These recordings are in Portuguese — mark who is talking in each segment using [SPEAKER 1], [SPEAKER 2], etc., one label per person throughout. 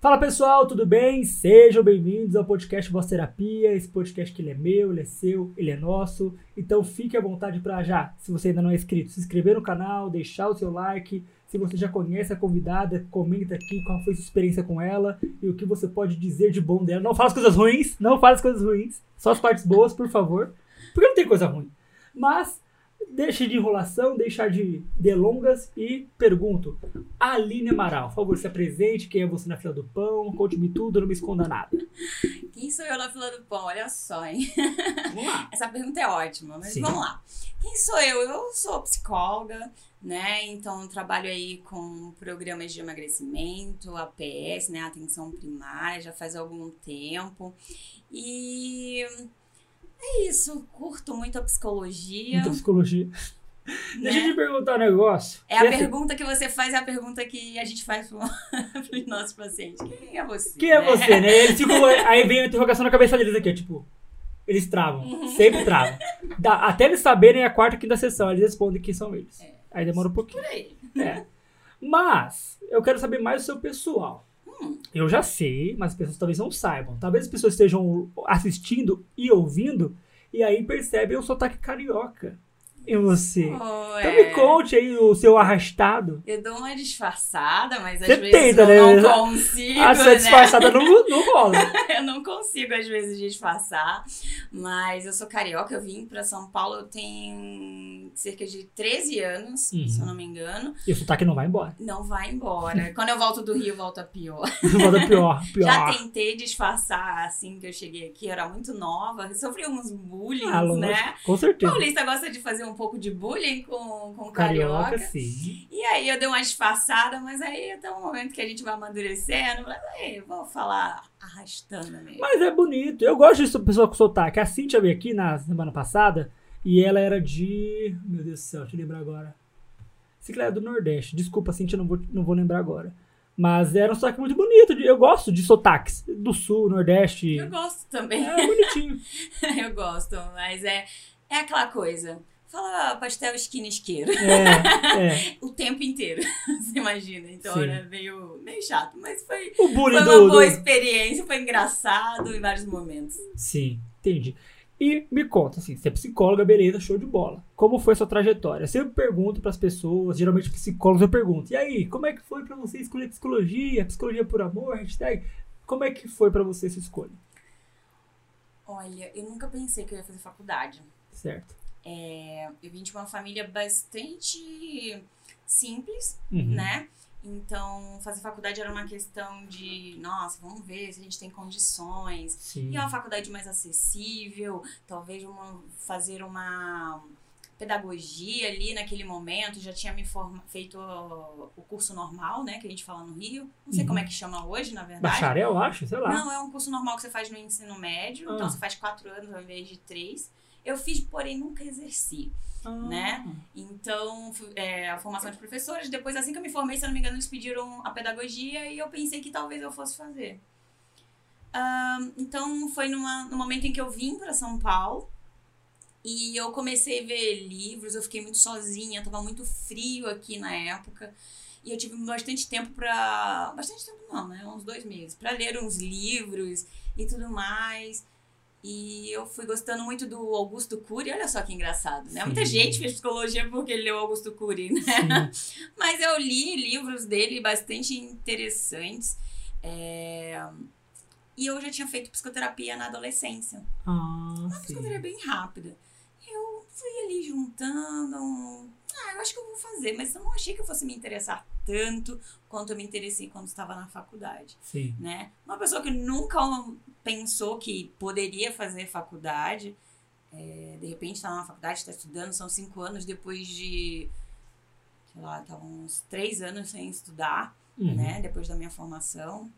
[SPEAKER 1] Fala pessoal, tudo bem? Sejam bem-vindos ao podcast Voz Terapia. Esse podcast que ele é meu, ele é seu, ele é nosso. Então fique à vontade para já, se você ainda não é inscrito, se inscrever no canal, deixar o seu like. Se você já conhece a convidada, comenta aqui qual foi sua experiência com ela e o que você pode dizer de bom dela. Não fala as coisas ruins, não fala as coisas ruins, só as partes boas, por favor, porque não tem coisa ruim. Mas deixe de enrolação, deixar de delongas e pergunto, Aline Amaral, por favor, se apresente, quem é você na fila do pão, conte-me tudo, não me esconda nada.
[SPEAKER 2] Quem sou eu na fila do pão? Olha só, hein?
[SPEAKER 1] Vamos lá.
[SPEAKER 2] Essa pergunta é ótima, mas
[SPEAKER 1] Sim.
[SPEAKER 2] vamos lá. Quem sou eu? Eu sou psicóloga, né? Então eu trabalho aí com programas de emagrecimento, APS, né? Atenção primária, já faz algum tempo. E é isso, curto muito a psicologia.
[SPEAKER 1] Muita psicologia. Deixa eu te perguntar um negócio.
[SPEAKER 2] Né? É a
[SPEAKER 1] Esse-
[SPEAKER 2] pergunta que você faz, é a pergunta que a gente faz para os nossos pacientes. Quem é você?
[SPEAKER 1] Quem é
[SPEAKER 2] né?
[SPEAKER 1] você, né? Eles ficam- aí vem a interrogação na cabeça deles aqui, ó, tipo. Eles travam.
[SPEAKER 2] Uhum.
[SPEAKER 1] Sempre travam. Dá- até eles saberem é a quarta e quinta sessão, eles respondem quem são eles.
[SPEAKER 2] É.
[SPEAKER 1] Aí demora um pouquinho.
[SPEAKER 2] Por aí.
[SPEAKER 1] É. Mas, eu quero saber mais do seu pessoal. Eu já sei, mas as pessoas talvez não saibam. Talvez as pessoas estejam assistindo e ouvindo, e aí percebem o sotaque carioca em você.
[SPEAKER 2] Ou
[SPEAKER 1] Então
[SPEAKER 2] é-
[SPEAKER 1] me conte aí o seu arrastado.
[SPEAKER 2] Eu dou uma disfarçada, mas às
[SPEAKER 1] Você
[SPEAKER 2] vezes
[SPEAKER 1] tenta,
[SPEAKER 2] eu
[SPEAKER 1] né?
[SPEAKER 2] não consigo,
[SPEAKER 1] A sua
[SPEAKER 2] né?
[SPEAKER 1] disfarçada não, não rola.
[SPEAKER 2] Eu não consigo às vezes disfarçar, mas eu sou carioca, eu vim pra São Paulo, eu tenho cerca de 13 anos,
[SPEAKER 1] Uhum.
[SPEAKER 2] se eu não me engano.
[SPEAKER 1] E o sotaque não vai embora.
[SPEAKER 2] Não vai embora. Quando eu volto do Rio, volta pior.
[SPEAKER 1] Volta pior, pior.
[SPEAKER 2] Já tentei disfarçar assim que eu cheguei aqui, eu era muito nova, sofri uns bullying,
[SPEAKER 1] Ah, lógico,
[SPEAKER 2] né?
[SPEAKER 1] Com certeza.
[SPEAKER 2] Paulista gosta de fazer um pouco de bullying com, com
[SPEAKER 1] Carioca,
[SPEAKER 2] carioca.
[SPEAKER 1] sim.
[SPEAKER 2] E aí eu dei uma disfarçada, mas aí até um momento que a gente vai amadurecendo, mas aí eu vou falar arrastando mesmo.
[SPEAKER 1] Mas é bonito. Eu gosto de pessoa com sotaque. A Cintia veio aqui na semana passada e ela era de. Meu Deus do céu, deixa eu lembrar agora. Se que ela era do Nordeste. Desculpa, Cintia, não vou, não vou lembrar agora. Mas era um sotaque muito bonito. de- Eu gosto de sotaques do Sul, Nordeste.
[SPEAKER 2] Eu gosto também,
[SPEAKER 1] É bonitinho.
[SPEAKER 2] eu gosto, mas é, é aquela coisa. Fala pastel esquina isqueiro
[SPEAKER 1] É, é.
[SPEAKER 2] o tempo inteiro, você imagina. Então
[SPEAKER 1] Sim. né?
[SPEAKER 2] era meio, meio chato, mas foi,
[SPEAKER 1] O bullying
[SPEAKER 2] foi
[SPEAKER 1] do.
[SPEAKER 2] uma
[SPEAKER 1] do-
[SPEAKER 2] boa experiência, foi engraçado em vários momentos.
[SPEAKER 1] Sim, entendi. E me conta, assim, você é psicóloga, beleza, show de bola. Como foi a sua trajetória? Eu sempre pergunto pras pessoas, geralmente psicólogos eu pergunto. E aí, como é que foi pra você escolher psicologia? Psicologia é por amor, hashtag? Como é que foi pra você essa escolha?
[SPEAKER 2] Olha, eu nunca pensei que eu ia fazer faculdade.
[SPEAKER 1] Certo.
[SPEAKER 2] Eu vim de uma família bastante simples,
[SPEAKER 1] Uhum.
[SPEAKER 2] né? Então, fazer faculdade era uma questão de, nossa, vamos ver se a gente tem condições.
[SPEAKER 1] Sim.
[SPEAKER 2] E é uma faculdade mais acessível, talvez uma- fazer uma pedagogia ali naquele momento. Já tinha me forma, feito o curso normal, né? Que a gente fala no Rio. Não sei
[SPEAKER 1] Uhum.
[SPEAKER 2] como é que chama hoje, na verdade.
[SPEAKER 1] Bacharel, acho, sei lá.
[SPEAKER 2] Não, é um curso normal que você faz no ensino médio.
[SPEAKER 1] Ah.
[SPEAKER 2] Então, você faz quatro anos ao invés de três. Eu fiz, porém, nunca exerci.
[SPEAKER 1] Ah,
[SPEAKER 2] né? Então, fu- é, a formação de professores. Depois, assim que eu me formei, se eu não me engano, eles pediram a pedagogia e eu pensei que talvez eu fosse fazer. Ahn, então, foi numa, no momento em que eu vim para São Paulo e eu comecei a ver livros. Eu fiquei muito sozinha, tava muito frio aqui na época. E eu tive bastante tempo para. Bastante tempo não, né? Uns dois meses. Para ler uns livros e tudo mais. E eu fui gostando muito do Augusto Cury. Olha só que engraçado, né? Muita
[SPEAKER 1] Sim.
[SPEAKER 2] gente fez psicologia porque leu Augusto Cury, né?
[SPEAKER 1] Sim.
[SPEAKER 2] Mas eu li livros dele bastante interessantes. é, E eu já tinha feito psicoterapia na adolescência.
[SPEAKER 1] Ah,
[SPEAKER 2] Uma
[SPEAKER 1] sim.
[SPEAKER 2] psicoterapia bem rápida. Eu fui ali juntando. um, Ah, eu acho que eu vou fazer, mas eu não achei que eu fosse me interessar tanto quanto eu me interessei quando estava na faculdade,
[SPEAKER 1] Sim.
[SPEAKER 2] né? Uma pessoa que nunca pensou que poderia fazer faculdade, é, de repente está na faculdade, está estudando, são cinco anos depois de, sei lá, estavam uns três anos sem estudar
[SPEAKER 1] Uhum.
[SPEAKER 2] né? Depois da minha formação.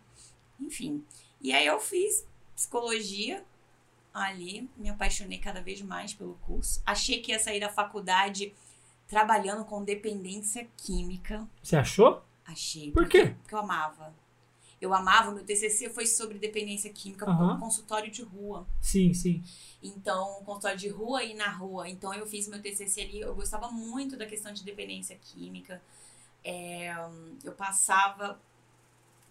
[SPEAKER 2] Enfim. E aí eu fiz psicologia ali, me apaixonei cada vez mais pelo curso. Achei que ia sair da faculdade trabalhando com dependência química.
[SPEAKER 1] Você achou?
[SPEAKER 2] Achei.
[SPEAKER 1] Por quê?
[SPEAKER 2] Porque eu amava. Eu amava, meu TCC foi sobre dependência química
[SPEAKER 1] Aham.
[SPEAKER 2] por consultório de rua.
[SPEAKER 1] Sim, sim.
[SPEAKER 2] Então, consultório de rua e na rua. Então, eu fiz meu TCC ali. Eu gostava muito da questão de dependência química. É, eu passava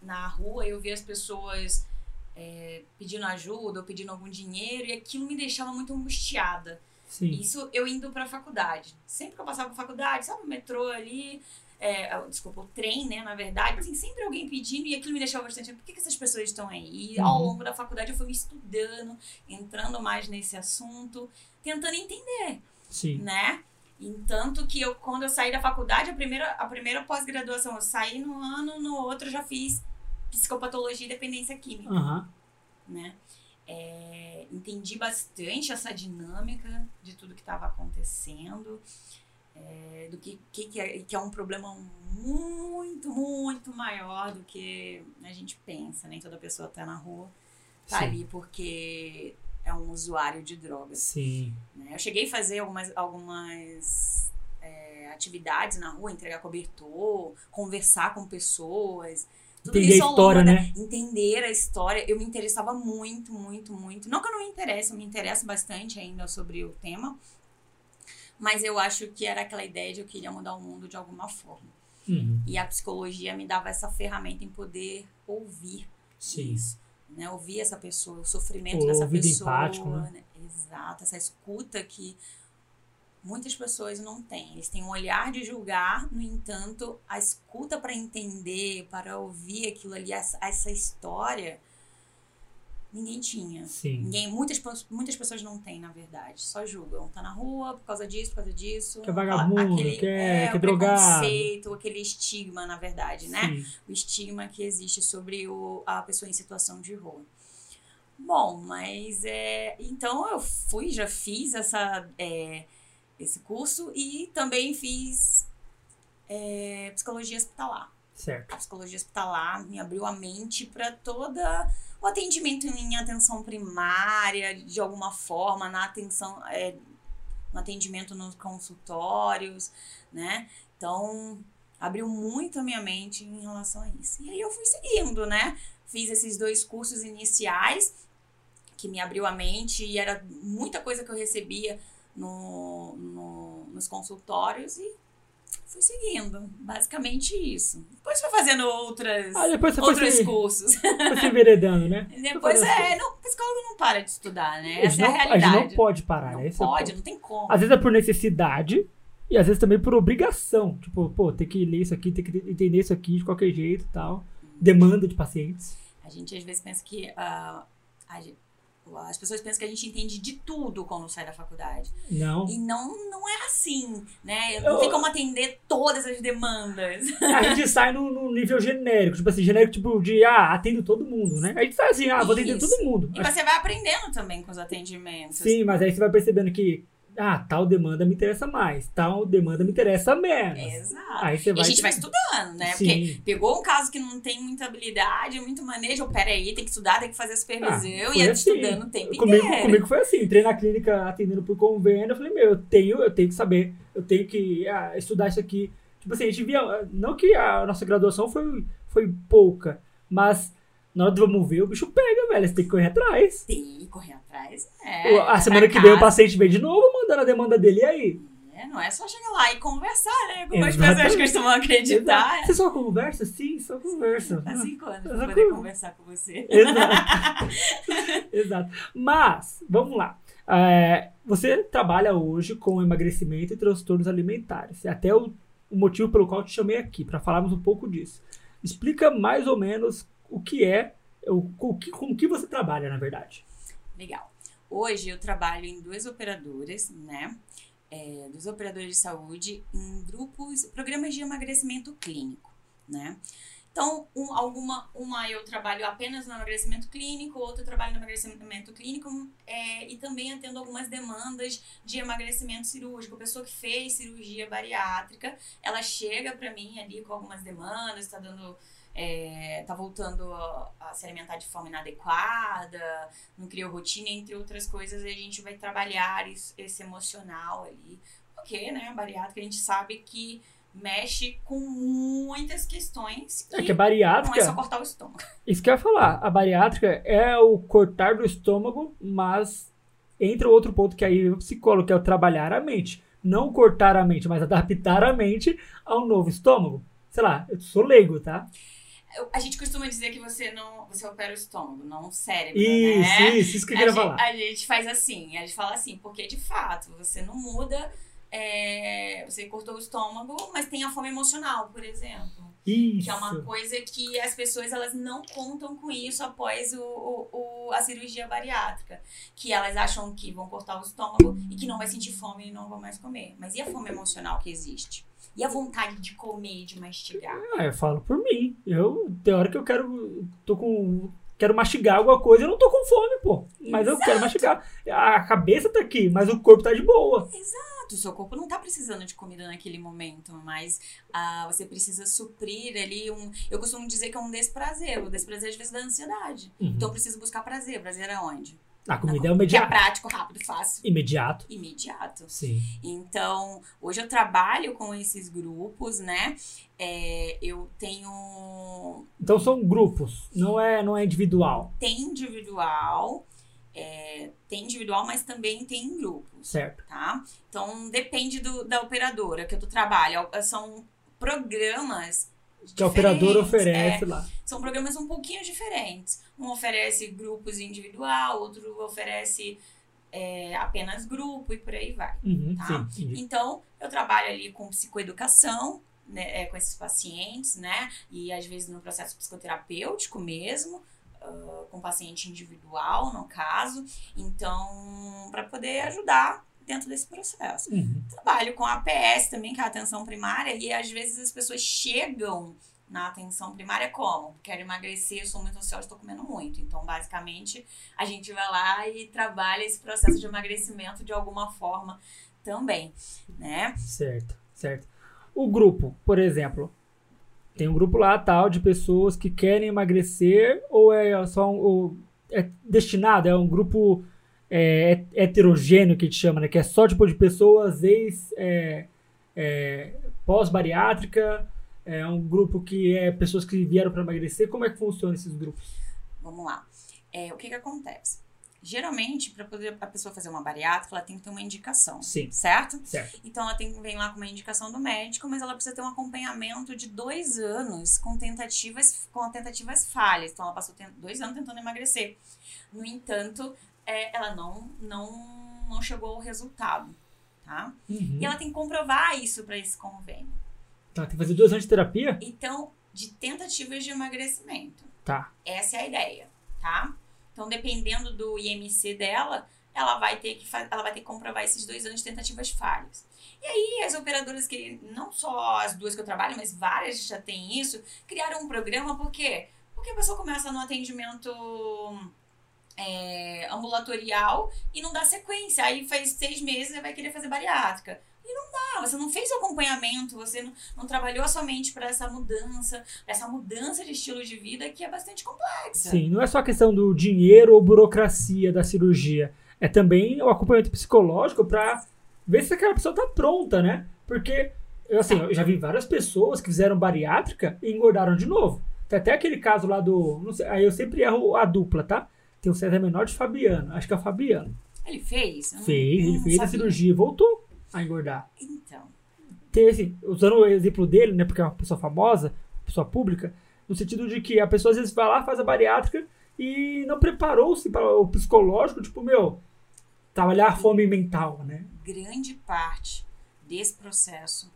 [SPEAKER 2] na rua, eu via as pessoas é, pedindo ajuda ou pedindo algum dinheiro, e aquilo me deixava muito angustiada.
[SPEAKER 1] Sim.
[SPEAKER 2] Isso eu indo pra faculdade. Sempre que eu passava pra faculdade, sabe, o metrô ali, é, ah, desculpa, o trem, né, na verdade, assim, sempre alguém pedindo e aquilo me deixava bastante. Por que, que essas pessoas estão aí? E ao
[SPEAKER 1] Uhum.
[SPEAKER 2] longo da faculdade eu fui me estudando, entrando mais nesse assunto, tentando entender,
[SPEAKER 1] Sim.
[SPEAKER 2] né? E tanto que eu, quando eu saí da faculdade, a primeira, a primeira pós-graduação eu saí num ano, no outro eu já fiz psicopatologia e dependência química
[SPEAKER 1] Aham.
[SPEAKER 2] né? É, entendi bastante essa dinâmica de tudo que estava acontecendo, é, do que, que, que é, que é um problema muito, muito maior do que a gente pensa. Nem toda pessoa está na rua, tá
[SPEAKER 1] Sim.
[SPEAKER 2] ali porque é um usuário de drogas.
[SPEAKER 1] Sim.
[SPEAKER 2] né? Eu cheguei a fazer algumas, algumas é, atividades na rua, entregar cobertor, conversar com pessoas. Tudo
[SPEAKER 1] Entender
[SPEAKER 2] isso
[SPEAKER 1] a
[SPEAKER 2] ao longo
[SPEAKER 1] história,
[SPEAKER 2] da-
[SPEAKER 1] né?
[SPEAKER 2] entender a história. Eu me interessava muito, muito, muito. Não que eu não me interesse, eu me interesso bastante ainda sobre o tema. Mas eu acho que era aquela ideia de eu queria mudar o mundo de alguma forma.
[SPEAKER 1] Uhum.
[SPEAKER 2] E a psicologia me dava essa ferramenta em poder ouvir
[SPEAKER 1] Sim.
[SPEAKER 2] isso. Né? Ouvir essa pessoa, o sofrimento
[SPEAKER 1] O
[SPEAKER 2] dessa
[SPEAKER 1] ouvido
[SPEAKER 2] pessoa.
[SPEAKER 1] empático, né?
[SPEAKER 2] Exato, essa escuta que muitas pessoas não têm. Eles têm um olhar de julgar, no entanto, a escuta para entender, para ouvir aquilo ali, essa, essa história, ninguém tinha.
[SPEAKER 1] Sim.
[SPEAKER 2] Ninguém, muitas, pe- muitas pessoas não têm, na verdade. Só julgam. Tá na rua por causa disso, por causa disso.
[SPEAKER 1] Que é vagabundo,
[SPEAKER 2] aquele,
[SPEAKER 1] que é-
[SPEAKER 2] é,
[SPEAKER 1] que é
[SPEAKER 2] o
[SPEAKER 1] drogado.
[SPEAKER 2] preconceito, aquele estigma, na verdade, né?
[SPEAKER 1] Sim.
[SPEAKER 2] o estigma que existe sobre o- a pessoa em situação de rua. Bom, mas é, então eu fui, já fiz essa, é, esse curso e também fiz é, psicologia hospitalar.
[SPEAKER 1] Certo.
[SPEAKER 2] A psicologia hospitalar me abriu a mente para toda o atendimento em atenção primária, de alguma forma, na atenção, é, no atendimento nos consultórios, né? Então, abriu muito a minha mente em relação a isso. E aí eu fui seguindo, né? Fiz esses dois cursos iniciais que me abriu a mente e era muita coisa que eu recebia no, no- nos consultórios e fui seguindo. Basicamente isso. Depois fui fazendo outras,
[SPEAKER 1] Ah, depois você foi
[SPEAKER 2] outros
[SPEAKER 1] se,
[SPEAKER 2] cursos.
[SPEAKER 1] foi se enveredando, né?
[SPEAKER 2] Depois
[SPEAKER 1] fazendo
[SPEAKER 2] é, não, psicólogo não para de estudar, né?
[SPEAKER 1] a, gente
[SPEAKER 2] Essa é
[SPEAKER 1] não,
[SPEAKER 2] a
[SPEAKER 1] a gente
[SPEAKER 2] realidade.
[SPEAKER 1] não pode parar, né?
[SPEAKER 2] não
[SPEAKER 1] Esse é o
[SPEAKER 2] pode,
[SPEAKER 1] ponto.
[SPEAKER 2] não tem como.
[SPEAKER 1] Às vezes é por necessidade e às vezes também por obrigação. Tipo, pô, tem que ler isso aqui, tem que entender isso aqui de qualquer jeito e tal. Demanda de pacientes.
[SPEAKER 2] A gente às vezes pensa que ah, a gen- as pessoas pensam que a gente entende de tudo quando sai da faculdade.
[SPEAKER 1] Não.
[SPEAKER 2] E não, não é assim, né?
[SPEAKER 1] Eu-
[SPEAKER 2] Não tem como atender todas as demandas.
[SPEAKER 1] A gente sai num, num nível genérico, tipo assim, genérico tipo de, ah, atendo todo mundo, né? A gente sai assim, ah, vou atender
[SPEAKER 2] Isso.
[SPEAKER 1] todo mundo.
[SPEAKER 2] E você vai aprendendo também com os atendimentos.
[SPEAKER 1] Sim, mas aí você vai percebendo que, ah, tal demanda me interessa mais, tal demanda me interessa menos.
[SPEAKER 2] Exato.
[SPEAKER 1] Aí você
[SPEAKER 2] E
[SPEAKER 1] vai.
[SPEAKER 2] a gente vai estudando, né? Porque
[SPEAKER 1] Sim.
[SPEAKER 2] pegou um caso que não tem muita habilidade, muito manejo, "Oh, peraí, tem que estudar, tem que fazer supervisão
[SPEAKER 1] Ah,
[SPEAKER 2] e
[SPEAKER 1] foi
[SPEAKER 2] é
[SPEAKER 1] assim.
[SPEAKER 2] estudando o tempo
[SPEAKER 1] Comigo,
[SPEAKER 2] inteiro.
[SPEAKER 1] comigo foi assim, entrei na clínica atendendo por convênio, eu falei, meu, eu tenho, eu tenho que saber, eu tenho que ah, estudar isso aqui. Tipo assim, a gente via, ah, não que a nossa graduação foi, foi pouca, mas na hora do vamos ver, o bicho pega, velho, você tem que correr atrás.
[SPEAKER 2] Tem que correr atrás. É,
[SPEAKER 1] a
[SPEAKER 2] pra
[SPEAKER 1] semana que vem o
[SPEAKER 2] casa.
[SPEAKER 1] paciente vem de novo mandando a demanda dele, e aí?
[SPEAKER 2] É, não é só chegar lá e conversar, né? Como as
[SPEAKER 1] Exatamente.
[SPEAKER 2] pessoas costumam acreditar. é.
[SPEAKER 1] Você só conversa? Sim, só conversa.
[SPEAKER 2] Assim quando
[SPEAKER 1] Exato.
[SPEAKER 2] pra poder conversar com você.
[SPEAKER 1] É. Exato. Exato. Mas, vamos lá. É, você trabalha hoje com emagrecimento e transtornos alimentares. É até o, o motivo pelo qual eu te chamei aqui, para falarmos um pouco disso. Explica mais ou menos o que é, o, o que, com o que você trabalha, na verdade.
[SPEAKER 2] Legal. Hoje eu trabalho em duas operadoras, né? É, dos operadores de saúde em grupos, programas de emagrecimento clínico, né? Então, um, alguma, uma eu trabalho apenas no emagrecimento clínico, outra eu trabalho no emagrecimento clínico é, e também atendo algumas demandas de emagrecimento cirúrgico. A pessoa que fez cirurgia bariátrica, ela chega para mim ali com algumas demandas, está dando, é, tá voltando a, a se alimentar de forma inadequada, não criou rotina, entre outras coisas, e a gente vai trabalhar isso, esse emocional ali. Porque, né, a bariátrica a gente sabe que mexe com muitas questões
[SPEAKER 1] É que a
[SPEAKER 2] que não é só
[SPEAKER 1] bariátrica,
[SPEAKER 2] cortar o estômago.
[SPEAKER 1] isso que eu ia falar, a bariátrica é o cortar do estômago, mas entra outro ponto que aí o psicólogo, que é o trabalhar a mente. Não cortar a mente, mas adaptar a mente ao novo estômago. Sei lá, eu sou leigo, tá?
[SPEAKER 2] eu- a gente costuma dizer que você não. Você opera o estômago, não o cérebro.
[SPEAKER 1] Isso,
[SPEAKER 2] né?
[SPEAKER 1] isso, isso que eu
[SPEAKER 2] a
[SPEAKER 1] queria
[SPEAKER 2] gente,
[SPEAKER 1] falar.
[SPEAKER 2] a gente faz assim, a gente fala assim, porque de fato, você não muda, é, você cortou o estômago, mas tem a fome emocional, por exemplo.
[SPEAKER 1] Isso.
[SPEAKER 2] Que é uma coisa que as pessoas elas não contam com isso após o, o- o- a cirurgia bariátrica. Que elas acham que vão cortar o estômago e que não vai sentir fome e não vão mais comer. Mas e a fome emocional que existe? E a vontade de comer, de mastigar?
[SPEAKER 1] Ah, eu falo por mim. Eu, tem hora que eu quero. tô com. Quero mastigar alguma coisa, eu não tô com fome, pô. Mas eu quero mastigar. A cabeça tá aqui, mas o corpo tá de boa.
[SPEAKER 2] Exato, o seu corpo não tá precisando de comida naquele momento, mas ah, você precisa suprir ali um. Eu costumo dizer que é um desprazer. O desprazer às vezes da ansiedade.
[SPEAKER 1] Uhum.
[SPEAKER 2] Então eu preciso buscar prazer. Prazer aonde?
[SPEAKER 1] A comida é
[SPEAKER 2] Que é
[SPEAKER 1] imediata.
[SPEAKER 2] prático, rápido, fácil,
[SPEAKER 1] Imediato.
[SPEAKER 2] imediato.
[SPEAKER 1] Sim.
[SPEAKER 2] Então, hoje eu trabalho com esses grupos, né? É, eu tenho.
[SPEAKER 1] Então são grupos, não é, não é individual,
[SPEAKER 2] Tem individual, é, tem individual, mas também tem grupos.
[SPEAKER 1] certo?
[SPEAKER 2] tá? Então depende do- da operadora que eu trabalho. Al- São programas.
[SPEAKER 1] Que a operadora
[SPEAKER 2] diferentes,
[SPEAKER 1] oferece lá.
[SPEAKER 2] é. são programas um pouquinho diferentes. Um oferece grupos individual, outro oferece é, apenas grupo e por aí vai.
[SPEAKER 1] Uhum,
[SPEAKER 2] Tá.
[SPEAKER 1] Sim, entendi.
[SPEAKER 2] Então, eu trabalho ali com psicoeducação, né, é, com esses pacientes, né? E às vezes no processo psicoterapêutico mesmo, ah, com paciente individual, no caso. Então, para poder ajudar dentro desse processo.
[SPEAKER 1] Uhum.
[SPEAKER 2] Trabalho com a APS também, que é a atenção primária, e às vezes as pessoas chegam na atenção primária como? Quero emagrecer, eu sou muito ansiosa, estou comendo muito. Então, basicamente, a gente vai lá e trabalha esse processo de emagrecimento de alguma forma também, né?
[SPEAKER 1] Certo, certo. O grupo, por exemplo, tem um grupo lá tal de pessoas que querem emagrecer ou é só um, ou é destinado, é um grupo é, heterogêneo que a gente chama, né? Que é só tipo de pessoas ex é, é, pós-bariátrica, é um grupo que é pessoas que vieram para emagrecer. Como é que funciona esses grupos?
[SPEAKER 2] Vamos lá. É, o que, que acontece? Geralmente, para poder a pessoa fazer uma bariátrica, ela tem que ter uma indicação,
[SPEAKER 1] Sim,
[SPEAKER 2] certo?
[SPEAKER 1] certo.
[SPEAKER 2] Então ela tem, vem lá com uma indicação do médico, mas ela precisa ter um acompanhamento de dois anos com tentativas, com tentativas falhas. Então ela passou ten- dois anos tentando emagrecer. No entanto, é, ela não, não, não chegou ao resultado. Tá?
[SPEAKER 1] Uhum.
[SPEAKER 2] E ela tem que comprovar isso para esse convênio.
[SPEAKER 1] Tá, tem que fazer dois anos de terapia?
[SPEAKER 2] Então, de tentativas de emagrecimento.
[SPEAKER 1] Tá.
[SPEAKER 2] Essa é a ideia, tá? Então, dependendo do IMC dela, ela vai ter que fa- ela vai ter que comprovar esses dois anos de tentativas falhas. E aí, as operadoras que não só as duas que eu trabalho, mas várias já têm isso, criaram um programa por quê? Porque a pessoa começa no atendimento é, ambulatorial e não dá sequência. Aí faz seis meses e vai querer fazer bariátrica. E não dá, você não fez o acompanhamento, você não, não trabalhou somente para essa mudança, pra essa mudança de estilo de vida que é bastante complexa.
[SPEAKER 1] Sim, não é só a questão do dinheiro ou burocracia da cirurgia. É também o acompanhamento psicológico pra ver se aquela pessoa tá pronta, né? Porque, eu, assim, eu já vi várias pessoas que fizeram bariátrica e engordaram de novo. Tem até aquele caso lá do. não sei, aí eu sempre erro a dupla, tá? Tem o César Menor de Fabiano. Acho que é o Fabiano.
[SPEAKER 2] Ele fez? Eu não-
[SPEAKER 1] Fez,
[SPEAKER 2] eu
[SPEAKER 1] ele
[SPEAKER 2] Ah, não
[SPEAKER 1] fez a
[SPEAKER 2] sabia.
[SPEAKER 1] cirurgia e voltou a engordar.
[SPEAKER 2] Então,
[SPEAKER 1] ter, assim, usando o exemplo dele, né, porque é uma pessoa famosa, pessoa pública, no sentido de que a pessoa às vezes vai lá, faz a bariátrica e não preparou-se para o psicológico, tipo, meu, trabalhar a fome mental, né?
[SPEAKER 2] grande parte desse processo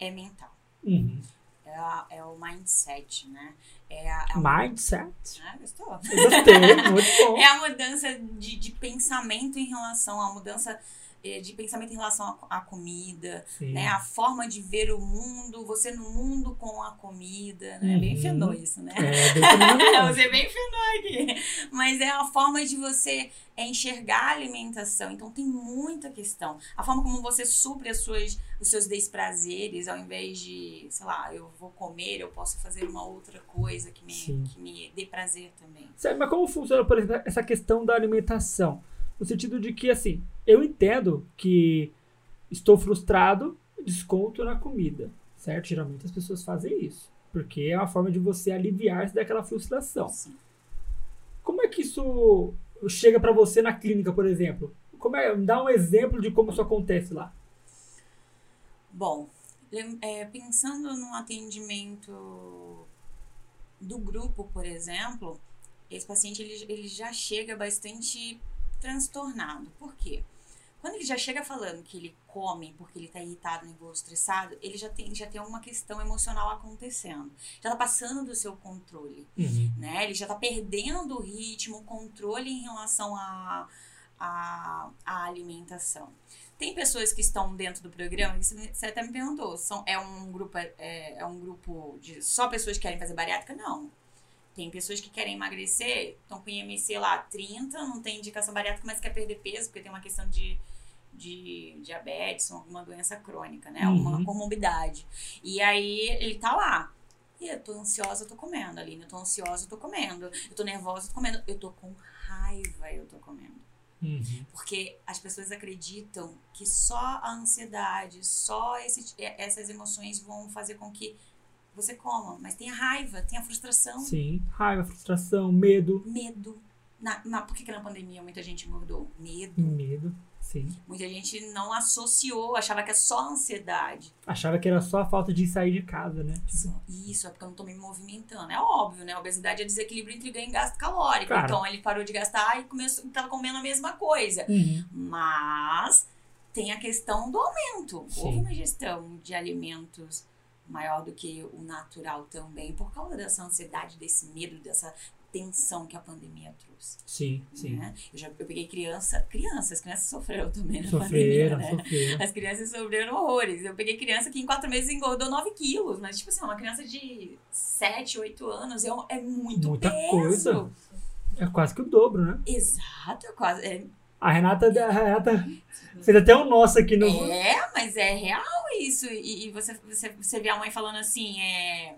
[SPEAKER 2] é mental.
[SPEAKER 1] Uhum.
[SPEAKER 2] É, a- é o mindset, né? É a, é a-
[SPEAKER 1] Mindset.
[SPEAKER 2] Ah, gostou?
[SPEAKER 1] Eu gostei, muito bom.
[SPEAKER 2] É a mudança de, de pensamento em relação à mudança eh, de pensamento em relação à, à comida,
[SPEAKER 1] Sim. É,
[SPEAKER 2] né? A forma de ver o mundo, você no mundo com a comida, né? Bem
[SPEAKER 1] Uhum.
[SPEAKER 2] fenô isso, né?
[SPEAKER 1] É, bem fenomenal.
[SPEAKER 2] Você bem finou aqui. Mas é a forma de você é, enxergar a alimentação. Então tem muita questão. A forma como você supre as suas, os seus desprazeres, ao invés de, sei lá, eu vou comer, eu posso fazer uma outra coisa que me,
[SPEAKER 1] Sim.
[SPEAKER 2] que me dê prazer também.
[SPEAKER 1] Sério, mas como funciona, por exemplo, essa questão da alimentação? No sentido de que, assim, eu entendo que estou frustrado, desconto na comida, certo? Geralmente as pessoas fazem isso, porque é uma forma de você aliviar-se daquela frustração.
[SPEAKER 2] Assim.
[SPEAKER 1] Como é que isso chega pra você na clínica, por exemplo? Como é, me dá um exemplo de como isso acontece lá.
[SPEAKER 2] Bom, lem- é, pensando no atendimento do grupo, por exemplo, esse paciente ele, ele já chega bastante transtornado. Por quê? Quando ele já chega falando que ele come porque ele está irritado, nervoso, estressado, ele já tem, já tem alguma questão emocional acontecendo. Já está passando do seu controle
[SPEAKER 1] Uhum.
[SPEAKER 2] né? Ele já está perdendo o ritmo, o controle em relação à à- à alimentação. Tem pessoas que estão dentro do programa, isso me- você até me perguntou, são, é um grupo é, é um grupo de só pessoas que querem fazer bariátrica? Não. Tem pessoas que querem emagrecer, estão com IMC lá 30, não tem indicação bariátrica, mas quer perder peso, porque tem uma questão de, de diabetes, alguma doença crônica, né?
[SPEAKER 1] Uhum.
[SPEAKER 2] Alguma comorbidade. E aí ele tá lá, e eu tô ansiosa, eu tô comendo, Aline. Eu tô ansiosa, eu tô comendo. Eu tô nervosa, eu tô comendo. Eu tô com raiva, eu tô comendo.
[SPEAKER 1] Uhum.
[SPEAKER 2] Porque as pessoas acreditam que só a ansiedade, só esse- é, essas emoções vão fazer com que você coma. Mas tem a raiva, tem a frustração,
[SPEAKER 1] Sim. Raiva, frustração, medo.
[SPEAKER 2] medo. Na, na, por que, que na pandemia muita gente engordou?
[SPEAKER 1] Hum.
[SPEAKER 2] Medo.
[SPEAKER 1] Medo. Sim.
[SPEAKER 2] Muita gente não associou, achava que é só ansiedade.
[SPEAKER 1] Achava que era só a falta de sair de casa, né? Tipo,
[SPEAKER 2] Isso, Isso, é porque eu não tô me movimentando. É óbvio, né? Obesidade é desequilíbrio entre ganho e gasto calórico.
[SPEAKER 1] Claro.
[SPEAKER 2] Então ele parou de gastar e começou, tava comendo a mesma coisa.
[SPEAKER 1] uhum.
[SPEAKER 2] Mas tem a questão do aumento.
[SPEAKER 1] Sim.
[SPEAKER 2] Houve uma gestão de alimentos maior do que o natural também, por causa dessa ansiedade, desse medo, dessa tensão que a pandemia trouxe.
[SPEAKER 1] Sim, sim.
[SPEAKER 2] né? Eu já eu peguei criança, crianças, crianças sofreram também na pandemia,
[SPEAKER 1] Sofreram,
[SPEAKER 2] né?
[SPEAKER 1] sofreram.
[SPEAKER 2] As crianças sofreram horrores. Eu peguei criança que em quatro meses engordou 9 quilos. Mas, tipo assim, uma criança de 7, 8 anos é, um- é muito
[SPEAKER 1] Muita
[SPEAKER 2] peso.
[SPEAKER 1] coisa. É quase que o dobro, né?
[SPEAKER 2] Exato, é quase. É,
[SPEAKER 1] A Renata, a Renata fez até o nosso aqui no.
[SPEAKER 2] é, mas é real isso. E, e você, você, você vê a mãe falando assim, é.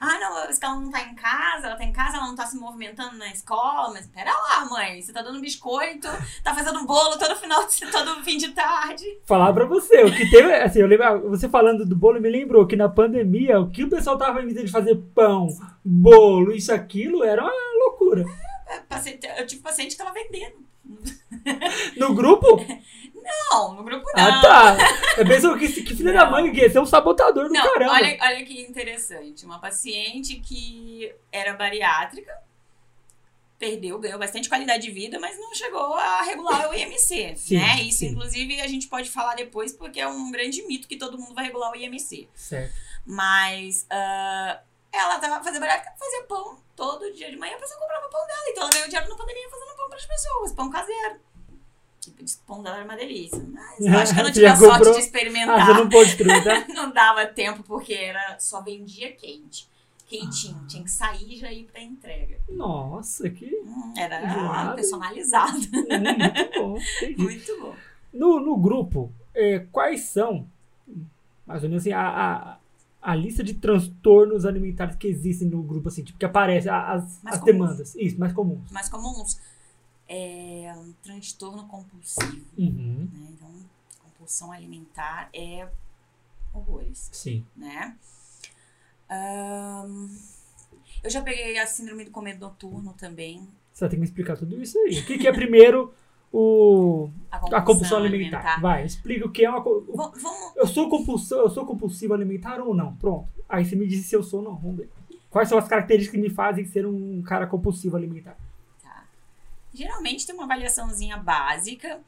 [SPEAKER 2] Ah, não, mas que ela não tá em casa, ela tá em casa, ela não tá se movimentando na escola, mas pera lá, mãe, você tá dando biscoito, tá fazendo bolo todo final, de- todo fim de tarde.
[SPEAKER 1] Falar pra você, o que teve, assim, eu lembro, ah, você falando do bolo me lembrou que na pandemia, o que o pessoal tava inventando de fazer pão, bolo, isso, aquilo, era uma loucura.
[SPEAKER 2] É, paciente- Eu tive paciente que tava vendendo.
[SPEAKER 1] No grupo,
[SPEAKER 2] Não, no grupo não.
[SPEAKER 1] ah tá, eu penso que, esse- que filha da
[SPEAKER 2] Não.
[SPEAKER 1] mãe, que esse é um sabotador do
[SPEAKER 2] Não,
[SPEAKER 1] caramba.
[SPEAKER 2] olha, olha que interessante. Uma paciente que era bariátrica, perdeu, ganhou bastante qualidade de vida, mas não chegou a regular o IMC,
[SPEAKER 1] Sim,
[SPEAKER 2] né? Isso,
[SPEAKER 1] sim.
[SPEAKER 2] inclusive, a gente pode falar depois, porque é um grande mito que todo mundo vai regular o IMC.
[SPEAKER 1] Certo.
[SPEAKER 2] Mas ah, ela tava fazendo bariátrica, fazia pão todo dia de manhã, a pessoa comprava pão dela. Então ela ganhou dinheiro na pandemia fazendo um pão para as pessoas, pão caseiro. Tipo, disse que o pão dela era uma delícia. Mas eu acho que eu não
[SPEAKER 1] Já
[SPEAKER 2] tive a sorte
[SPEAKER 1] comprou?
[SPEAKER 2] de
[SPEAKER 1] Ah,
[SPEAKER 2] experimentar
[SPEAKER 1] você não pôde experimentar?
[SPEAKER 2] não dava tempo porque era só vendia quente. Quentinho, tinha que sair e já ir pra entrega.
[SPEAKER 1] Nossa, que
[SPEAKER 2] Hum, era
[SPEAKER 1] Gelado.
[SPEAKER 2] personalizado.
[SPEAKER 1] hum, muito bom, entendi.
[SPEAKER 2] Muito bom.
[SPEAKER 1] No, no grupo, é, quais são, mais ou menos assim, a, a, a lista de transtornos alimentares que existem no grupo, assim, tipo, que aparecem a- as,
[SPEAKER 2] Mais
[SPEAKER 1] as
[SPEAKER 2] comuns.
[SPEAKER 1] demandas. Isso, mais comuns.
[SPEAKER 2] Mas comuns é um transtorno compulsivo.
[SPEAKER 1] Uhum.
[SPEAKER 2] Né? Então, compulsão alimentar é horrores,
[SPEAKER 1] Sim.
[SPEAKER 2] né? Ahn, eu já peguei a síndrome do comer noturno também.
[SPEAKER 1] Você vai ter que me explicar tudo isso aí. O que, que é primeiro o,
[SPEAKER 2] A
[SPEAKER 1] a compulsão alimentar? Vai, explica o que é uma. co- o-
[SPEAKER 2] Va- vamos
[SPEAKER 1] Eu sou compulsão, eu sou compulsivo alimentar ou não? Pronto. Aí você me diz se eu sou ou não. Vamos ver. Quais são as características que me fazem ser um cara compulsivo alimentar?
[SPEAKER 2] Tá. Geralmente tem uma avaliaçãozinha básica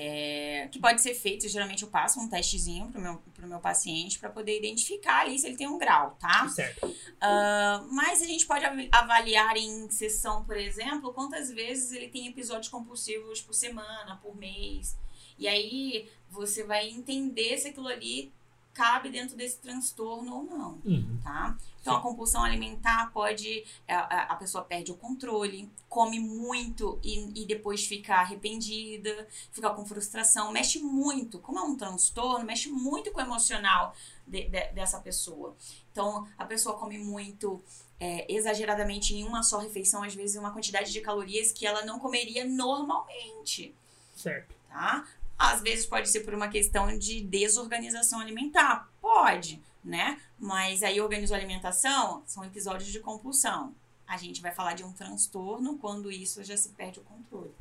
[SPEAKER 2] é, que pode ser feita. Geralmente eu passo um testezinho pro meu, pro meu paciente para poder identificar ali se ele tem um grau, tá?
[SPEAKER 1] Certo.
[SPEAKER 2] Ah, mas a gente pode av- avaliar em sessão, por exemplo, quantas vezes ele tem episódios compulsivos por semana, por mês. E aí você vai entender se aquilo ali cabe dentro desse transtorno ou não
[SPEAKER 1] Uhum.
[SPEAKER 2] tá? Então, a compulsão alimentar pode. A, a- a pessoa perde o controle, come muito e, e depois fica arrependida, fica com frustração, mexe muito. Como é um transtorno, mexe muito com o emocional de- de- dessa pessoa. Então, a pessoa come muito. é, exageradamente em uma só refeição, às vezes uma quantidade de calorias que ela não comeria normalmente
[SPEAKER 1] Certo.
[SPEAKER 2] tá? Às vezes pode ser por uma questão de desorganização alimentar, pode, né? Mas aí organizou a alimentação, são episódios de compulsão. A gente vai falar de um
[SPEAKER 1] Uhum.
[SPEAKER 2] Então, transtorno quando isso já se perde o controle.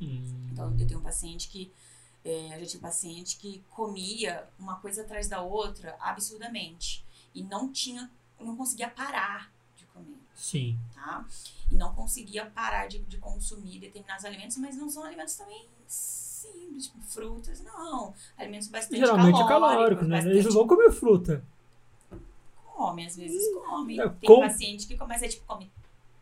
[SPEAKER 2] Então, eu tenho um paciente que É, eu já tinha paciente que comia uma coisa atrás da outra absurdamente e não tinha, não conseguia parar de comer,
[SPEAKER 1] Sim.
[SPEAKER 2] tá? E não conseguia parar de, de consumir determinados alimentos, mas não são alimentos também simples, tipo frutas, não. Alimentos bastante
[SPEAKER 1] Geralmente é calórico,
[SPEAKER 2] calóricos,
[SPEAKER 1] né?
[SPEAKER 2] bastante
[SPEAKER 1] Eles não vão comer fruta.
[SPEAKER 2] come, às vezes come.
[SPEAKER 1] é,
[SPEAKER 2] Tem
[SPEAKER 1] com-
[SPEAKER 2] paciente que começa, tipo, come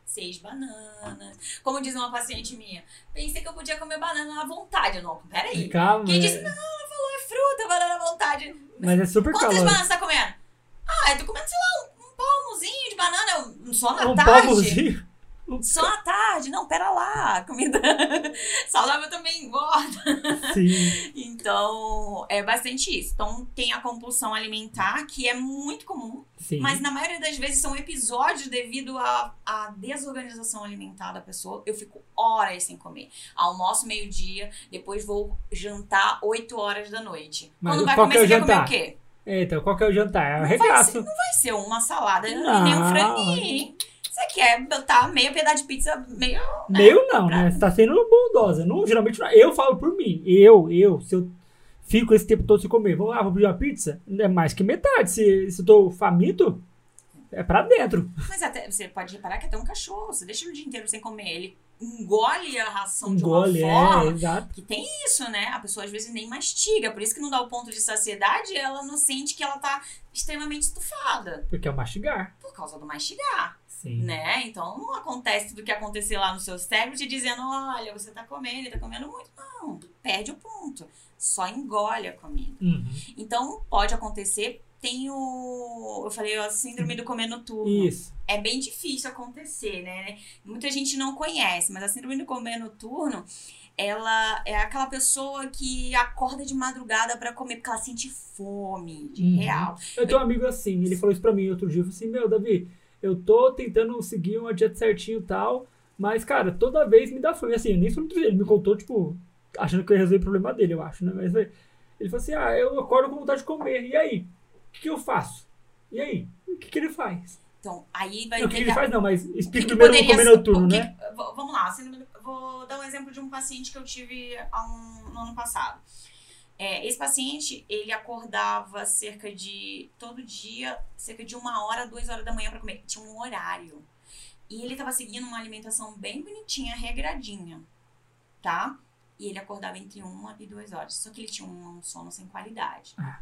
[SPEAKER 2] seis bananas. Como diz uma paciente minha, pensei que eu podia comer banana à vontade. Eu Não, peraí.
[SPEAKER 1] Calma. né?
[SPEAKER 2] Quem disse, não, ela falou, é fruta, banana à vontade.
[SPEAKER 1] Mas é super
[SPEAKER 2] Quantas
[SPEAKER 1] calórico.
[SPEAKER 2] bananas você tá comendo? Ah, eu tô comendo, sei lá, um, um palmozinho de banana. Eu- Só na
[SPEAKER 1] um
[SPEAKER 2] tarde?
[SPEAKER 1] pavozinho.
[SPEAKER 2] Só à tarde? Não, pera lá. Comida saudável também engorda.
[SPEAKER 1] Sim.
[SPEAKER 2] Então, é bastante isso. Então, tem a compulsão alimentar, que é muito comum.
[SPEAKER 1] Sim.
[SPEAKER 2] Mas na maioria das vezes são episódios devido à, à desorganização alimentar da pessoa. Eu fico horas sem comer. Almoço meio-dia, depois vou jantar 8 horas da noite.
[SPEAKER 1] Mas
[SPEAKER 2] Quando vai
[SPEAKER 1] qual
[SPEAKER 2] comer,
[SPEAKER 1] que é
[SPEAKER 2] você
[SPEAKER 1] o
[SPEAKER 2] quer comer o
[SPEAKER 1] jantar?
[SPEAKER 2] quê?
[SPEAKER 1] É, então, qual que é o jantar? É o
[SPEAKER 2] Não vai
[SPEAKER 1] regaço.
[SPEAKER 2] Vai ser uma salada
[SPEAKER 1] Não.
[SPEAKER 2] e nem um franguinho. hein? Você quer botar meia pedaço de pizza, meio.
[SPEAKER 1] Meu não, né? Você tá sendo bondosa. Não, geralmente não. é. Eu falo por mim. Eu, eu, se eu fico esse tempo todo sem comer, vou lá, vou pedir uma pizza, é mais que metade. Se, se eu tô faminto, é pra dentro.
[SPEAKER 2] Mas até, você pode reparar que até um cachorro, você deixa ele o dia inteiro sem comer. Ele engole a ração
[SPEAKER 1] Engole,
[SPEAKER 2] de uma forma
[SPEAKER 1] é, exato.
[SPEAKER 2] Que tem isso, né? A pessoa às vezes nem mastiga, por isso que não dá o ponto de saciedade, ela não sente que ela tá extremamente estufada
[SPEAKER 1] Porque é o mastigar.
[SPEAKER 2] por causa do mastigar,
[SPEAKER 1] Sim.
[SPEAKER 2] né? Então não acontece tudo o que aconteceu lá no seu cérebro te dizendo, olha, você tá comendo, tá comendo muito. Não, perde o ponto. Só engole a comida.
[SPEAKER 1] Uhum.
[SPEAKER 2] Então pode acontecer, tem o. Eu falei, a síndrome do comer noturno
[SPEAKER 1] Isso.
[SPEAKER 2] é bem difícil acontecer, né? Muita gente não conhece, mas a síndrome do comer noturno, ela é aquela pessoa que acorda de madrugada pra comer porque ela sente fome, de
[SPEAKER 1] Uhum.
[SPEAKER 2] real.
[SPEAKER 1] Eu tenho um amigo assim, ele falou isso pra mim outro dia. Eu falei assim: Meu, Davi, eu tô tentando seguir uma dieta certinho e tal, mas, cara, toda vez me dá fome. Assim, eu nem sou nutricionista. Ele me contou, tipo, achando que eu ia resolver o problema dele, eu acho, né? Mas é, ele falou assim: Ah, eu acordo com vontade de comer. E aí? O que, que eu faço? E aí? O que, que ele faz?
[SPEAKER 2] Então, aí vai
[SPEAKER 1] Não, o que, que ele
[SPEAKER 2] pegar-
[SPEAKER 1] faz, não, mas explica
[SPEAKER 2] que
[SPEAKER 1] primeiro no
[SPEAKER 2] poderia
[SPEAKER 1] comer
[SPEAKER 2] ser- um
[SPEAKER 1] noturno,
[SPEAKER 2] o que
[SPEAKER 1] né?
[SPEAKER 2] que- v- Vamos lá, assim, vou dar um exemplo de um paciente que eu tive há um- no ano passado. É, esse paciente, ele acordava cerca de, todo dia, cerca de uma hora, duas horas da manhã para comer. Tinha um horário. E ele estava seguindo uma alimentação bem bonitinha, regradinha, tá? E ele acordava entre uma e duas horas. Só que ele tinha um sono sem qualidade,
[SPEAKER 1] Ah.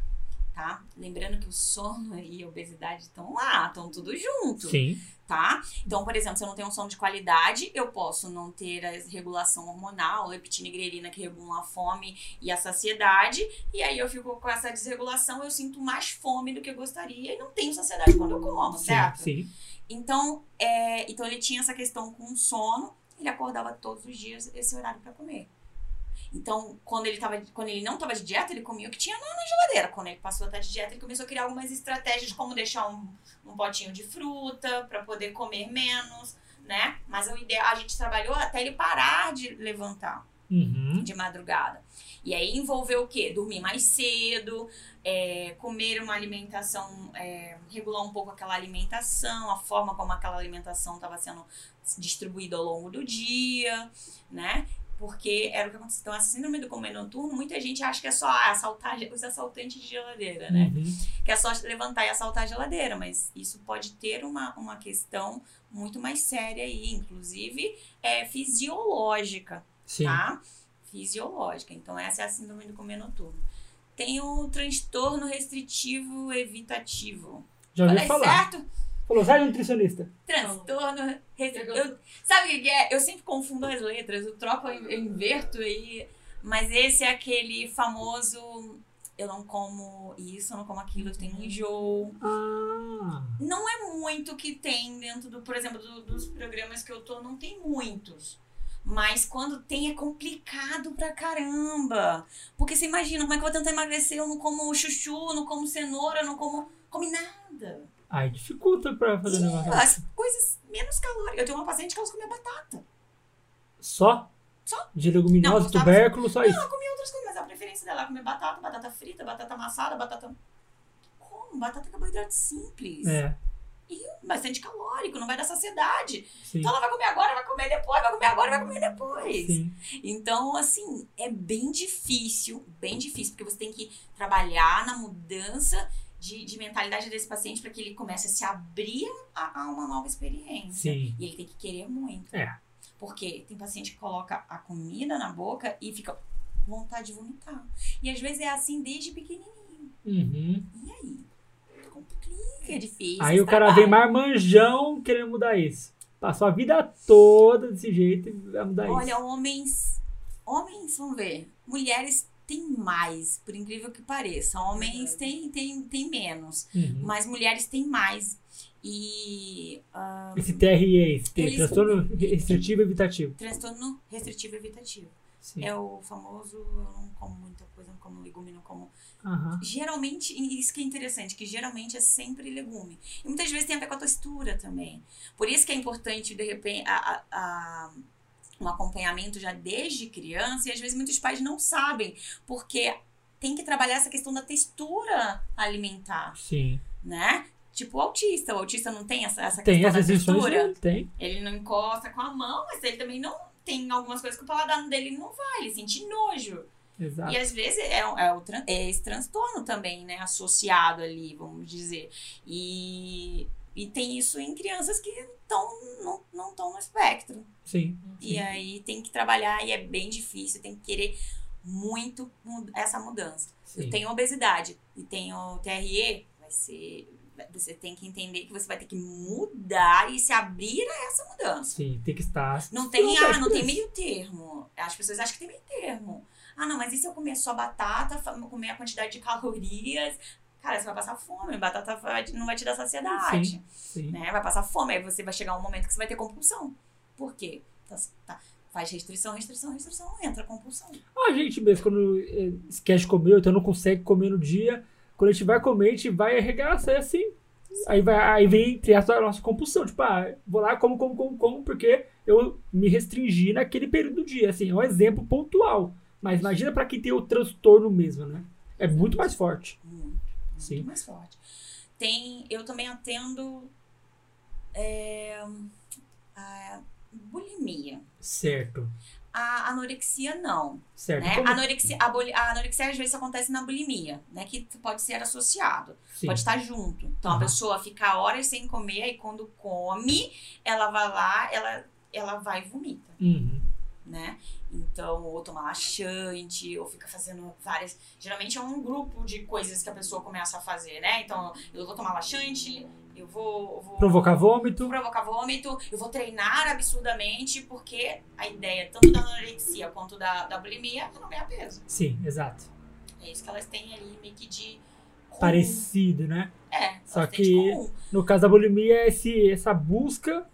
[SPEAKER 2] tá? Lembrando que o sono e a obesidade estão lá, estão tudo junto
[SPEAKER 1] Sim.
[SPEAKER 2] tá? Então, por exemplo, se eu não tenho um sono de qualidade, eu posso não ter a regulação hormonal, leptina e grelina que regulam a fome e a saciedade, e aí eu fico com essa desregulação, eu sinto mais fome do que eu gostaria e não tenho saciedade quando eu como, certo?
[SPEAKER 1] Sim.
[SPEAKER 2] Então, é, então ele tinha essa questão com o sono, ele acordava todos os dias esse horário para comer. Então, quando ele, tava, quando ele não estava de dieta, ele comia o que tinha na, na geladeira. Quando ele passou a estar de dieta, ele começou a criar algumas estratégias de como deixar um, um potinho de fruta para poder comer menos, né? Mas o ideal, a gente trabalhou até ele parar de levantar
[SPEAKER 1] Uhum.
[SPEAKER 2] de madrugada. E aí envolveu o quê? Dormir mais cedo, é, comer uma alimentação, é, regular um pouco aquela alimentação, a forma como aquela alimentação estava sendo distribuída ao longo do dia, né? Porque era o que aconteceu. Então, a síndrome do comer noturno, muita gente acha que é só ah, assaltar os assaltantes de geladeira, né?
[SPEAKER 1] Uhum.
[SPEAKER 2] que é só levantar e assaltar a geladeira, mas isso pode ter uma, uma questão muito mais séria aí, inclusive é, fisiológica,
[SPEAKER 1] Sim.
[SPEAKER 2] tá? Fisiológica. Então, essa é a síndrome do comer noturno. Tem o transtorno restritivo evitativo.
[SPEAKER 1] Já ouviu
[SPEAKER 2] Falei
[SPEAKER 1] falar.
[SPEAKER 2] certo?
[SPEAKER 1] Falou, sai do nutricionista.
[SPEAKER 2] Transtorno restritivo.
[SPEAKER 3] Pegou.
[SPEAKER 2] Eu- sabe o que que é? Eu sempre confundo as letras, eu troco, eu inverto aí. Mas esse é aquele famoso. Eu não como isso, eu não como aquilo, eu tenho um enjoo.
[SPEAKER 1] Ah.
[SPEAKER 2] não é muito que tem dentro do, por exemplo, do- dos programas que eu tô, não tem muitos. Mas quando tem é complicado pra caramba. Porque você imagina, como é que eu vou tentar emagrecer? Eu não como chuchu, não como cenoura, não como. Come nada.
[SPEAKER 1] Aí dificulta pra fazer
[SPEAKER 2] Ih,
[SPEAKER 1] negócio.
[SPEAKER 2] As coisas menos calóricas. Eu tenho uma paciente que ela só comia batata.
[SPEAKER 1] Só?
[SPEAKER 2] Só.
[SPEAKER 1] De
[SPEAKER 2] Não,
[SPEAKER 1] leguminosas,
[SPEAKER 2] gostava-
[SPEAKER 1] tubérculo, só isso.
[SPEAKER 2] Ela comia outras coisas, mas a preferência dela era comer batata, batata frita, batata amassada, batata. Como? Batata é carboidrato simples.
[SPEAKER 1] É.
[SPEAKER 2] e bastante calórico, não vai dar saciedade.
[SPEAKER 1] Sim.
[SPEAKER 2] Então ela vai comer agora, vai comer depois, vai comer agora, vai comer depois.
[SPEAKER 1] Sim.
[SPEAKER 2] Então, assim, é bem difícil, bem difícil, porque você tem que trabalhar na mudança de, de mentalidade desse paciente para que ele comece a se abrir a, a uma nova experiência.
[SPEAKER 1] Sim.
[SPEAKER 2] E ele tem que querer muito.
[SPEAKER 1] É.
[SPEAKER 2] Porque tem paciente que coloca a comida na boca e fica com vontade de vomitar. E às vezes é assim desde pequenininho.
[SPEAKER 1] Uhum.
[SPEAKER 2] E aí? Complica, é difícil.
[SPEAKER 1] Aí o cara vem marmanjão querendo mudar isso. Passou a vida toda desse jeito e vai mudar
[SPEAKER 2] Olha,
[SPEAKER 1] isso.
[SPEAKER 2] homens. Homens, vamos ver. Mulheres têm mais, por incrível que pareça. Homens têm, têm, têm menos.
[SPEAKER 1] Uhum.
[SPEAKER 2] Mas mulheres têm mais. E. ah,
[SPEAKER 1] Esse TRE, esse T,
[SPEAKER 2] Eles-
[SPEAKER 1] transtorno restritivo e evitativo.
[SPEAKER 2] transtorno restritivo evitativo.
[SPEAKER 1] Sim.
[SPEAKER 2] É o famoso. Eu não como muita coisa, não como legume, não como.
[SPEAKER 1] Aham.
[SPEAKER 2] Geralmente, e isso que é interessante, que geralmente é sempre legume. E muitas vezes tem a ver com a textura também. Por isso que é importante, de repente, a- a- a- um acompanhamento já desde criança, e às vezes muitos pais não sabem, porque tem que trabalhar essa questão da textura alimentar,
[SPEAKER 1] Sim.
[SPEAKER 2] né? Tipo o autista. O autista não tem essa, essa
[SPEAKER 1] Tem
[SPEAKER 2] questão
[SPEAKER 1] essas
[SPEAKER 2] da
[SPEAKER 1] instruções?
[SPEAKER 2] textura.
[SPEAKER 1] né? Tem.
[SPEAKER 2] Ele não encosta com a mão, mas ele também não tem algumas coisas que o paladar dele não vai, ele sente nojo.
[SPEAKER 1] Exato.
[SPEAKER 2] E às vezes é, um- é o tran- é esse transtorno também, né? Associado ali, vamos dizer. E, e tem isso em crianças que tão, não não estão no espectro.
[SPEAKER 1] Sim.
[SPEAKER 2] E
[SPEAKER 1] Sim.
[SPEAKER 2] aí tem que trabalhar e é bem difícil, tem que querer muito mu- essa mudança.
[SPEAKER 1] Sim.
[SPEAKER 2] Eu tenho obesidade e tenho TRE, vai ser. Você tem que entender que você vai ter que mudar e se abrir a essa mudança.
[SPEAKER 1] Sim, tem que estar.
[SPEAKER 2] Não tem,
[SPEAKER 1] tá
[SPEAKER 2] ah, não
[SPEAKER 1] diferente.
[SPEAKER 2] tem meio termo. As pessoas acham que tem meio termo. Ah, não, mas e se eu comer só batata, fa- comer a quantidade de calorias? Cara, você vai passar fome, batata vai- não vai te dar saciedade.
[SPEAKER 1] Sim. Sim.
[SPEAKER 2] Né? Vai passar fome, aí você vai chegar um momento que você vai ter compulsão. Por quê? Tá- tá. Faz restrição, restrição, restrição, entra compulsão.
[SPEAKER 1] A gente mesmo, quando eh, esquece de comer, ou então não consegue comer no dia, quando a gente vai comer, a gente vai arregaçar, é assim. Aí, vai, aí vem entre aspas, a nossa compulsão. Tipo, ah, vou lá, como, como, como, como, porque eu me restringi naquele período do dia. Assim, é um exemplo pontual. Mas imagina pra quem tem o transtorno mesmo, né? É muito mais forte.
[SPEAKER 2] Muito, muito
[SPEAKER 1] Sim.
[SPEAKER 2] mais forte. Tem, eu também atendo é, a bulimia.
[SPEAKER 1] Certo.
[SPEAKER 2] A anorexia, não.
[SPEAKER 1] Certo.
[SPEAKER 2] né?
[SPEAKER 1] É, Como-
[SPEAKER 2] A anorexia, a, boli- a anorexia às vezes acontece na bulimia, né? Que pode ser associado,
[SPEAKER 1] Sim.
[SPEAKER 2] pode estar junto. Então
[SPEAKER 1] Aham.
[SPEAKER 2] a pessoa fica horas sem comer, aí quando come, ela vai lá, ela, ela vai e vomita,
[SPEAKER 1] Uhum.
[SPEAKER 2] né? Então, ou toma laxante, ou fica fazendo várias. Geralmente é um grupo de coisas que a pessoa começa a fazer, né? Então, eu vou tomar laxante, eu vou. eu vou-
[SPEAKER 1] Provocar vômito.
[SPEAKER 2] provocar vômito, eu vou treinar absurdamente, porque a ideia tanto da anorexia quanto da, da bulimia é não ganhar peso.
[SPEAKER 1] Sim, exato.
[SPEAKER 2] É isso que elas têm ali meio que de. comum.
[SPEAKER 1] Parecido, né?
[SPEAKER 2] É,
[SPEAKER 1] Só
[SPEAKER 2] elas têm de
[SPEAKER 1] que-
[SPEAKER 2] comum.
[SPEAKER 1] No caso da bulimia, é esse, essa busca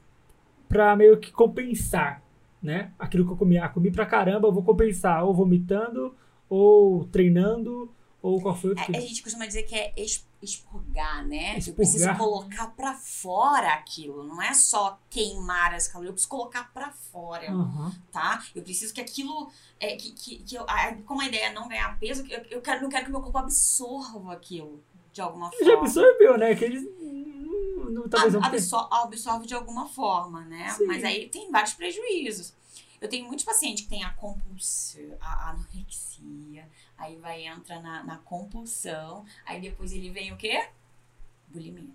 [SPEAKER 1] pra meio que compensar, né? Aquilo que eu comi. Ah, comi pra caramba, eu vou compensar. Ou vomitando, ou treinando, ou qual foi o
[SPEAKER 2] É, A, a
[SPEAKER 1] que...
[SPEAKER 2] gente costuma dizer que é ex- expurgar, né? Eu
[SPEAKER 1] Expurgar.
[SPEAKER 2] preciso colocar pra fora aquilo. Não é só queimar as calorias, eu preciso colocar pra fora,
[SPEAKER 1] Aham,
[SPEAKER 2] tá? Eu preciso que aquilo. É, que, que, que eu, a- como a ideia é não ganhar peso, eu, eu quero, não quero que meu corpo absorva aquilo de alguma forma.
[SPEAKER 1] Já absorveu, né? Que eles... hum, Não, talvez não
[SPEAKER 2] ab- Ah, absor- absorve de alguma forma, né?
[SPEAKER 1] Sim.
[SPEAKER 2] Mas aí tem vários prejuízos. Eu tenho muitos pacientes que têm a compulsão, a anorexia, aí vai entra na, na compulsão, aí depois ele vem o quê? Bulimia.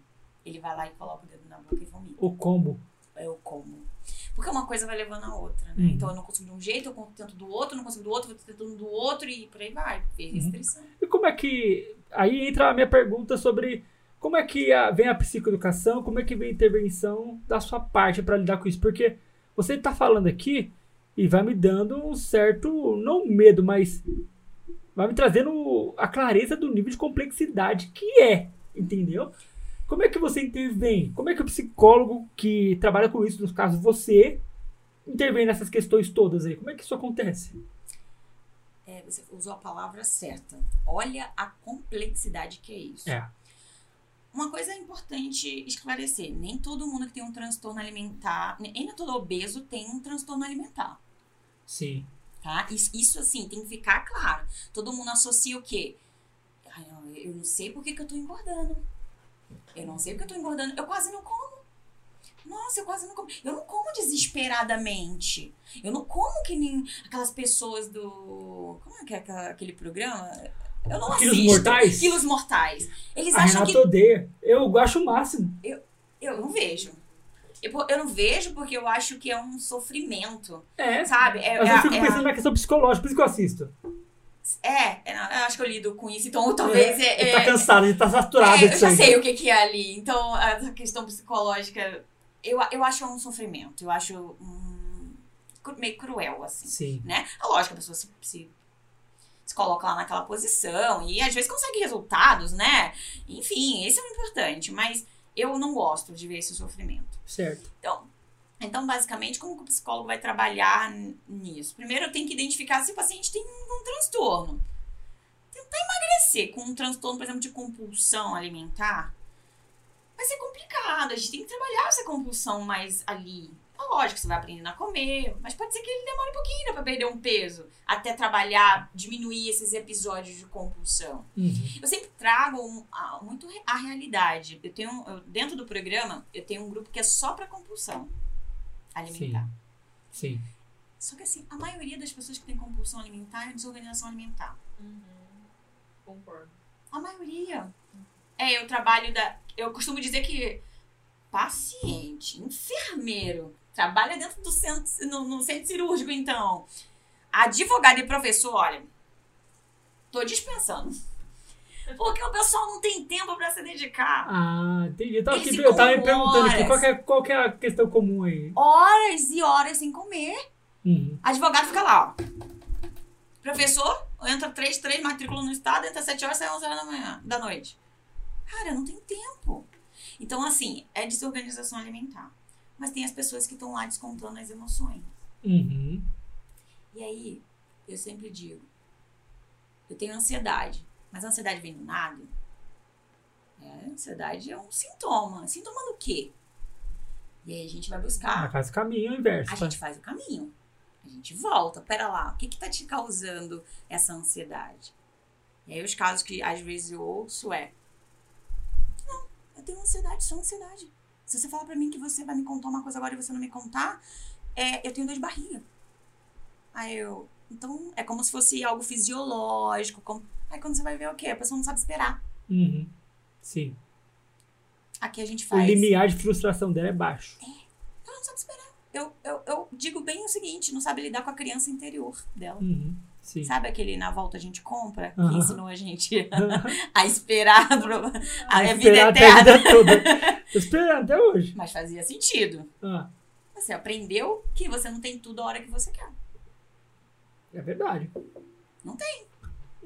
[SPEAKER 2] Ele vai lá e coloca o dedo na boca e vomita.
[SPEAKER 1] O combo.
[SPEAKER 2] Eu como. Porque uma coisa vai levando a outra, né?
[SPEAKER 1] Uhum.
[SPEAKER 2] Então eu não consigo de um jeito, eu tento do outro, não consigo do outro, vou tentando do outro e por aí vai. Fez
[SPEAKER 1] Uhum.
[SPEAKER 2] restrição.
[SPEAKER 1] E como é que... Aí entra a minha pergunta sobre... Como é que a- vem a psicoeducação? Como é que vem a intervenção da sua parte pra lidar com isso? Porque você tá falando aqui e vai me dando um certo, não medo, mas vai me trazendo a clareza do nível de complexidade que é, entendeu? Como é que você intervém? Como é que o psicólogo que trabalha com isso, no caso você, intervém nessas questões todas aí? Como é que isso acontece?
[SPEAKER 2] É, você usou a palavra certa. Olha a complexidade que é isso.
[SPEAKER 1] É.
[SPEAKER 2] Uma coisa importante esclarecer: nem todo mundo que tem um transtorno alimentar, nem nem todo obeso tem um transtorno alimentar,
[SPEAKER 1] Sim.
[SPEAKER 2] tá? Isso, isso, assim, tem que ficar claro. Todo mundo associa o quê? Ai, não, eu não sei por que, que eu tô engordando. Eu não sei porque eu tô engordando. Eu quase não como. Nossa, eu quase não como. Eu não como desesperadamente. Eu não como que nem aquelas pessoas do. Como é que é aquela- aquele programa? Eu não
[SPEAKER 1] Quilos
[SPEAKER 2] assisto.
[SPEAKER 1] Mortais?
[SPEAKER 2] Quilos Mortais. Eles
[SPEAKER 1] A
[SPEAKER 2] acham
[SPEAKER 1] Renata
[SPEAKER 2] que.
[SPEAKER 1] odeia. Eu acho o máximo.
[SPEAKER 2] Eu não vejo. Eu, pô, eu não vejo porque eu acho que é um sofrimento.
[SPEAKER 1] É.
[SPEAKER 2] Sabe? É,
[SPEAKER 1] Mas
[SPEAKER 2] é
[SPEAKER 1] eu
[SPEAKER 2] a-
[SPEAKER 1] fico
[SPEAKER 2] é a-
[SPEAKER 1] pensando na questão psicológica, por isso que eu assisto.
[SPEAKER 2] é, é, não, eu acho que eu lido com isso, então talvez. É,
[SPEAKER 1] Ele tá
[SPEAKER 2] é-
[SPEAKER 1] cansado, ele tá saturado
[SPEAKER 2] É, eu
[SPEAKER 1] disso
[SPEAKER 2] já
[SPEAKER 1] aí.
[SPEAKER 2] sei o que, que é ali. Então, a questão psicológica, eu, eu acho um sofrimento. Eu acho hum, cru- meio cruel, assim.
[SPEAKER 1] Sim.
[SPEAKER 2] Né? É lógico, a pessoa se, se, se coloca lá naquela posição e às vezes consegue resultados, né? Enfim, esse é o importante. Mas eu não gosto de ver esse sofrimento.
[SPEAKER 1] Certo.
[SPEAKER 2] Então, basicamente, como que o psicólogo vai trabalhar n- nisso? Primeiro, eu tenho que identificar se o paciente tem um, um transtorno. Tentar emagrecer com um transtorno, por exemplo, de compulsão alimentar, vai ser complicado. A gente tem que trabalhar essa compulsão mais ali. É Lógico, você vai aprendendo a comer, mas pode ser que ele demore um pouquinho para perder um peso, até trabalhar, diminuir esses episódios de compulsão.
[SPEAKER 1] Uhum.
[SPEAKER 2] Eu sempre trago um- a- muito re- a realidade. Eu tenho, eu- dentro do programa, eu tenho um grupo que é só para compulsão alimentar.
[SPEAKER 1] Sim.
[SPEAKER 2] Só que assim, a maioria das pessoas que tem compulsão alimentar é desorganização alimentar.
[SPEAKER 3] Uhum. Concordo.
[SPEAKER 2] A maioria. É, eu trabalho da. Eu costumo dizer que paciente, enfermeiro, trabalha dentro do centro, no, no centro cirúrgico, então. Advogado e professor, olha, tô dispensando. Porque o pessoal não tem tempo para se dedicar.
[SPEAKER 1] Ah, entendi. Eu tava,
[SPEAKER 2] Eles
[SPEAKER 1] aqui-
[SPEAKER 2] ficam
[SPEAKER 1] eu tava me perguntando aqui
[SPEAKER 2] horas.
[SPEAKER 1] qual que, é, qual que é a questão comum aí.
[SPEAKER 2] Horas e horas sem comer.
[SPEAKER 1] Uhum.
[SPEAKER 2] Advogado fica lá, ó. Professor, entra 3, 3, matrícula no estado, entra 7 horas, sai 11 horas da manhã, da noite. Cara, não tem tempo. Então, assim, é desorganização alimentar. Mas tem as pessoas que estão lá descontando as emoções.
[SPEAKER 1] Uhum.
[SPEAKER 2] E aí, eu sempre digo, eu tenho ansiedade, mas a ansiedade vem do nada. É, a ansiedade é um sintoma. Sintoma do quê? E aí a gente vai buscar.
[SPEAKER 1] Ah, faz o caminho
[SPEAKER 2] A
[SPEAKER 1] inverso. tá?
[SPEAKER 2] gente faz o caminho. A gente volta. Pera lá, o que que tá te causando essa ansiedade? E aí os casos que às vezes eu ouço é... Não, eu tenho ansiedade, só ansiedade. Se você falar pra mim que você vai me contar uma coisa agora e você não me contar, é, eu tenho dor de barriga. Aí eu... Então, é como se fosse algo fisiológico. Como... Aí quando você vai ver o quê? A pessoa não sabe esperar.
[SPEAKER 1] Uhum. Sim.
[SPEAKER 2] Aqui a gente
[SPEAKER 1] O
[SPEAKER 2] faz...
[SPEAKER 1] limiar de frustração dela é baixo.
[SPEAKER 2] Ela não sabe esperar. Eu, eu, eu digo bem o seguinte, não sabe lidar com a criança interior dela.
[SPEAKER 1] Uhum. Sim.
[SPEAKER 2] Sabe aquele na volta a gente compra? Que
[SPEAKER 1] Aham.
[SPEAKER 2] ensinou a gente a esperar pro- a
[SPEAKER 1] Esperar
[SPEAKER 2] vida é né?
[SPEAKER 1] até a
[SPEAKER 2] eterna.
[SPEAKER 1] vida toda. Tô esperando até hoje.
[SPEAKER 2] Mas fazia sentido.
[SPEAKER 1] Ah,
[SPEAKER 2] Você aprendeu que você não tem tudo a hora que você quer.
[SPEAKER 1] é verdade.
[SPEAKER 2] Não
[SPEAKER 1] tem.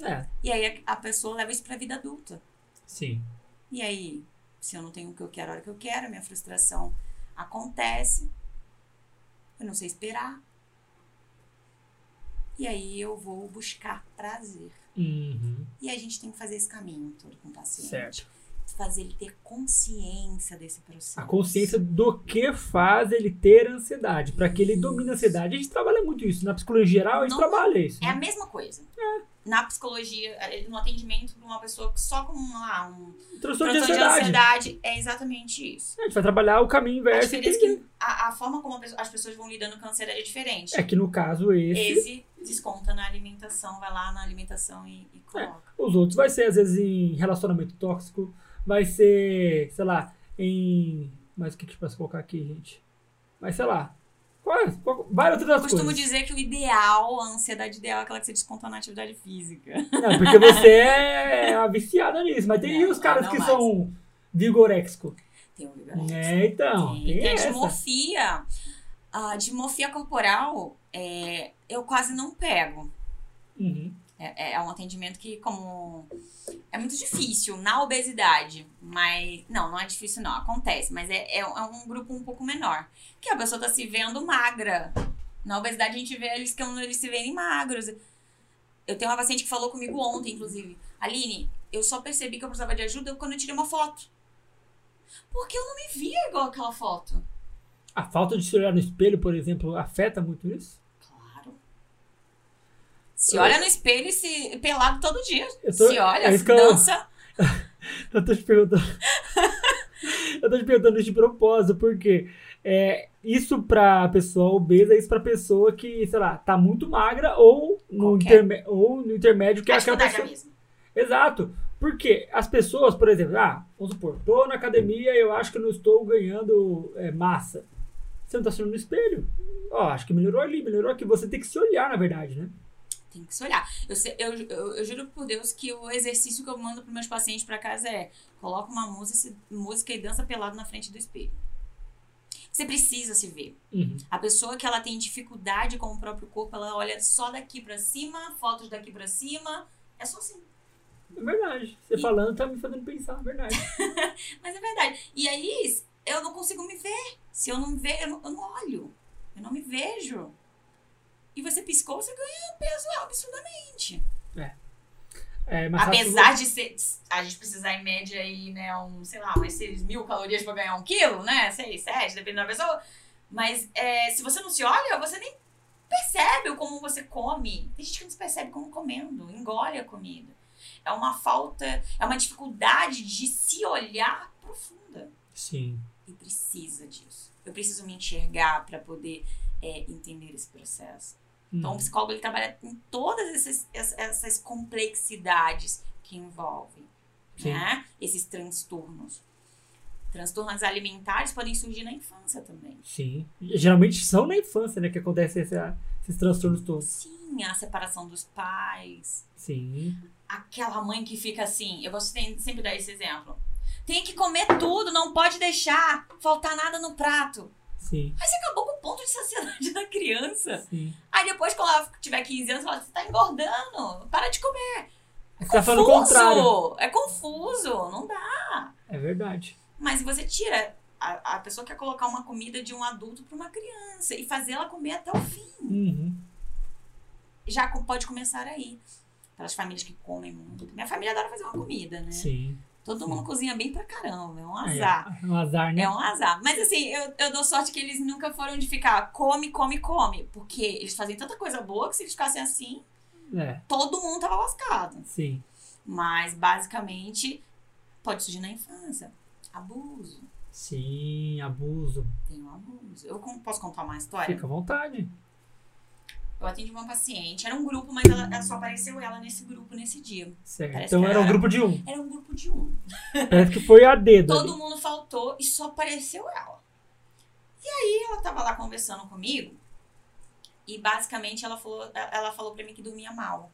[SPEAKER 1] É,
[SPEAKER 2] E aí a, a pessoa leva isso pra vida adulta.
[SPEAKER 1] sim.
[SPEAKER 2] E aí, se eu não tenho o que eu quero a hora que eu quero, a minha frustração acontece. Eu não sei esperar. E aí eu vou buscar prazer.
[SPEAKER 1] Uhum.
[SPEAKER 2] E a gente tem que fazer esse caminho todo com o paciente.
[SPEAKER 1] Certo.
[SPEAKER 2] Fazer ele ter consciência desse processo.
[SPEAKER 1] A consciência do que faz ele ter ansiedade. Pra que ele domine a ansiedade, a gente trabalha muito isso. Na psicologia geral, a gente
[SPEAKER 2] Não-
[SPEAKER 1] trabalha isso.
[SPEAKER 2] É a mesma coisa.
[SPEAKER 1] É.
[SPEAKER 2] Na psicologia, eh, no atendimento de uma pessoa que só com lá, um
[SPEAKER 1] Transtorno de
[SPEAKER 2] transtorno de
[SPEAKER 1] ansiedade.
[SPEAKER 2] ansiedade, é exatamente isso.
[SPEAKER 1] A gente vai trabalhar o caminho
[SPEAKER 2] A
[SPEAKER 1] inverso. e
[SPEAKER 2] diferença é
[SPEAKER 1] entender.
[SPEAKER 2] que a, a forma como a pessoa- as pessoas vão lidando com a ansiedade é diferente.
[SPEAKER 1] É que no caso esse,
[SPEAKER 2] Esse desconta na alimentação, vai lá na alimentação e,
[SPEAKER 1] É,
[SPEAKER 2] e coloca.
[SPEAKER 1] os outros vai ser às vezes em relacionamento tóxico, vai ser, sei lá, em... Mas o que que eu posso colocar aqui, gente? Mas sei lá, qual- é, qual- várias
[SPEAKER 2] Eu
[SPEAKER 1] outras
[SPEAKER 2] costumo
[SPEAKER 1] coisas.
[SPEAKER 2] dizer que o ideal, a ansiedade ideal é aquela que você desconta na atividade física.
[SPEAKER 1] Não, porque você é a viciada nisso, mas tem
[SPEAKER 2] Não,
[SPEAKER 1] os caras
[SPEAKER 2] não
[SPEAKER 1] que
[SPEAKER 2] mais.
[SPEAKER 1] são vigoréxico.
[SPEAKER 2] Tem o vigor.
[SPEAKER 1] É, então,
[SPEAKER 2] Sim,
[SPEAKER 1] tem
[SPEAKER 2] tem a
[SPEAKER 1] essa.
[SPEAKER 2] dismorfia. A dismorfia Ah, corporal, é, eu quase não pego.
[SPEAKER 1] Uhum.
[SPEAKER 2] É, é um atendimento que, como. É muito difícil na obesidade, mas. Não, não é difícil, não, acontece, mas é, é, é um grupo um pouco menor. Que a pessoa tá se vendo magra. Na obesidade, a gente vê eles que eles se verem magros. Eu tenho uma paciente que falou comigo ontem, inclusive. Aline, eu só percebi que eu precisava de ajuda quando eu tirei uma foto. Porque eu não me via igual aquela foto.
[SPEAKER 1] A falta de se olhar no espelho, por exemplo, afeta muito isso?
[SPEAKER 2] Claro. Se olha no espelho e se pelado todo dia.
[SPEAKER 1] Eu tô-
[SPEAKER 2] se olha,
[SPEAKER 1] é isso
[SPEAKER 2] se
[SPEAKER 1] que eu-
[SPEAKER 2] dança.
[SPEAKER 1] Eu tô te perguntando. Eu tô te perguntando isso de propósito, porque é, isso pra pessoa obesa, é isso pra pessoa que, sei lá, tá muito magra ou no,
[SPEAKER 2] Qualquer.
[SPEAKER 1] interme- ou no intermédio que é
[SPEAKER 2] a
[SPEAKER 1] aquela
[SPEAKER 2] dificuldade é a
[SPEAKER 1] pessoa.
[SPEAKER 2] mesma.
[SPEAKER 1] Exato. Porque as pessoas, por exemplo, ah, vamos supor, tô na academia e eu acho que não estou ganhando é, massa. Você não tá se olhando no espelho. Ó, acho que melhorou ali, melhorou aqui. Você tem que se olhar, na verdade, né?
[SPEAKER 2] Tem que se olhar. Eu, sei- eu, eu, eu juro por Deus que o exercício que eu mando pros meus pacientes pra casa é coloca uma música, música e dança pelado na frente do espelho. Você precisa se ver.
[SPEAKER 1] Uhum.
[SPEAKER 2] A pessoa que ela tem dificuldade com o próprio corpo, ela olha só daqui pra cima, fotos daqui pra cima. É só assim.
[SPEAKER 1] É verdade. Você
[SPEAKER 2] E-
[SPEAKER 1] falando tá me fazendo pensar, é verdade.
[SPEAKER 2] Mas é verdade. E aí, eu não consigo me ver. Se eu não ver, eu não, eu não olho. Eu não me vejo. E você piscou, você ganha um peso absurdamente.
[SPEAKER 1] É, mas
[SPEAKER 2] Apesar de ser, a gente precisar em média aí, né, um, sei lá, umas 6 mil calorias pra ganhar um quilo, né? 6, 7, dependendo da pessoa. Mas é, se você não se olha, você nem percebe o como você come. Tem gente que não se percebe como comendo, engole a comida. É uma falta, é uma dificuldade de se olhar profunda
[SPEAKER 1] Sim.
[SPEAKER 2] e precisa disso. Eu preciso me enxergar para poder é, entender esse processo. Então,
[SPEAKER 1] Uhum.
[SPEAKER 2] o psicólogo ele trabalha com todas essas, ess- essas complexidades que envolvem
[SPEAKER 1] Sim.
[SPEAKER 2] né? esses transtornos. Transtornos alimentares podem surgir na infância também.
[SPEAKER 1] Sim. Geralmente são na infância, né, que acontece essa- esses transtornos todos.
[SPEAKER 2] Sim, a separação dos pais,
[SPEAKER 1] Sim.
[SPEAKER 2] aquela mãe que fica assim, eu gosto de sempre dar esse exemplo. Tem que comer tudo, não pode deixar faltar nada no prato.
[SPEAKER 1] Sim.
[SPEAKER 2] Mas você acabou com o ponto de saciedade da criança.
[SPEAKER 1] Sim.
[SPEAKER 2] Aí depois, quando ela tiver 15 anos, fala: você tá engordando, para de comer.
[SPEAKER 1] Você tá falando o contrário.
[SPEAKER 2] É confuso, não dá.
[SPEAKER 1] É verdade.
[SPEAKER 2] Mas você tira. A, a pessoa quer colocar uma comida de um adulto para uma criança e fazer ela comer até o fim.
[SPEAKER 1] Uhum.
[SPEAKER 2] Já co- pode começar aí. Aquelas famílias que comem muito. Minha família adora fazer uma comida, né?
[SPEAKER 1] Sim.
[SPEAKER 2] Todo mundo cozinha bem pra caramba, é um
[SPEAKER 1] Aí,
[SPEAKER 2] azar.
[SPEAKER 1] É um azar, né?
[SPEAKER 2] É um azar. Mas assim, eu, eu dou sorte que eles nunca foram de ficar come, come, come. Porque eles fazem tanta coisa boa que se eles ficassem assim,
[SPEAKER 1] É,
[SPEAKER 2] todo mundo tava lascado.
[SPEAKER 1] sim.
[SPEAKER 2] Mas basicamente pode surgir na infância. Abuso.
[SPEAKER 1] Sim, abuso.
[SPEAKER 2] Tem um abuso. Eu con- posso contar uma história?
[SPEAKER 1] Fica à vontade.
[SPEAKER 2] Eu atendi uma paciente, era um grupo, mas ela, ela só apareceu ela nesse grupo nesse dia.
[SPEAKER 1] Certo.
[SPEAKER 2] Parece
[SPEAKER 1] então
[SPEAKER 2] que
[SPEAKER 1] era um
[SPEAKER 2] era-
[SPEAKER 1] grupo de um.
[SPEAKER 2] Era um grupo de um.
[SPEAKER 1] Parece que foi a dedo. ali.
[SPEAKER 2] Todo mundo faltou e só apareceu ela. E aí ela tava lá conversando comigo e basicamente ela falou, ela falou pra mim que dormia mal.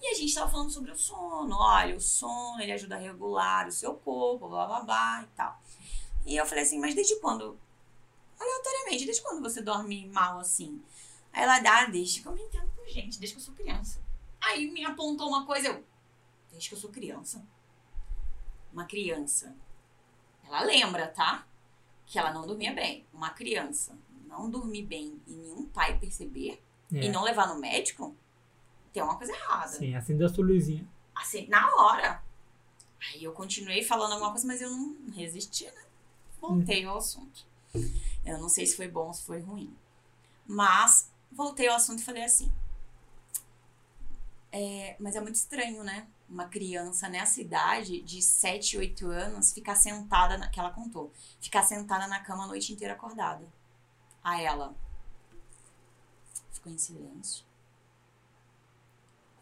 [SPEAKER 2] E a gente tava falando sobre o sono. Olha, o sono ele ajuda a regular o seu corpo, blá blá blá e tal. E eu falei assim, mas desde quando? Aleatoriamente, desde quando você dorme mal assim? Aí ela dá, ah, desde que eu me entendo com gente, desde que eu sou criança. Aí me apontou uma coisa, eu, desde que eu sou criança. Uma criança. Ela lembra, tá? Que ela não dormia bem. Uma criança não dormir bem e nenhum pai perceber
[SPEAKER 1] É,
[SPEAKER 2] e não levar no médico, tem uma coisa errada.
[SPEAKER 1] Sim, acendeu a sua luzinha.
[SPEAKER 2] Assim, na hora. Aí eu continuei falando alguma coisa, mas eu não resisti, né? Voltei ao assunto. Eu não sei se foi bom ou se foi ruim. Mas voltei ao assunto e falei assim. "É, mas é muito estranho, né? Uma criança nessa idade, de 7, 8 anos, ficar sentada, na, que ela contou, ficar sentada na cama a noite inteira acordada. Aí ela ficou em silêncio,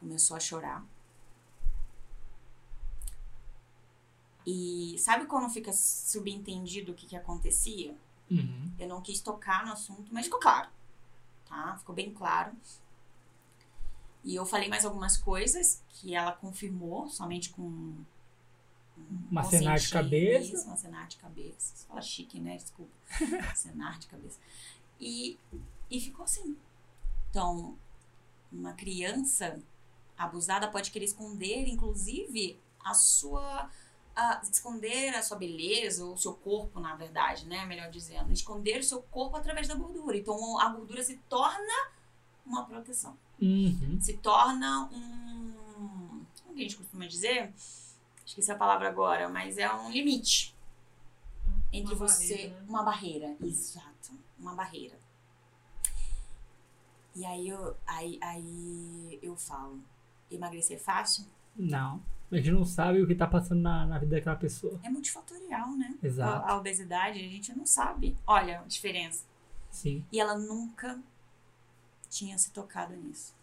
[SPEAKER 2] começou a chorar. E sabe quando fica subentendido o que, que acontecia?
[SPEAKER 1] Uhum.
[SPEAKER 2] Eu não quis tocar no assunto, mas ficou claro, tá? Ficou bem claro. E eu falei mais algumas coisas que ela confirmou, somente com. um
[SPEAKER 1] Uma cenar de
[SPEAKER 2] consentir.
[SPEAKER 1] cabeça.
[SPEAKER 2] Isso, uma cenar de cabeça. Você fala chique, né? Desculpa. cenar de cabeça. E, e ficou assim. Então, uma criança abusada pode querer esconder, inclusive, a sua. a- esconder a sua beleza, ou o seu corpo, na verdade, né? Melhor dizendo. Esconder o seu corpo através da gordura. Então, a gordura se torna uma proteção.
[SPEAKER 1] Uhum.
[SPEAKER 2] Se torna um. Como que a gente costuma dizer? Esqueci a palavra agora, mas é um limite entre
[SPEAKER 3] Uma
[SPEAKER 2] você
[SPEAKER 3] barreira, né?
[SPEAKER 2] uma barreira exato uma barreira e aí eu aí, aí eu falo emagrecer é fácil
[SPEAKER 1] Não. A gente não sabe o que tá passando na, na vida daquela pessoa.
[SPEAKER 2] É multifatorial, né?
[SPEAKER 1] Exato.
[SPEAKER 2] A, a obesidade, a gente não sabe. Olha a diferença.
[SPEAKER 1] Sim.
[SPEAKER 2] E ela nunca tinha se tocado nisso.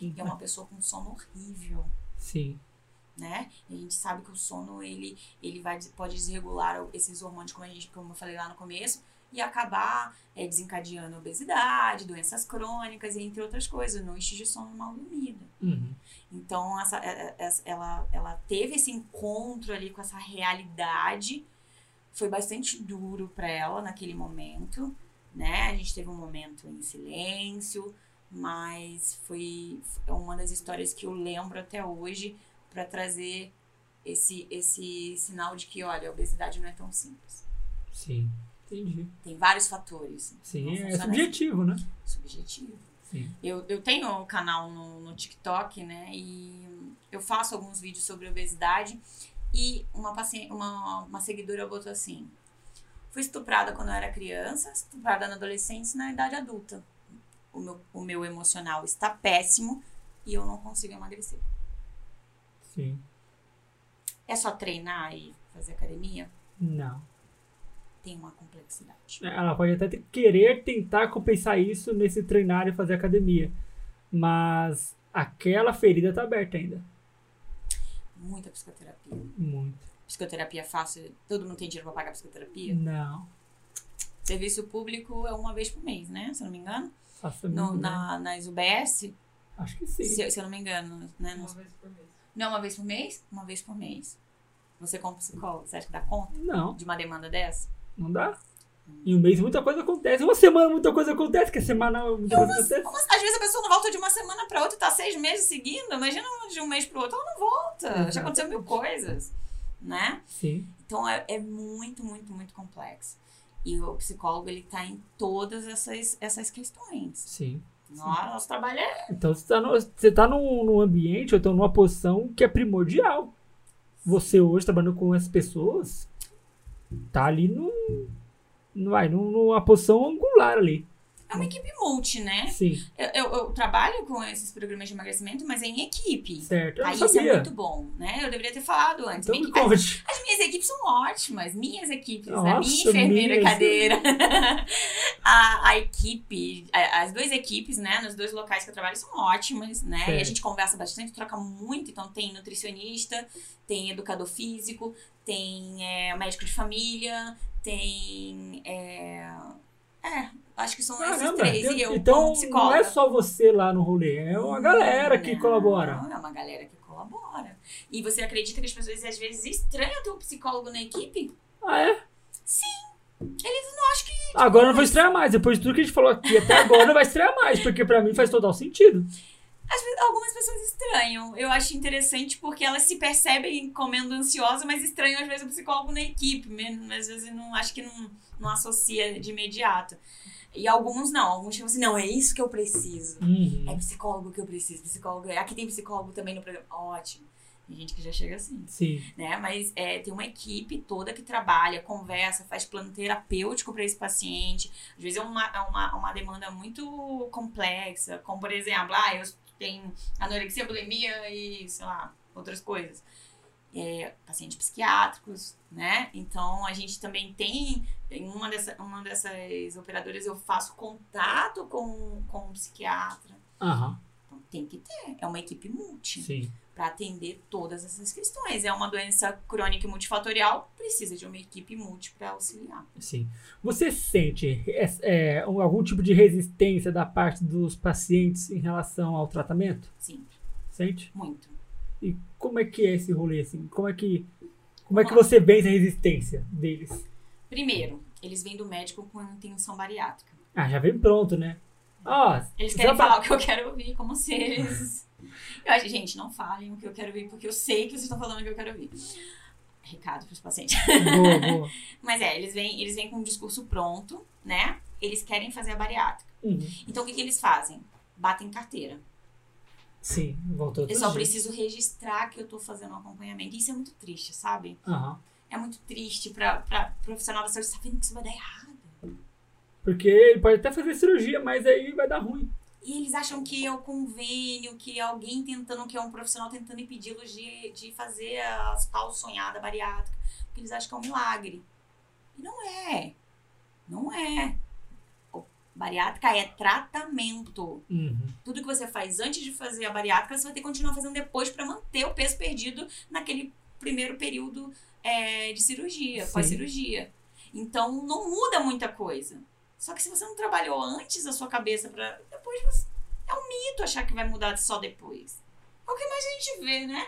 [SPEAKER 2] E é uma pessoa com sono horrível.
[SPEAKER 1] Sim.
[SPEAKER 2] né? E a gente sabe que o sono ele, ele vai, des- pode desregular o- esses hormônios, como, a gente, como eu falei lá no começo, e acabar eh, desencadeando obesidade, doenças crônicas, e entre outras coisas, noites de sono mal dormida.
[SPEAKER 1] Uhum.
[SPEAKER 2] Então, essa, é- é- essa- ela, ela teve esse encontro ali com essa realidade. Foi bastante duro para ela naquele momento, né? A gente teve um momento em silêncio, mas foi, é uma das histórias que eu lembro até hoje para trazer esse, esse sinal de que, olha, a obesidade não é tão simples.
[SPEAKER 1] Sim. Entendi.
[SPEAKER 2] Tem vários fatores. Não
[SPEAKER 1] Sim, é
[SPEAKER 2] funciona
[SPEAKER 1] subjetivo, né?
[SPEAKER 2] subjetivo.
[SPEAKER 1] Sim.
[SPEAKER 2] Eu, eu tenho um canal no, no TikTok, né? E eu faço alguns vídeos sobre obesidade. E uma, paciente, uma, uma seguidora botou assim: Fui estuprada quando eu era criança, estuprada na adolescência e na idade adulta. O meu, o meu emocional está péssimo e eu não consigo emagrecer.
[SPEAKER 1] Sim.
[SPEAKER 2] É só treinar e fazer academia?
[SPEAKER 1] Não.
[SPEAKER 2] Tem uma complexidade.
[SPEAKER 1] Ela pode até te- querer tentar compensar isso nesse treinar e fazer academia. Mas aquela ferida tá aberta ainda.
[SPEAKER 2] Muita psicoterapia.
[SPEAKER 1] Muito.
[SPEAKER 2] Psicoterapia fácil, todo mundo tem dinheiro pra pagar psicoterapia?
[SPEAKER 1] Não.
[SPEAKER 2] Serviço público é uma vez por mês, né? Se eu não me engano.
[SPEAKER 1] Faça
[SPEAKER 2] No,
[SPEAKER 1] É muito bem.
[SPEAKER 2] na, nas UBS,
[SPEAKER 1] Acho que sim.
[SPEAKER 2] se, se eu não me engano, né? Não,
[SPEAKER 3] Uma vez por mês.
[SPEAKER 2] não é uma vez por mês? Uma vez por mês. Você como psicólogo, você acha que dá conta
[SPEAKER 1] Não,
[SPEAKER 2] de uma demanda dessa?
[SPEAKER 1] não dá. Em um mês muita coisa acontece. Em uma semana muita coisa acontece, que é semanal muita coisa acontece.
[SPEAKER 2] Como assim? às vezes a pessoa não volta de uma semana pra outra, tá seis meses seguindo, imagina uma de um mês pro outro, ela não volta. Já aconteceu mil coisas, né?
[SPEAKER 1] Sim.
[SPEAKER 2] Então é, é muito, muito, muito complexo. E o psicólogo, ele tá em todas essas, essas questões.
[SPEAKER 1] Sim.
[SPEAKER 2] Nosso, nosso trabalho é
[SPEAKER 1] Então você tá, no, você tá num, num ambiente, ou então numa posição que é primordial. Você hoje trabalhando com as pessoas, tá ali num. num- Vai, num- numa posição angular ali.
[SPEAKER 2] é uma equipe multi, né?
[SPEAKER 1] Sim,
[SPEAKER 2] Eu, eu- eu trabalho com esses programas de emagrecimento, mas é em equipe.
[SPEAKER 1] certo. Eu não
[SPEAKER 2] Aí isso
[SPEAKER 1] sabia.
[SPEAKER 2] é muito bom, né? Eu deveria ter falado antes.
[SPEAKER 1] então
[SPEAKER 2] Minha
[SPEAKER 1] me
[SPEAKER 2] equipe- as,
[SPEAKER 1] conte.
[SPEAKER 2] as minhas equipes são ótimas, minhas equipes, a minha
[SPEAKER 1] Nossa,
[SPEAKER 2] enfermeira
[SPEAKER 1] minhas.
[SPEAKER 2] cadeira, a, a equipe, a- as duas equipes, né, nos dois locais que eu trabalho são ótimas, né? E a
[SPEAKER 1] Certo.
[SPEAKER 2] gente conversa bastante, troca muito, então tem nutricionista, tem educador físico, tem é, médico de família, tem. É, é, acho que são esses
[SPEAKER 1] Caramba,
[SPEAKER 2] três.
[SPEAKER 1] eu-
[SPEAKER 2] e eu,
[SPEAKER 1] então
[SPEAKER 2] como
[SPEAKER 1] não
[SPEAKER 2] psicóloga.
[SPEAKER 1] é só você lá no rolê, é uma galera que
[SPEAKER 2] Não,
[SPEAKER 1] colabora.
[SPEAKER 2] É uma galera que colabora. E você acredita que as pessoas às vezes estranham ter um psicólogo na equipe?
[SPEAKER 1] Ah, é?
[SPEAKER 2] Eles não acham que. tipo,
[SPEAKER 1] Agora não vou estrear mais. Depois de tudo que a gente falou aqui até agora, não vai estrear mais, porque pra mim faz total sentido.
[SPEAKER 2] Às vezes, algumas pessoas estranham. Eu acho interessante porque elas se percebem comendo ansiosa, mas estranham às vezes o psicólogo na equipe. mesmo. Às vezes não acho que não, não associa de imediato. E alguns não. Alguns falam assim: não, é isso que eu preciso. É
[SPEAKER 1] Uhum.
[SPEAKER 2] psicólogo que eu preciso. Psicólogo. é, Aqui tem psicólogo também no programa. Ótimo. Tem gente que já chega assim.
[SPEAKER 1] Sim.
[SPEAKER 2] né? Mas é, tem uma equipe toda que trabalha, conversa, faz plano terapêutico para esse paciente. Às vezes é uma, é uma, uma demanda muito complexa, como por exemplo, ah, eu tenho anorexia, bulimia e sei lá, outras coisas. É, pacientes psiquiátricos, né? Então a gente também tem, em uma, dessa, uma dessas operadoras eu faço contato com, com um psiquiatra.
[SPEAKER 1] Aham.
[SPEAKER 2] Então tem que ter, é uma equipe multi
[SPEAKER 1] Sim.
[SPEAKER 2] para atender todas essas questões. É uma doença crônica e multifatorial, precisa de uma equipe multi para auxiliar.
[SPEAKER 1] Sim. Você sente é, é, um- algum tipo de resistência da parte dos pacientes em relação ao tratamento?
[SPEAKER 2] Sim,
[SPEAKER 1] Sente?
[SPEAKER 2] muito.
[SPEAKER 1] E como é que é esse rolê assim? Como é que como é que você vê essa resistência deles?
[SPEAKER 2] Primeiro, eles vêm do médico com intenção bariátrica.
[SPEAKER 1] Ah, já vem pronto, né? Ó,
[SPEAKER 2] Eles
[SPEAKER 1] Já
[SPEAKER 2] querem
[SPEAKER 1] tá-
[SPEAKER 2] falar o que eu quero ouvir, como se eles. Eu acho, gente, não falem o que eu quero ouvir, porque eu sei que vocês estão falando o que eu quero ouvir. Recado para os pacientes.
[SPEAKER 1] boa, boa.
[SPEAKER 2] Mas é, eles vêm, eles vêm com um discurso pronto, né? Eles querem fazer a bariátrica.
[SPEAKER 1] Uhum.
[SPEAKER 2] Então o que, que eles fazem? Batem carteira.
[SPEAKER 1] Sim, voltou
[SPEAKER 2] Eu só
[SPEAKER 1] outro dia.
[SPEAKER 2] preciso registrar que eu tô fazendo um acompanhamento. Isso é muito triste, sabe?
[SPEAKER 1] Aham.
[SPEAKER 2] É muito triste pra, pra profissional da tá saúde sabendo que isso vai dar errado.
[SPEAKER 1] Porque ele pode até fazer cirurgia, mas aí vai dar ruim.
[SPEAKER 2] E eles acham que é o convênio, que é alguém tentando, que é um profissional tentando impedi-los de, de fazer a tal sonhada bariátrica, porque eles acham que é um milagre. E não é. Não é. O- Bariátrica é tratamento.
[SPEAKER 1] Uhum.
[SPEAKER 2] Tudo que você faz antes de fazer a bariátrica, você vai ter que continuar fazendo depois para manter o peso perdido naquele primeiro período é, de cirurgia,
[SPEAKER 1] Sim.
[SPEAKER 2] pós-cirurgia. Então, não muda muita coisa. Só que se você não trabalhou antes a sua cabeça para Depois você... É um mito achar que vai mudar só depois. É o que mais a gente vê, né?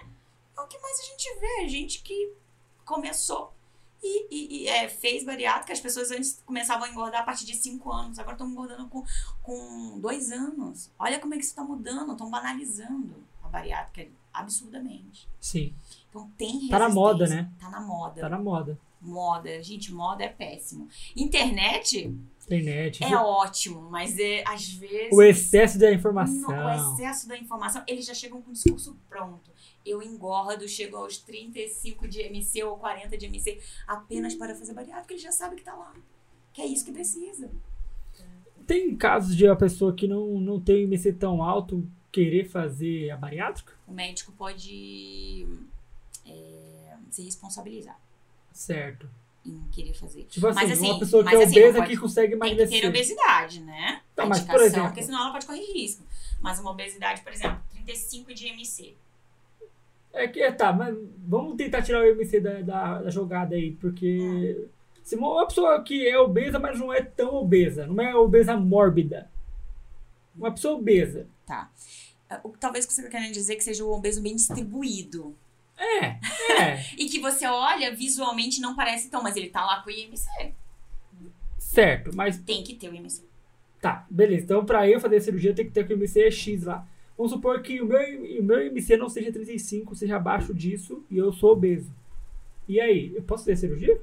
[SPEAKER 2] É o que mais a gente vê. Gente que começou e, e- e, é, fez bariátrica. As pessoas antes começavam a engordar a partir de 5 anos. Agora estão engordando com com dois anos. Olha como é que isso está mudando, estão banalizando a bariátrica absurdamente.
[SPEAKER 1] Sim.
[SPEAKER 2] Então tem resistência.
[SPEAKER 1] Tá na moda, né?
[SPEAKER 2] Tá na moda.
[SPEAKER 1] Tá na moda.
[SPEAKER 2] Moda, gente, moda é péssimo. Internet
[SPEAKER 1] Internet.
[SPEAKER 2] é ótimo, mas é, às vezes...
[SPEAKER 1] Tipo, o excesso da informação.
[SPEAKER 2] No- o excesso da informação, eles já chegam com o discurso pronto. Eu engordo, chego aos 35 de MC ou 40 de MC
[SPEAKER 1] Hum.
[SPEAKER 2] apenas para fazer bariátrica, ele já sabe que tá lá. Que é isso que precisa.
[SPEAKER 1] Tem casos de a pessoa que não, não tem IMC tão alto querer fazer a bariátrica?
[SPEAKER 2] O médico pode é, se responsabilizar.
[SPEAKER 1] Certo.
[SPEAKER 2] em querer fazer.
[SPEAKER 1] Tipo assim,
[SPEAKER 2] Mas, assim,
[SPEAKER 1] uma pessoa que
[SPEAKER 2] mas
[SPEAKER 1] é
[SPEAKER 2] assim, não
[SPEAKER 1] obesa
[SPEAKER 2] pode-
[SPEAKER 1] que consegue
[SPEAKER 2] Tem que ter
[SPEAKER 1] emagrecer.
[SPEAKER 2] obesidade, né?
[SPEAKER 1] assim, Tá,
[SPEAKER 2] A
[SPEAKER 1] mas, por
[SPEAKER 2] indicação,
[SPEAKER 1] exemplo-
[SPEAKER 2] Porque senão ela pode correr risco. Mas uma obesidade, por exemplo, 35 de MC.
[SPEAKER 1] É que é, tá, mas vamos tentar tirar o IMC da, da, da jogada aí, porque.
[SPEAKER 2] É.
[SPEAKER 1] Se uma uma pessoa que é obesa, mas não é tão obesa, não é obesa mórbida. Uma pessoa obesa.
[SPEAKER 2] Ah, o- Talvez o que você está querendo dizer que seja um obeso bem distribuído.
[SPEAKER 1] É, é.
[SPEAKER 2] E que você olha visualmente não parece tão, mas ele tá lá com o IMC.
[SPEAKER 1] certo, mas
[SPEAKER 2] Tem que ter o IMC.
[SPEAKER 1] Tá, beleza. Então, pra eu fazer a cirurgia, tem que ter que o IMC é X lá. Vamos supor que o meu, o meu IMC não seja 35, seja abaixo disso e eu sou obeso. E aí, eu posso fazer cirurgia?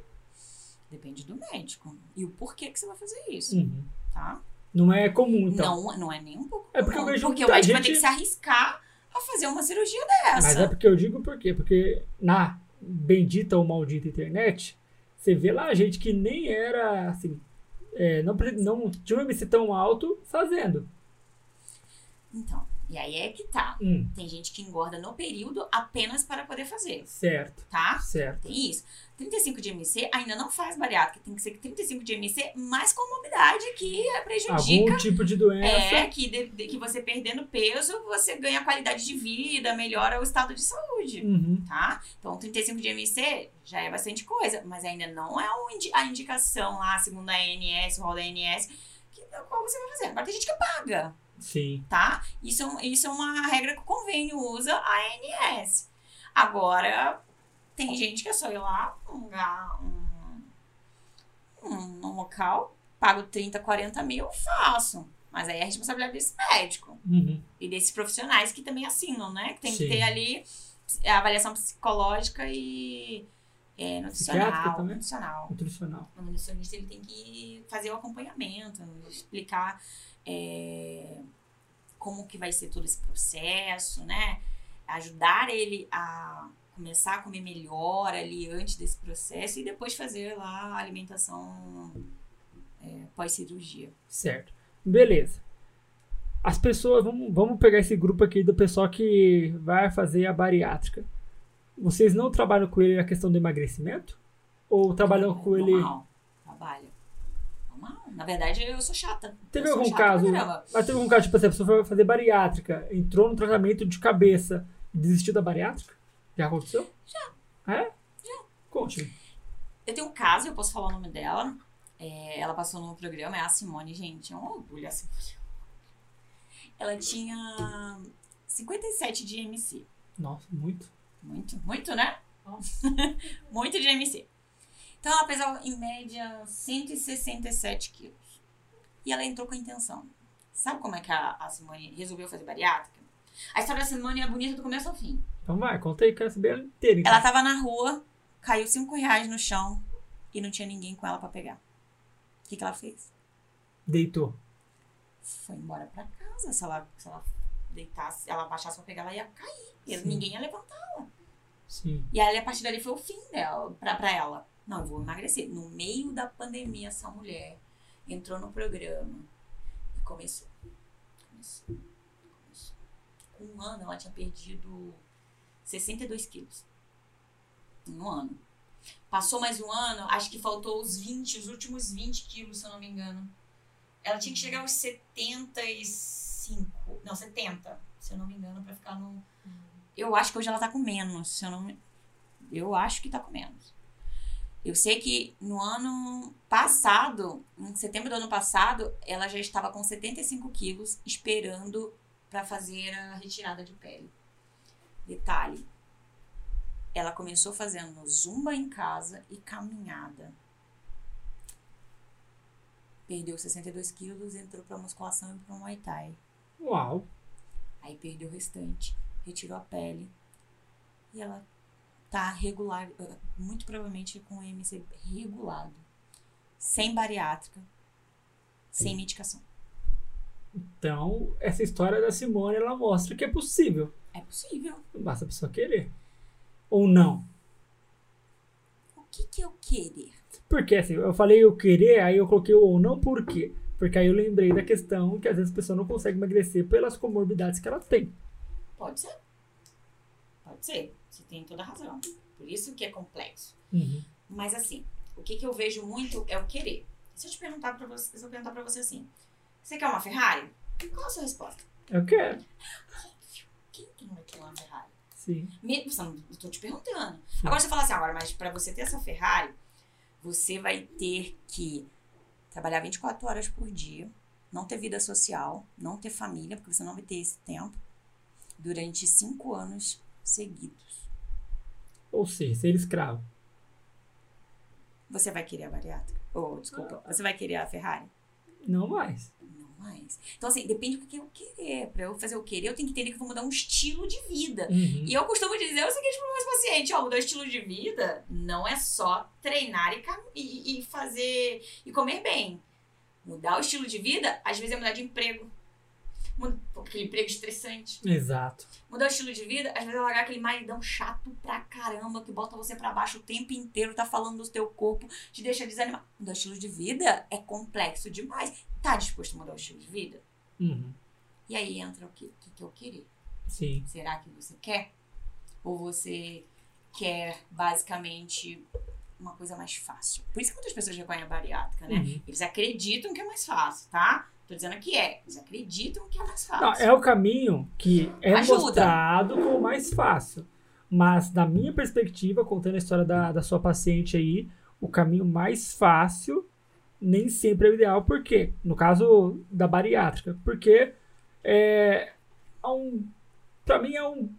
[SPEAKER 2] Depende do médico. E o porquê que você vai fazer isso,
[SPEAKER 1] Uhum.
[SPEAKER 2] tá?
[SPEAKER 1] Não é comum, então.
[SPEAKER 2] não, não é nem um pouco.
[SPEAKER 1] É porque eu
[SPEAKER 2] comum,
[SPEAKER 1] vejo
[SPEAKER 2] porque o
[SPEAKER 1] muita
[SPEAKER 2] médico vai ter
[SPEAKER 1] gente-
[SPEAKER 2] que se arriscar a fazer uma cirurgia
[SPEAKER 1] Mas
[SPEAKER 2] dessa.
[SPEAKER 1] é porque eu digo por quê? Porque na bendita ou maldita internet, você vê lá gente que nem era assim. é, não, pre- não tinha um IMC tão alto fazendo.
[SPEAKER 2] Então, e aí é que tá.
[SPEAKER 1] Hum,
[SPEAKER 2] Tem gente que engorda no período apenas para poder fazer,
[SPEAKER 1] certo,
[SPEAKER 2] tá?
[SPEAKER 1] certo.
[SPEAKER 2] Tem isso. 35 de MC ainda não faz bariátrica. Tem que ser 35 de MC mais comorbidade que prejudica.
[SPEAKER 1] Algum tipo de doença.
[SPEAKER 2] É, que, de- de- que você perdendo peso, você ganha qualidade de vida, melhora o estado de saúde,
[SPEAKER 1] Uhum,
[SPEAKER 2] tá? Então, 35 de MC já é bastante coisa, mas ainda não é o indi- a indicação lá, segundo a ANS, o rol da ANS, que, qual você vai fazer. Agora tem gente que paga
[SPEAKER 1] sim.
[SPEAKER 2] tá? Isso, é um- isso é uma regra que o convênio usa, a ANS. Agora, tem gente que é só ir lá, um lugar, um, um, um local, pago 30, 40 mil, faço. Mas aí é a responsabilidade desse médico
[SPEAKER 1] Uhum,
[SPEAKER 2] e desses profissionais que também assinam, né? Que tem
[SPEAKER 1] Sim.
[SPEAKER 2] que ter ali a avaliação psicológica e é,
[SPEAKER 1] Psiquiátrica
[SPEAKER 2] nutricional,
[SPEAKER 1] também?
[SPEAKER 2] nutricional.
[SPEAKER 1] nutricional.
[SPEAKER 2] O nutricionista ele tem que fazer o acompanhamento, explicar é, como que vai ser todo esse processo, né? Ajudar ele a começar a comer melhor ali antes desse processo e depois fazer lá a alimentação é, pós-cirurgia.
[SPEAKER 1] Certo. Beleza. As pessoas, vamos, vamos pegar esse grupo aqui do pessoal que vai fazer a bariátrica. Vocês não trabalham com ele na questão do emagrecimento? Ou trabalham
[SPEAKER 2] É
[SPEAKER 1] com ele.
[SPEAKER 2] Normal, trabalha. Normal. Na verdade, eu sou chata.
[SPEAKER 1] Teve
[SPEAKER 2] Eu sou
[SPEAKER 1] algum
[SPEAKER 2] chata pra
[SPEAKER 1] caso.
[SPEAKER 2] caramba.
[SPEAKER 1] Mas teve algum caso, tipo assim, a pessoa foi fazer bariátrica, entrou no tratamento de cabeça e desistiu da bariátrica? Já aconteceu? Já. É? Já. Conte.
[SPEAKER 2] Eu tenho um caso, eu posso falar o nome dela. É, ela passou no programa, é a Simone, gente. É um orgulho a Simone. Ela tinha 57 de MC.
[SPEAKER 1] Nossa, muito.
[SPEAKER 2] Muito, muito, né? muito de MC. Então ela pesava em média 167 quilos. E ela entrou com a intenção. Sabe como é que a, a Simone resolveu fazer bariátrica? A história da Simone é bonita do começo ao fim.
[SPEAKER 1] Então vai, conta aí, quero saber ela inteira. então.
[SPEAKER 2] Ela tava na rua, caiu 5 reais no chão e não tinha ninguém com ela pra pegar. O que, que ela fez?
[SPEAKER 1] Deitou.
[SPEAKER 2] Foi embora pra casa. Se ela, se ela deitasse, ela baixasse pra pegar, ela ia cair. E
[SPEAKER 1] Sim.
[SPEAKER 2] ninguém ia levantar.
[SPEAKER 1] Sim.
[SPEAKER 2] E aí, a partir dali, foi o fim dela, pra, pra ela. Não, eu vou emagrecer. No meio da pandemia, essa mulher entrou no programa e começou. começo. começo. Com um ano ela tinha perdido 62 quilos. Em um ano. Passou mais um ano, acho que faltou os 20, os últimos 20 quilos, se eu não me engano. Ela tinha que chegar aos 75, não, 70, se eu não me engano, pra ficar no. Eu acho que hoje ela tá com menos, se eu não me... Eu acho que tá com menos. Eu sei que no ano passado, em setembro do ano passado, ela já estava com 75 quilos esperando para fazer a retirada de pele. Detalhe: ela começou fazendo zumba em casa e caminhada. Perdeu 62 quilos, entrou para musculação e para o muay thai.
[SPEAKER 1] Uau.
[SPEAKER 2] Aí perdeu o restante, retirou a pele. E ela tá regular, muito provavelmente com MC regulado. Sem bariátrica, sem medicação.
[SPEAKER 1] Então, essa história da Simone, ela mostra que é possível.
[SPEAKER 2] É possível.
[SPEAKER 1] Não basta a pessoa querer. Ou não.
[SPEAKER 2] O que que eu querer?
[SPEAKER 1] Porque assim, eu falei eu querer, aí eu coloquei o ou não por quê? Porque aí eu lembrei da questão que às vezes a pessoa não consegue emagrecer pelas comorbidades que ela tem.
[SPEAKER 2] Pode ser. Pode ser. Você tem toda a razão. Por isso que é complexo. Mas assim, o que, que eu vejo muito é o querer. Se eu te perguntar pra você, se eu perguntar pra você assim, você quer uma Ferrari? Qual a sua resposta?
[SPEAKER 1] Eu quero.
[SPEAKER 2] Quem que não vai querer uma Ferrari?
[SPEAKER 1] Sim.
[SPEAKER 2] Mesmo, você não- eu tô te perguntando. Agora você fala assim, agora, mas pra você ter essa Ferrari, você vai ter que trabalhar 24 horas por dia, não ter vida social, não ter família, porque você não vai ter esse tempo, durante cinco anos seguidos.
[SPEAKER 1] Ou seja, ser escravo.
[SPEAKER 2] Você vai querer a bariátrica? Ou, desculpa, você vai querer a Ferrari?
[SPEAKER 1] Não mais.
[SPEAKER 2] Não mais. Então, assim, depende do que eu querer. Pra eu fazer o querer, eu tenho que entender que eu vou mudar um estilo de vida.
[SPEAKER 1] Uhum.
[SPEAKER 2] E eu costumo dizer o seguinte para meus pacientes: ó, mudar o estilo de vida não é só treinar e, cam- e, e fazer e comer bem. Mudar o estilo de vida, às vezes, é mudar de emprego. Muda- Aquele emprego estressante.
[SPEAKER 1] Exato.
[SPEAKER 2] Mudar o estilo de vida, às vezes é largar aquele maridão chato pra caramba que bota você pra baixo o tempo inteiro, tá falando do teu corpo, te deixa desanimado. Mudar o estilo de vida é complexo demais. Tá disposto a mudar o estilo de vida?
[SPEAKER 1] Uhum.
[SPEAKER 2] E aí entra o que, o que, que eu querer.
[SPEAKER 1] Sim.
[SPEAKER 2] Será que você quer? Ou você quer basicamente uma coisa mais fácil? Por isso que muitas pessoas recorrem à bariátrica, né?
[SPEAKER 1] Uhum.
[SPEAKER 2] Eles acreditam que é mais fácil, tá? Tô dizendo que é. Eles acreditam que é mais fácil.
[SPEAKER 1] Não, é o caminho que é
[SPEAKER 2] Ajuda.
[SPEAKER 1] mostrado como mais fácil. Mas, na minha perspectiva, contando a história da, da sua paciente aí, o caminho mais fácil nem sempre é o ideal. Por quê? No caso da bariátrica. Porque é, há um, pra mim é um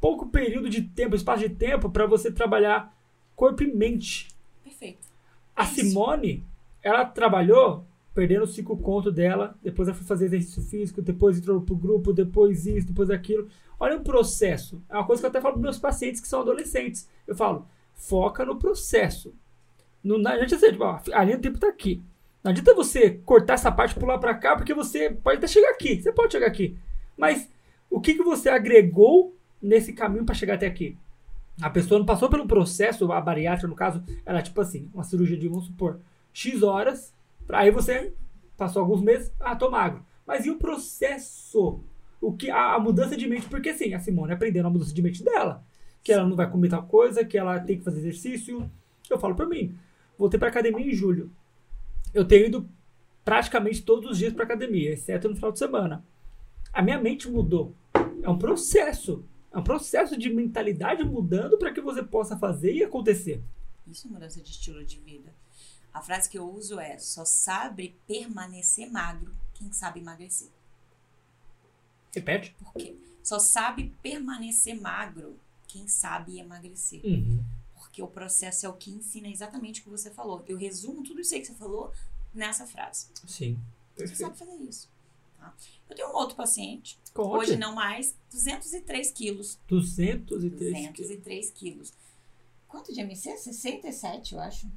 [SPEAKER 1] pouco período de tempo, espaço de tempo, para você trabalhar corpo e mente.
[SPEAKER 2] Perfeito.
[SPEAKER 1] A
[SPEAKER 2] É isso.
[SPEAKER 1] Simone, ela trabalhou perdendo cinco conto dela, depois ela foi fazer exercício físico, depois entrou pro grupo, depois isso, depois aquilo. Olha o processo. É uma coisa que eu até falo para meus pacientes que são adolescentes. Eu falo, foca no processo. Não, não adianta ser, tipo, ó, a linha do tempo tá aqui. Não adianta você cortar essa parte e pular para cá, porque você pode até chegar aqui. Você pode chegar aqui. Mas o que, que você agregou nesse caminho para chegar até aqui? A pessoa não passou pelo processo, a bariátrica, no caso, era tipo assim, uma cirurgia de, vamos supor, X horas, pra- aí você passou alguns meses, ah, tô magro. Mas e o processo? O que, a, a mudança de mente, porque assim, a Simone aprendendo a mudança de mente dela. Que ela não vai comer tal coisa, que ela tem que fazer exercício. Eu falo por mim, voltei pra academia em julho. Eu tenho ido praticamente todos os dias pra academia, exceto no final de semana. A minha mente mudou. É um processo. É um processo de mentalidade mudando para que você possa fazer e acontecer.
[SPEAKER 2] Isso é mudança de estilo de vida. A frase que eu uso é: só sabe permanecer magro quem sabe emagrecer.
[SPEAKER 1] Repete?
[SPEAKER 2] Por quê? Só sabe permanecer magro quem sabe emagrecer.
[SPEAKER 1] Uhum,
[SPEAKER 2] Porque o processo é o que ensina exatamente o que você falou. Eu resumo tudo isso aí que você falou nessa frase.
[SPEAKER 1] Sim.
[SPEAKER 2] Você sabe fazer isso. tá? Eu tenho um outro paciente,
[SPEAKER 1] Conte.
[SPEAKER 2] hoje não mais, 203 quilos.
[SPEAKER 1] 203 quilos.
[SPEAKER 2] 203 quilos. Quanto de MC? 67, eu acho.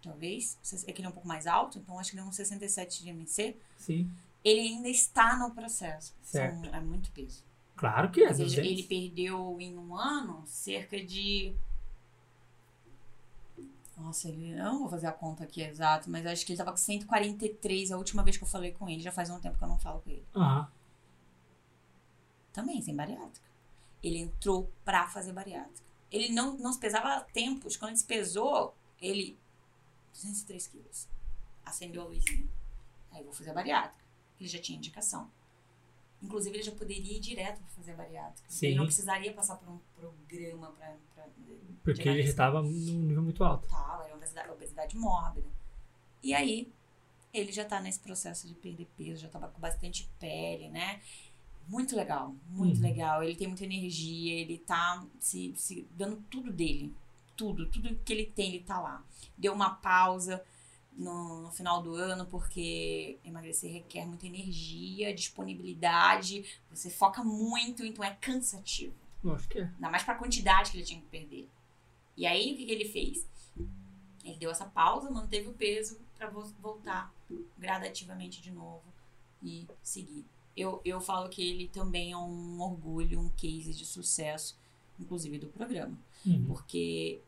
[SPEAKER 2] Talvez. É que ele é um pouco mais alto, então acho que ele é um 67 de MC.
[SPEAKER 1] Sim.
[SPEAKER 2] Ele ainda está no processo.
[SPEAKER 1] Certo.
[SPEAKER 2] São- é muito peso.
[SPEAKER 1] Claro que é.
[SPEAKER 2] Ou seja,
[SPEAKER 1] 200.
[SPEAKER 2] ele perdeu em um ano cerca de. Nossa, ele. Eu não vou fazer a conta aqui exato, mas acho que ele tava com 143 a última vez que eu falei com ele. Já faz um tempo que eu não falo com ele.
[SPEAKER 1] Aham.
[SPEAKER 2] Também, sem bariátrica. Ele entrou pra fazer bariátrica. Ele não, não se pesava há tempos. Quando ele se pesou, ele. 203 quilos. Acendeu a luzinha. Aí eu vou fazer a bariátrica. Ele já tinha indicação. Inclusive, ele já poderia ir direto pra fazer a bariátrica.
[SPEAKER 1] Sim.
[SPEAKER 2] Ele não precisaria passar por um programa pra. pra
[SPEAKER 1] Porque ele já
[SPEAKER 2] diagnosticar
[SPEAKER 1] estava num nível muito alto.
[SPEAKER 2] tal, era obesidade, obesidade mórbida. E aí, ele já tá nesse processo de perder peso, já tava com bastante pele, né? Muito legal, muito
[SPEAKER 1] Uhum.
[SPEAKER 2] legal. Ele tem muita energia, ele tá se, se dando tudo dele. Tudo, tudo que ele tem, ele tá lá. Deu uma pausa no, no final do ano, porque emagrecer requer muita energia, disponibilidade, você foca muito, então é cansativo.
[SPEAKER 1] Lógico que é.
[SPEAKER 2] Ainda mais pra quantidade que ele tinha que perder. E aí, o que, que ele fez? Ele deu essa pausa, manteve o peso pra vo- voltar gradativamente de novo e seguir. Eu, eu falo que ele também é um orgulho, um case de sucesso, inclusive do programa.
[SPEAKER 1] Uhum.
[SPEAKER 2] Porque,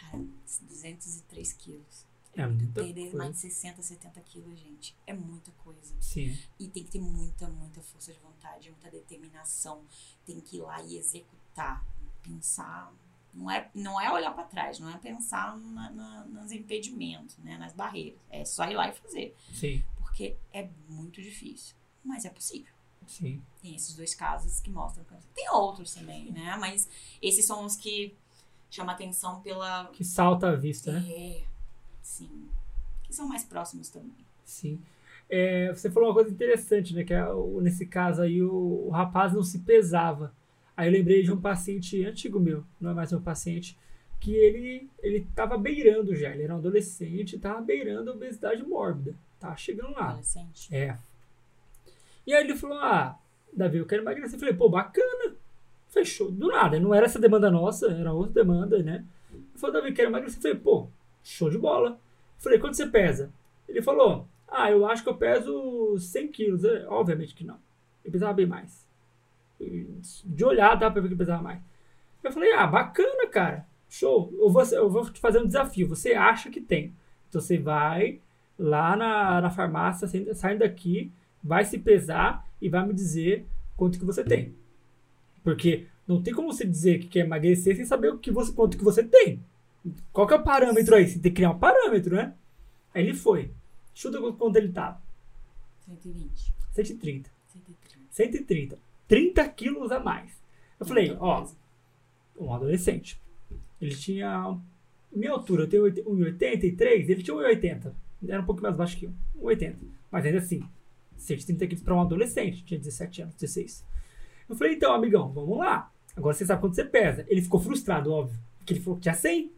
[SPEAKER 2] cara, 203 quilos.
[SPEAKER 1] É muita
[SPEAKER 2] Perder mais
[SPEAKER 1] coisa.
[SPEAKER 2] de 60, 70 quilos, gente, é muita coisa.
[SPEAKER 1] Sim.
[SPEAKER 2] E tem que ter muita, muita força de vontade, muita determinação. Tem que ir lá e executar, pensar. Não é, não é olhar para trás, não é pensar na- na- nos impedimentos, né, nas barreiras. É só ir lá e fazer,
[SPEAKER 1] Sim.
[SPEAKER 2] porque é muito difícil, mas é possível.
[SPEAKER 1] Sim.
[SPEAKER 2] Tem esses dois casos que mostram câncer. Tem outros também, né? Mas esses são os que chamam atenção pela.
[SPEAKER 1] Que salta à vista, né?
[SPEAKER 2] É, sim. Que são mais próximos também.
[SPEAKER 1] Sim. É, você falou uma coisa interessante, né? Que é, o- nesse caso aí o, o rapaz não se pesava. Aí eu lembrei de um paciente antigo meu, não é mais meu paciente, que ele ele estava beirando já. Ele era um adolescente, estava beirando a obesidade mórbida. Tava chegando lá.
[SPEAKER 2] Adolescente.
[SPEAKER 1] É. E aí ele falou: Ah, Davi, eu quero emagrecer. Eu falei: Pô, bacana. Fechou. Do nada. Não era essa demanda nossa, era outra demanda, né? Ele falou: Davi, eu quero emagrecer. Eu falei: Pô, show de bola. Eu falei: Quanto você pesa? Ele falou: Ah, eu acho que eu peso 100 quilos. Eu, Obviamente que não. Eu pesava bem mais. De olhar, dá pra ver que eu pesava mais. Eu falei: Ah, bacana, cara. Show. Eu vou, eu vou te fazer um desafio. Você acha que tem. Então você vai, lá na, na farmácia, saindo- saindo daqui, vai se pesar e vai me dizer quanto que você tem. Porque não tem como você dizer que quer emagrecer sem saber o que você, quanto que você tem. Qual que é o parâmetro aí? Você tem que criar um parâmetro, né? Aí ele foi. Chuta quanto- quanto ele tá. tava.
[SPEAKER 2] 120.
[SPEAKER 1] 130.
[SPEAKER 2] 130.
[SPEAKER 1] 130. 30 quilos a mais. Eu falei,
[SPEAKER 2] Muita
[SPEAKER 1] ó,
[SPEAKER 2] coisa.
[SPEAKER 1] um adolescente. Ele tinha. Minha altura, eu tenho 1,83, ele tinha 1,80. Era um pouco mais baixo que eu, 1,80. Mas ainda assim, 130 quilos para um adolescente, tinha 17 anos, 16. Eu falei, então, amigão, vamos lá. Agora você sabe quanto você pesa. Ele ficou frustrado, óbvio, porque ele falou que tinha 100.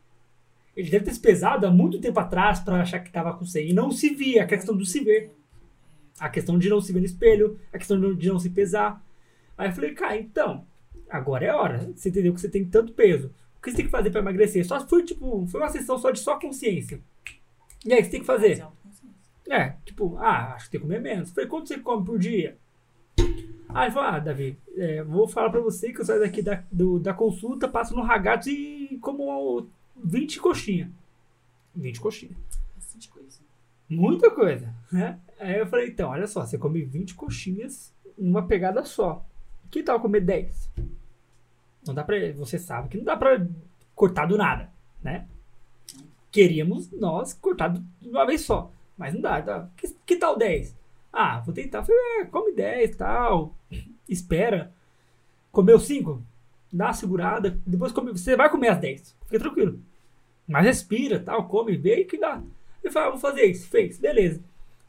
[SPEAKER 1] Ele deve ter se pesado há muito tempo atrás para achar que estava com 100. E não se via, a questão do se ver. A questão de não se ver no espelho, a questão de não- de não se pesar. Aí eu falei, cara, então, agora é a hora. Você entendeu que você tem tanto peso. O que você tem que fazer pra emagrecer? Só foi tipo, foi uma sessão só de só consciência. E aí, o que você tem que fazer?
[SPEAKER 2] Mas é autoconsciência.
[SPEAKER 1] É, tipo, ah, acho que tem que comer menos. Eu Falei, quanto você come por dia? Aí ele falou, ah, Davi, é, vou falar pra você que eu saio daqui da, do- da consulta, passo no ragazzo e como 20 coxinha. 20 coxinha.
[SPEAKER 2] Bastante coisa.
[SPEAKER 1] Muita coisa, né? Aí eu falei, então, olha só, você come 20 coxinhas numa pegada só. Que tal comer 10? Não dá pra. Você sabe que não dá pra cortar do nada, né? Queríamos nós cortar do- de uma vez só. Mas não dá. Tá? Que, que tal 10? Ah, vou tentar. Falei, é, come 10 tal. Espera. Comeu 5? Dá uma segurada. Depois come, você vai comer as 10. Fica tranquilo. Mas respira, tal, come, vê que dá. Ele falou, ah, vou fazer isso. Fez, beleza.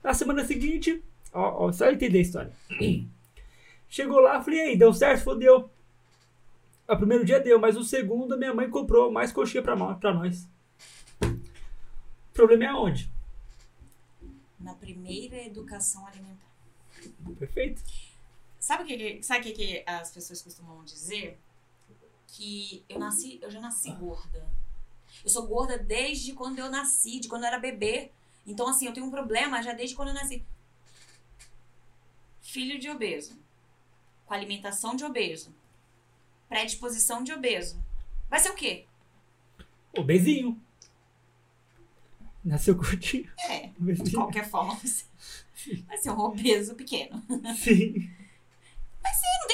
[SPEAKER 1] Na semana seguinte, ó, ó, só entender a história. Chegou lá, falei, e aí, deu certo? Falou, deu. O primeiro dia deu, mas o segundo, minha mãe comprou mais coxinha pra, nó- pra nós. O problema é aonde?
[SPEAKER 2] na primeira educação alimentar.
[SPEAKER 1] Perfeito.
[SPEAKER 2] Sabe o que, que- sabe o que, que as pessoas costumam dizer? Que eu nasci, eu já nasci gorda. Eu sou gorda desde quando eu nasci, de quando eu era bebê. Então, assim, eu tenho um problema já desde quando eu nasci. Filho de obeso. Com alimentação de obeso. Predisposição de obeso. Vai ser o quê?
[SPEAKER 1] Obesinho. Nasceu curtinho.
[SPEAKER 2] É, de
[SPEAKER 1] Obesinho.
[SPEAKER 2] qualquer forma, vai ser- vai ser um obeso pequeno.
[SPEAKER 1] Sim.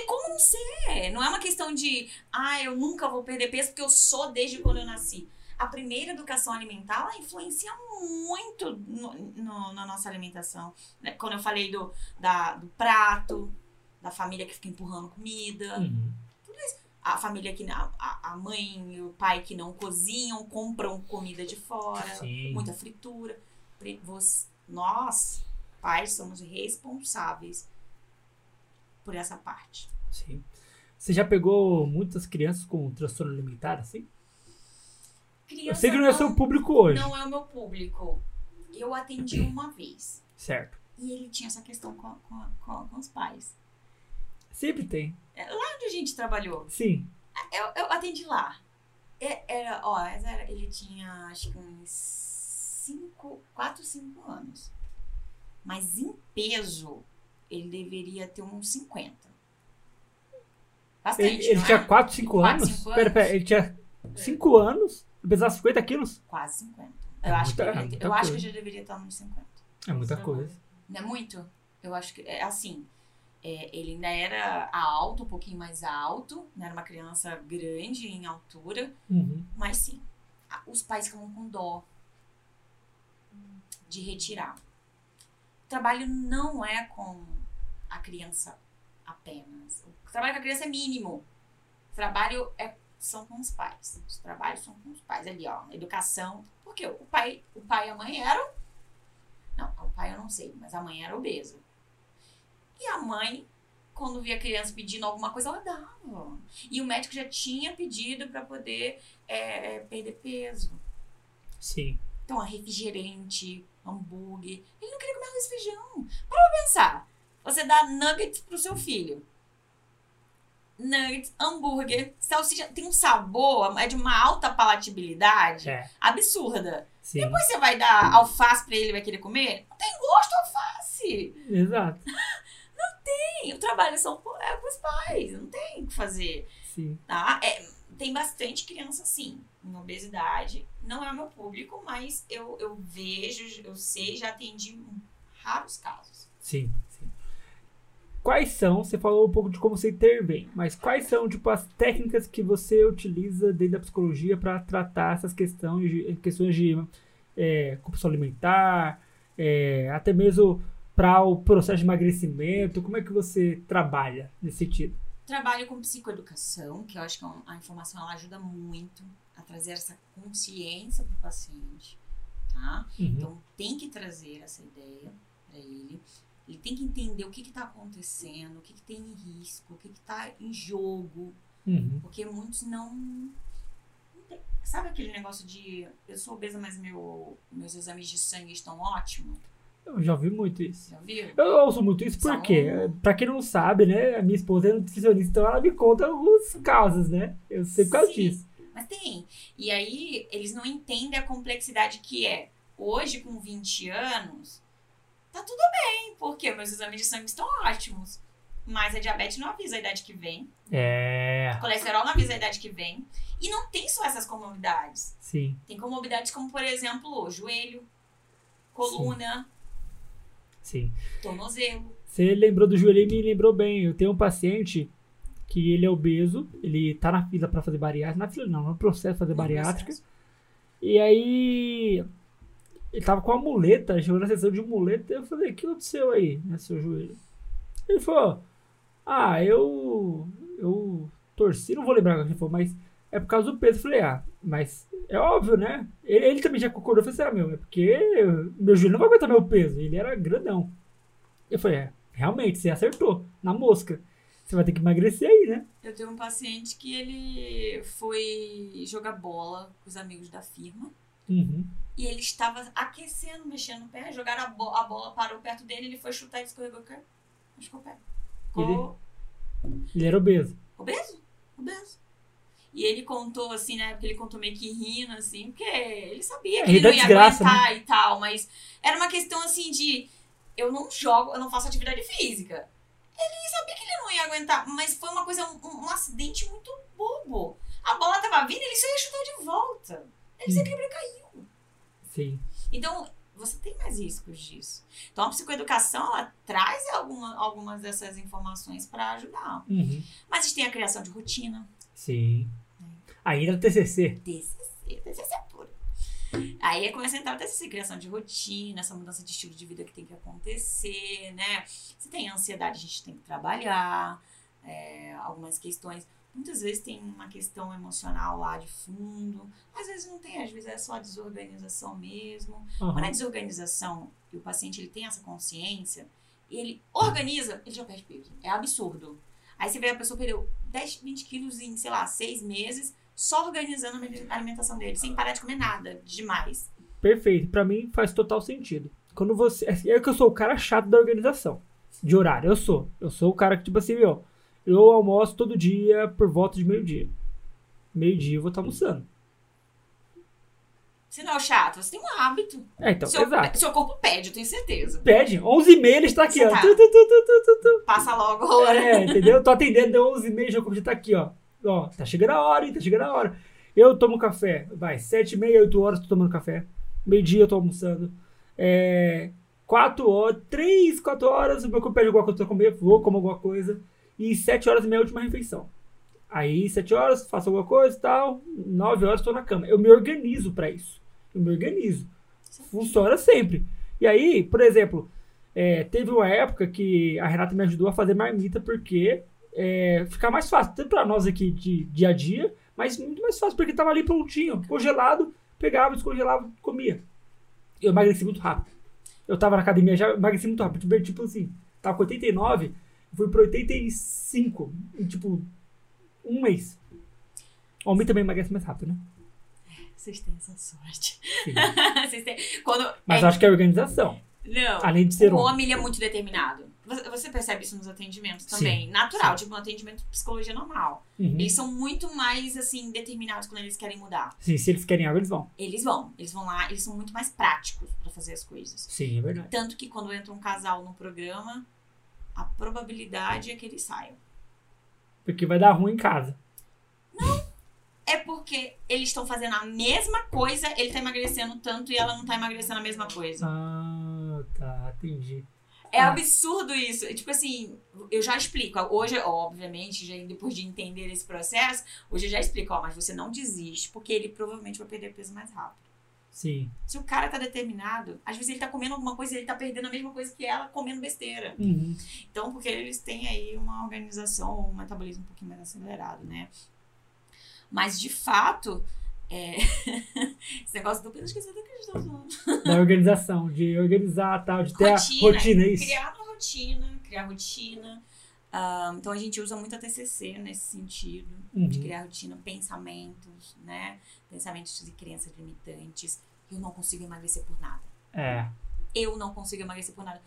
[SPEAKER 2] não vão ser. Não é uma questão de, ah, eu nunca vou perder peso porque eu sou desde quando eu nasci. A primeira educação alimentar, ela influencia muito no, no- na nossa alimentação. né? Quando eu falei do, da- do prato, da família que fica empurrando comida
[SPEAKER 1] Uhum.
[SPEAKER 2] a família que a, a- a mãe e o pai que não cozinham compram comida de fora
[SPEAKER 1] Sim.
[SPEAKER 2] muita fritura Pre- vos- nós pais somos responsáveis por essa parte
[SPEAKER 1] Sim. Você já pegou muitas crianças com transtorno alimentar, assim?
[SPEAKER 2] criança
[SPEAKER 1] Eu sei que não é seu público hoje.
[SPEAKER 2] não é o meu público eu atendi uma vez
[SPEAKER 1] Certo.
[SPEAKER 2] e ele tinha essa questão com, com, com, com os pais
[SPEAKER 1] Sempre tem.
[SPEAKER 2] onde a gente trabalhou
[SPEAKER 1] Sim.
[SPEAKER 2] eu, eu atendi lá É- era ó essa era- ele tinha acho que uns 5, 4, 5 anos mas em peso ele deveria ter uns 50. Bastante,
[SPEAKER 1] Ele, ele
[SPEAKER 2] não
[SPEAKER 1] tinha
[SPEAKER 2] é?
[SPEAKER 1] 4, 5
[SPEAKER 2] Quatro,
[SPEAKER 1] anos?
[SPEAKER 2] cinco
[SPEAKER 1] Pera, pera,
[SPEAKER 2] anos.
[SPEAKER 1] ele tinha 5 anos, pesava 50 quilos?
[SPEAKER 2] Quase 50.
[SPEAKER 1] É
[SPEAKER 2] Eu, acho, que
[SPEAKER 1] muita-
[SPEAKER 2] ele-
[SPEAKER 1] é muita
[SPEAKER 2] eu acho que eu
[SPEAKER 1] coisa.
[SPEAKER 2] já deveria estar nos 50.
[SPEAKER 1] É muita coisa.
[SPEAKER 2] Não é muito? Eu acho que, é assim, é, ele ainda era alto, um pouquinho mais alto, não era uma criança grande em altura,
[SPEAKER 1] Uhum.
[SPEAKER 2] mas sim, a- os pais ficavam com dó de retirar. O trabalho não é com a criança apenas. O trabalho com a criança é mínimo. O trabalho é, são com os pais. Os trabalhos são com os pais ali, ó. Educação. Porque o pai, o pai e a mãe eram. Não, o pai eu não sei, mas a mãe era obesa. E a mãe, quando via a criança pedindo alguma coisa, ela dava. E o médico já tinha pedido para poder é, é, perder peso.
[SPEAKER 1] Sim.
[SPEAKER 2] Então, a refrigerante, hambúrguer. Ele não queria comer arroz e feijão. Para pra pensar. Você dá nuggets pro seu filho. Nuggets, hambúrguer, salsicha. Tem um sabor, é de uma alta palatibilidade
[SPEAKER 1] É.
[SPEAKER 2] absurda.
[SPEAKER 1] Sim.
[SPEAKER 2] Depois você vai dar alface pra ele, ele vai querer comer? Não tem gosto alface.
[SPEAKER 1] Exato.
[SPEAKER 2] Tem, o trabalho são com- é com os pais. Não tem o que fazer.
[SPEAKER 1] Sim.
[SPEAKER 2] tá? É, tem bastante criança, sim, em obesidade. Não é o meu público, mas eu, eu vejo, eu sei, já atendi raros casos.
[SPEAKER 1] Sim. Sim. Quais são, você falou um pouco de como você intervém, mas quais são, tipo, as técnicas que você utiliza dentro da psicologia para tratar essas questões de, questões de é, compulsão alimentar, é, até mesmo para o processo de emagrecimento? Como é que você trabalha nesse sentido?
[SPEAKER 2] Trabalho com psicoeducação, que eu acho que é um- a informação ela ajuda muito a trazer essa consciência para o paciente, tá?
[SPEAKER 1] Uhum.
[SPEAKER 2] Então tem que trazer essa ideia para ele. Ele tem que entender o que está acontecendo, o que, que tem em risco, o que está em jogo,
[SPEAKER 1] Uhum.
[SPEAKER 2] Porque muitos não. não tem- Sabe aquele negócio de eu sou obesa, mas meu, meus exames de sangue estão ótimos?
[SPEAKER 1] Eu já ouvi muito isso.
[SPEAKER 2] Já viu?
[SPEAKER 1] Eu ouço muito isso
[SPEAKER 2] São-
[SPEAKER 1] porque, eh, pra quem não sabe, né, a minha esposa é nutricionista, então ela me conta algumas causas, né? Eu sei por causa
[SPEAKER 2] Sim.
[SPEAKER 1] disso.
[SPEAKER 2] Mas tem. E aí eles não entendem a complexidade que é. Hoje, com 20 anos, tá tudo bem, porque meus exames de sangue estão ótimos. Mas a diabetes não avisa a idade que vem,
[SPEAKER 1] É,
[SPEAKER 2] o colesterol não avisa a idade que vem. E não tem só essas comorbidades.
[SPEAKER 1] sim,
[SPEAKER 2] Tem comorbidades como, por exemplo, joelho, coluna,
[SPEAKER 1] sim.
[SPEAKER 2] tornozelo.
[SPEAKER 1] Você lembrou do joelho e me lembrou bem. Eu tenho um paciente que ele é obeso, ele tá na fila pra fazer bariátrica, na fila não, no processo de fazer
[SPEAKER 2] No
[SPEAKER 1] bariátrica.
[SPEAKER 2] processo.
[SPEAKER 1] E aí ele tava com uma muleta, chegou na sessão de muleta, eu falei: "O que aconteceu aí, né, seu joelho?" Ele falou: "Ah, eu eu torci, não vou lembrar o que ele falou, mas é por causa do peso. Eu falei, ah, mas é óbvio, né? Ele, ele também já concordou. Eu falei assim, ah, meu, é porque meu joelho não vai aguentar meu peso. Ele era grandão. Eu falei, é, realmente, você acertou na mosca. Você vai ter que emagrecer aí, né?
[SPEAKER 2] Eu tenho um paciente que ele foi jogar bola com os amigos da firma
[SPEAKER 1] Uhum.
[SPEAKER 2] e ele estava aquecendo, mexendo o pé, jogaram a, bo- a bola, parou perto dele, ele foi chutar e escorregou e caiu. Machucou o pé. Ficou
[SPEAKER 1] Ele era obeso.
[SPEAKER 2] obeso, obeso. E ele contou assim, na época ele contou meio que rindo, assim, porque ele sabia que
[SPEAKER 1] É,
[SPEAKER 2] ele não
[SPEAKER 1] da
[SPEAKER 2] ia
[SPEAKER 1] desgraça,
[SPEAKER 2] aguentar e tal, mas era uma questão assim de eu não jogo, eu não faço atividade física. Ele sabia que ele não ia aguentar, mas foi uma coisa, um, um acidente muito bobo. A bola tava vindo, ele só ia chutar de volta. Ele
[SPEAKER 1] Hum.
[SPEAKER 2] se equilibrou e caiu.
[SPEAKER 1] Sim.
[SPEAKER 2] Então, você tem mais riscos disso. Então a psicoeducação ela traz alguma, algumas dessas informações para ajudar.
[SPEAKER 1] Uhum.
[SPEAKER 2] Mas a gente tem a criação de rotina,
[SPEAKER 1] Sim. Ainda no TCC.
[SPEAKER 2] TCC, TCC puro. Aí é começa a entrar o TCC, criação de rotina, essa mudança de estilo de vida que tem que acontecer, né? Se tem ansiedade, a gente tem que trabalhar, é, algumas questões. Muitas vezes tem uma questão emocional lá de fundo, às vezes não tem, às vezes é só a desorganização mesmo.
[SPEAKER 1] Aham.
[SPEAKER 2] Quando é desorganização e o paciente ele tem essa consciência, ele organiza, ele já perde peso. É absurdo. Aí você vê a pessoa perdeu 10, 20 quilos em, sei lá, seis meses, só organizando a alimentação dele, sem parar de comer nada demais.
[SPEAKER 1] Perfeito. Pra mim faz total sentido. Quando você. assim, É que eu sou o cara chato da organização. De horário. Eu sou. Eu sou o cara que, tipo assim, ó. Eu almoço todo dia por volta de meio-dia. Meio-dia eu vou estar almoçando.
[SPEAKER 2] Você não é o chato, você tem um hábito.
[SPEAKER 1] É, então,
[SPEAKER 2] seu,
[SPEAKER 1] exato.
[SPEAKER 2] seu corpo pede, eu tenho certeza.
[SPEAKER 1] Pede, 11h30 ele está aqui, ó.
[SPEAKER 2] Tá.
[SPEAKER 1] Tu, tu, tu, tu, tu, tu.
[SPEAKER 2] Passa logo a hora.
[SPEAKER 1] É, entendeu? Tô atendendo, deu 11 e meia, já tá aqui, ó. Ó, tá chegando a hora, hein? Tá chegando a hora. Eu tomo café, vai, 7 e meia, 8 horas eu tô tomando café. Meio-dia eu tô almoçando. É, 4 horas, 3, 4 horas, o meu corpo pede alguma coisa pra comer, vou comer alguma coisa. E 7 horas é minha última refeição. Aí, 7 horas, faço alguma coisa e tal. 9 horas tô na cama. Eu me organizo pra isso. Eu me organizo. Funciona sempre. E aí, por exemplo, é, teve uma época que a Renata me ajudou a fazer marmita, porque é, fica mais fácil, tanto para nós aqui de dia a dia, mas muito mais fácil, porque tava ali prontinho, congelado, pegava, descongelava, comia. Eu emagreci muito rápido. Eu tava na academia já, emagreci muito rápido. Tipo, Tipo assim, tava com 89, fui pra 85, em tipo, um mês. Homem também emagrece mais rápido, né?
[SPEAKER 2] Vocês têm essa sorte.
[SPEAKER 1] Sim.
[SPEAKER 2] Vocês têm... Quando...
[SPEAKER 1] Mas eu acho que é organização,
[SPEAKER 2] Não.
[SPEAKER 1] além de ser um.
[SPEAKER 2] o
[SPEAKER 1] homem.
[SPEAKER 2] homem ele é muito determinado. Você- Você percebe isso nos atendimentos também. Natural, tipo um atendimento de psicologia normal.
[SPEAKER 1] Uhum.
[SPEAKER 2] Eles são muito mais, assim, determinados quando eles querem mudar.
[SPEAKER 1] Sim, se eles querem algo, eles vão.
[SPEAKER 2] Eles vão, eles vão lá, eles são muito mais práticos pra fazer as coisas.
[SPEAKER 1] Sim, é verdade.
[SPEAKER 2] Tanto que quando entra um casal no programa, a probabilidade é que eles saiam.
[SPEAKER 1] Porque vai dar ruim em casa.
[SPEAKER 2] É porque eles estão fazendo a mesma coisa, ele tá emagrecendo tanto e ela não tá emagrecendo a mesma coisa.
[SPEAKER 1] Ah, tá, entendi.
[SPEAKER 2] É
[SPEAKER 1] Ah.
[SPEAKER 2] absurdo isso. É Tipo assim, eu já explico. Hoje, obviamente, já depois de entender esse processo, hoje eu já explico, ó, mas você não desiste, porque ele provavelmente vai perder peso mais rápido.
[SPEAKER 1] Sim.
[SPEAKER 2] Se o cara tá determinado, às vezes ele tá comendo alguma coisa e ele tá perdendo a mesma coisa que ela comendo besteira.
[SPEAKER 1] Uhum.
[SPEAKER 2] Então, porque eles têm aí uma organização, um metabolismo um pouquinho mais acelerado, né? Mas de fato, é... esse negócio do peso, esqueci até que a gente tava falando.
[SPEAKER 1] Da organização, de organizar tal, de ter
[SPEAKER 2] Rotina,
[SPEAKER 1] a rotina, é isso.
[SPEAKER 2] Criar uma rotina, criar rotina. Ah, então a gente usa muito a TCC nesse sentido,
[SPEAKER 1] Uhum.
[SPEAKER 2] de criar rotina, pensamentos, né? Pensamentos e crenças limitantes. Eu não consigo emagrecer por nada.
[SPEAKER 1] É.
[SPEAKER 2] eu não consigo emagrecer por nada.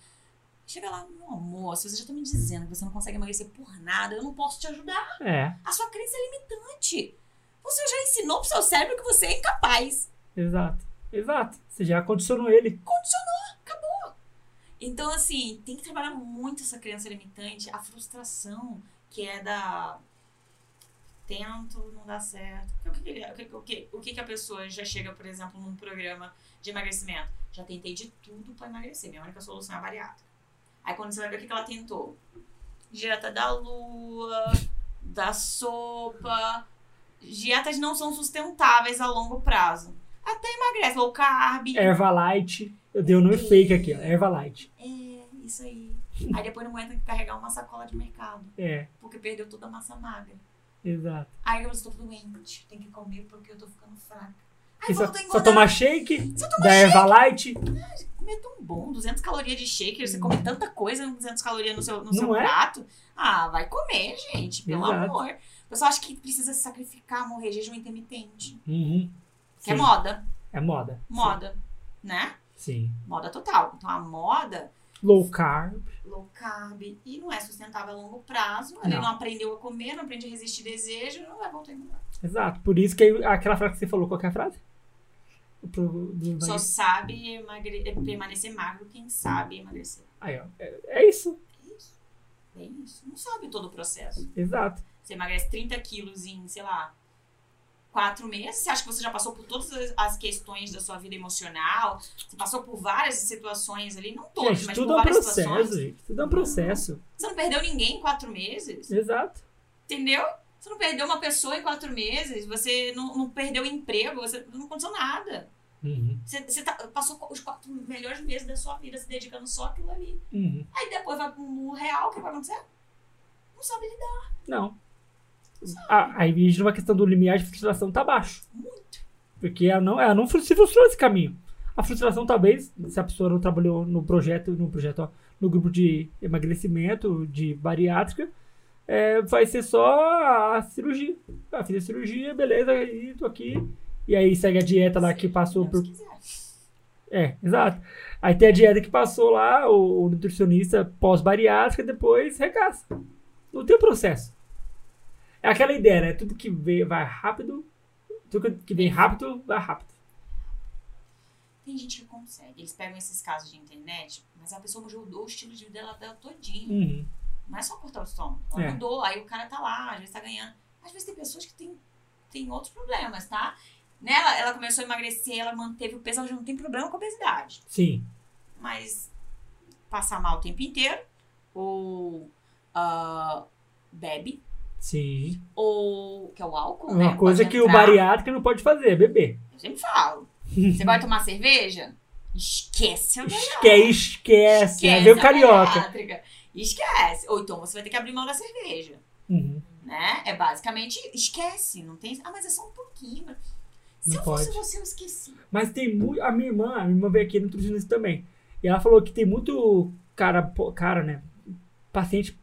[SPEAKER 2] Chega lá, meu amor, se você já tá me dizendo que você não consegue emagrecer por nada, eu não posso te ajudar.
[SPEAKER 1] É,
[SPEAKER 2] A sua crença é limitante. Você já ensinou pro seu cérebro que você é incapaz.
[SPEAKER 1] exato. Exato. Você já condicionou ele.
[SPEAKER 2] Então, assim, tem que trabalhar muito essa crença limitante, a frustração que é da. Tento, não dá certo. O que, que ele- o que, o que, o que que a pessoa já chega, por exemplo, num programa de emagrecimento? Já tentei de tudo pra emagrecer. Minha única solução é a bariátrica. Aí quando você vai ver o que, que ela tentou? Dieta da lua, da sopa. Dietas não são sustentáveis a longo prazo. Até emagrece, low carb.
[SPEAKER 1] É, Herbalight. Eu dei o nome fake aqui, ó. Herbalight.
[SPEAKER 2] É, isso aí. Aí depois não aguenta carregar uma sacola de mercado,
[SPEAKER 1] É,
[SPEAKER 2] porque perdeu toda a massa magra.
[SPEAKER 1] exato.
[SPEAKER 2] Aí eu estou doente, tem que comer porque eu tô ficando fraca. Aí
[SPEAKER 1] E só,
[SPEAKER 2] volta a
[SPEAKER 1] só
[SPEAKER 2] engordar.
[SPEAKER 1] tomar shake da Herbalight.
[SPEAKER 2] Comer é tão bom, 200 calorias de shaker, você come tanta coisa, 200 calorias no seu, no
[SPEAKER 1] Não
[SPEAKER 2] seu
[SPEAKER 1] é?
[SPEAKER 2] prato. Ah, vai comer, gente, pelo
[SPEAKER 1] Exato.
[SPEAKER 2] amor. O pessoal acha que precisa se sacrificar, morrer, jejum intermitente.
[SPEAKER 1] Uhum.
[SPEAKER 2] Que é
[SPEAKER 1] Sim.
[SPEAKER 2] moda,
[SPEAKER 1] É moda.
[SPEAKER 2] moda, né?
[SPEAKER 1] Sim.
[SPEAKER 2] Moda total. Então a moda
[SPEAKER 1] Low carb.
[SPEAKER 2] low carb e não é sustentável a longo prazo. Ele
[SPEAKER 1] Não.
[SPEAKER 2] não, aprendeu a comer, não aprende a resistir desejo, não vai voltar a engordar.
[SPEAKER 1] Exato. Por isso que aquela frase que você falou, qual que é a frase? Pro- do-
[SPEAKER 2] Só sabe emagre- é, permanecer magro quem sabe emagrecer.
[SPEAKER 1] Aí, ó. É, é isso.
[SPEAKER 2] É isso. É isso. Não sabe todo o processo.
[SPEAKER 1] Exato.
[SPEAKER 2] Você emagrece 30 quilos em, sei lá, quatro meses, você acha que você já passou por todas as- as questões da sua vida emocional, você passou por várias situações ali, não todas,
[SPEAKER 1] Gente,
[SPEAKER 2] mas
[SPEAKER 1] tudo
[SPEAKER 2] por
[SPEAKER 1] é um
[SPEAKER 2] várias
[SPEAKER 1] processo,
[SPEAKER 2] situações. Uhum.
[SPEAKER 1] gente. Tudo é um processo.
[SPEAKER 2] Você não perdeu ninguém em quatro meses,
[SPEAKER 1] Exato.
[SPEAKER 2] entendeu? Você não perdeu uma pessoa em quatro meses, você não, não perdeu emprego, você não aconteceu nada.
[SPEAKER 1] Uhum.
[SPEAKER 2] Você, você tá- passou os quatro melhores meses da sua vida se dedicando só àquilo ali.
[SPEAKER 1] Uhum.
[SPEAKER 2] Aí depois vai pro mundo real, o que vai acontecer? Não sabe lidar
[SPEAKER 1] Não. A, aí existe uma questão do limiar de frustração tá baixo.
[SPEAKER 2] muito.
[SPEAKER 1] Porque ela não, ela não fru- se frustrou nesse caminho. A frustração, talvez, se a pessoa não trabalhou no projeto, no projeto, ó, no grupo de emagrecimento, de bariátrica, é, vai ser só a cirurgia. Ah, fiz a cirurgia, beleza, aí tô aqui. E aí segue a dieta lá que passou
[SPEAKER 2] Deus
[SPEAKER 1] por.
[SPEAKER 2] né, quiser.
[SPEAKER 1] É, exato. Aí tem a dieta que passou lá, o, o nutricionista pós-bariátrica, depois regaça. Não tem processo. É aquela ideia, né? Tudo que vem, vai rápido, tudo que vem rápido, vai rápido.
[SPEAKER 2] Tem gente que consegue. Eles pegam esses casos de internet, mas a pessoa mudou o estilo de vida dela, dela todinho.
[SPEAKER 1] Uhum.
[SPEAKER 2] Não é só cortar o estômago. Ela
[SPEAKER 1] É.
[SPEAKER 2] mudou, aí o cara tá lá, às vezes tá ganhando. Às vezes tem pessoas que têm tem outros problemas, tá? Nela, ela começou a emagrecer, ela manteve o peso, ela já não tem problema com a obesidade.
[SPEAKER 1] Sim.
[SPEAKER 2] Mas passa mal o tempo inteiro, ou ah, bebe,
[SPEAKER 1] Sim. ou
[SPEAKER 2] que é o álcool, né?
[SPEAKER 1] Uma coisa
[SPEAKER 2] Pode
[SPEAKER 1] que o
[SPEAKER 2] entrar.
[SPEAKER 1] bariátrico não pode fazer é beber.
[SPEAKER 2] Eu sempre falo. Você vai tomar cerveja? Esquece o
[SPEAKER 1] Esquece, esquece.
[SPEAKER 2] Esquece
[SPEAKER 1] né? Vem o
[SPEAKER 2] a
[SPEAKER 1] carioca.
[SPEAKER 2] bariátrica. Esquece. Ou então você vai ter que abrir mão da cerveja,
[SPEAKER 1] Uhum.
[SPEAKER 2] né? É basicamente, esquece. Não tem... Ah, mas é só um pouquinho. Se
[SPEAKER 1] Não
[SPEAKER 2] eu
[SPEAKER 1] pode.
[SPEAKER 2] fosse você, eu esqueci.
[SPEAKER 1] Mas tem muito. A minha irmã, a minha irmã veio aqui é nutricionista também. E ela falou que tem muito cara, pô- cara né? Paciente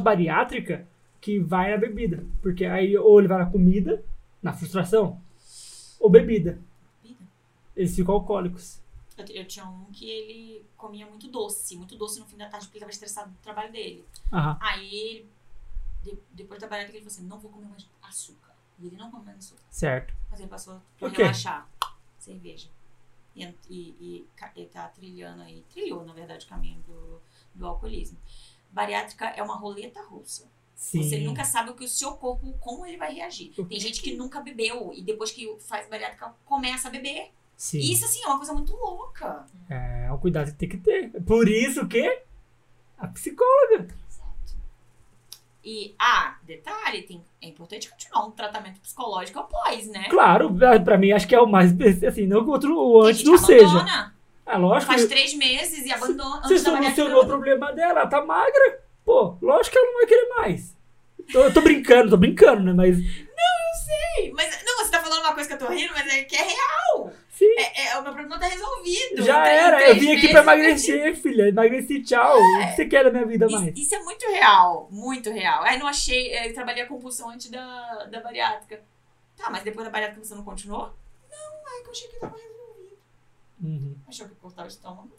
[SPEAKER 1] pós-bariátrica que vai na bebida. Porque aí ou ele vai na comida, na frustração, ou bebida. Eles ficam alcoólicos.
[SPEAKER 2] Eu, eu tinha um que ele comia muito doce. Muito doce no fim da tarde, porque ele estava estressado do trabalho dele.
[SPEAKER 1] Aham.
[SPEAKER 2] Aí ele, de- depois da bariátrica, ele falou assim, não vou comer mais açúcar. E ele não come mais açúcar.
[SPEAKER 1] Certo.
[SPEAKER 2] Mas ele passou pra
[SPEAKER 1] Por quê?
[SPEAKER 2] relaxar. Cerveja. E, e, e ca- e tá trilhando aí. Trilhou, na verdade, o caminho do, do alcoolismo. Bariátrica é uma roleta russa.
[SPEAKER 1] Sim.
[SPEAKER 2] Você nunca sabe o que o seu corpo, como ele vai reagir.
[SPEAKER 1] O
[SPEAKER 2] Tem gente que nunca bebeu e depois que faz bariátrica começa a beber.
[SPEAKER 1] Sim.
[SPEAKER 2] E isso, assim, é uma coisa muito louca.
[SPEAKER 1] É um cuidado que tem que ter. Por isso o quê? A psicóloga.
[SPEAKER 2] Exato. E, ah, detalhe, tem, é importante continuar um tratamento psicológico após, né?
[SPEAKER 1] Claro, pra- pra mim acho que é o mais. Assim, não que o outro o antes
[SPEAKER 2] Tem
[SPEAKER 1] não
[SPEAKER 2] gente que
[SPEAKER 1] seja.
[SPEAKER 2] abandona,
[SPEAKER 1] É lógico.
[SPEAKER 2] Faz três meses e abandona.
[SPEAKER 1] Você
[SPEAKER 2] antes da bariátrica,
[SPEAKER 1] solucionou o problema dela, ela tá magra. Pô, lógico que ela não vai querer mais. Tô, eu tô brincando, tô brincando, né? Mas
[SPEAKER 2] Ei, Mas não, você tá falando uma coisa que eu tô rindo, mas é que é real.
[SPEAKER 1] sim,
[SPEAKER 2] É, é, o meu problema tá resolvido. Em
[SPEAKER 1] já
[SPEAKER 2] três- em
[SPEAKER 1] era. Eu
[SPEAKER 2] três
[SPEAKER 1] vim aqui pra
[SPEAKER 2] meses eu
[SPEAKER 1] emagrecer, filha. Emagreci, tchau. O que você quer da minha vida
[SPEAKER 2] tive-
[SPEAKER 1] mais?
[SPEAKER 2] Isso, isso é muito real, muito real. Aí não achei, é, eu trabalhei a compulsão antes da, da bariátrica. Tá, mas depois da bariátrica você não continuou? Não, é que eu achei que tava resolvido.
[SPEAKER 1] Uhum,
[SPEAKER 2] Achou que cortar o estômago,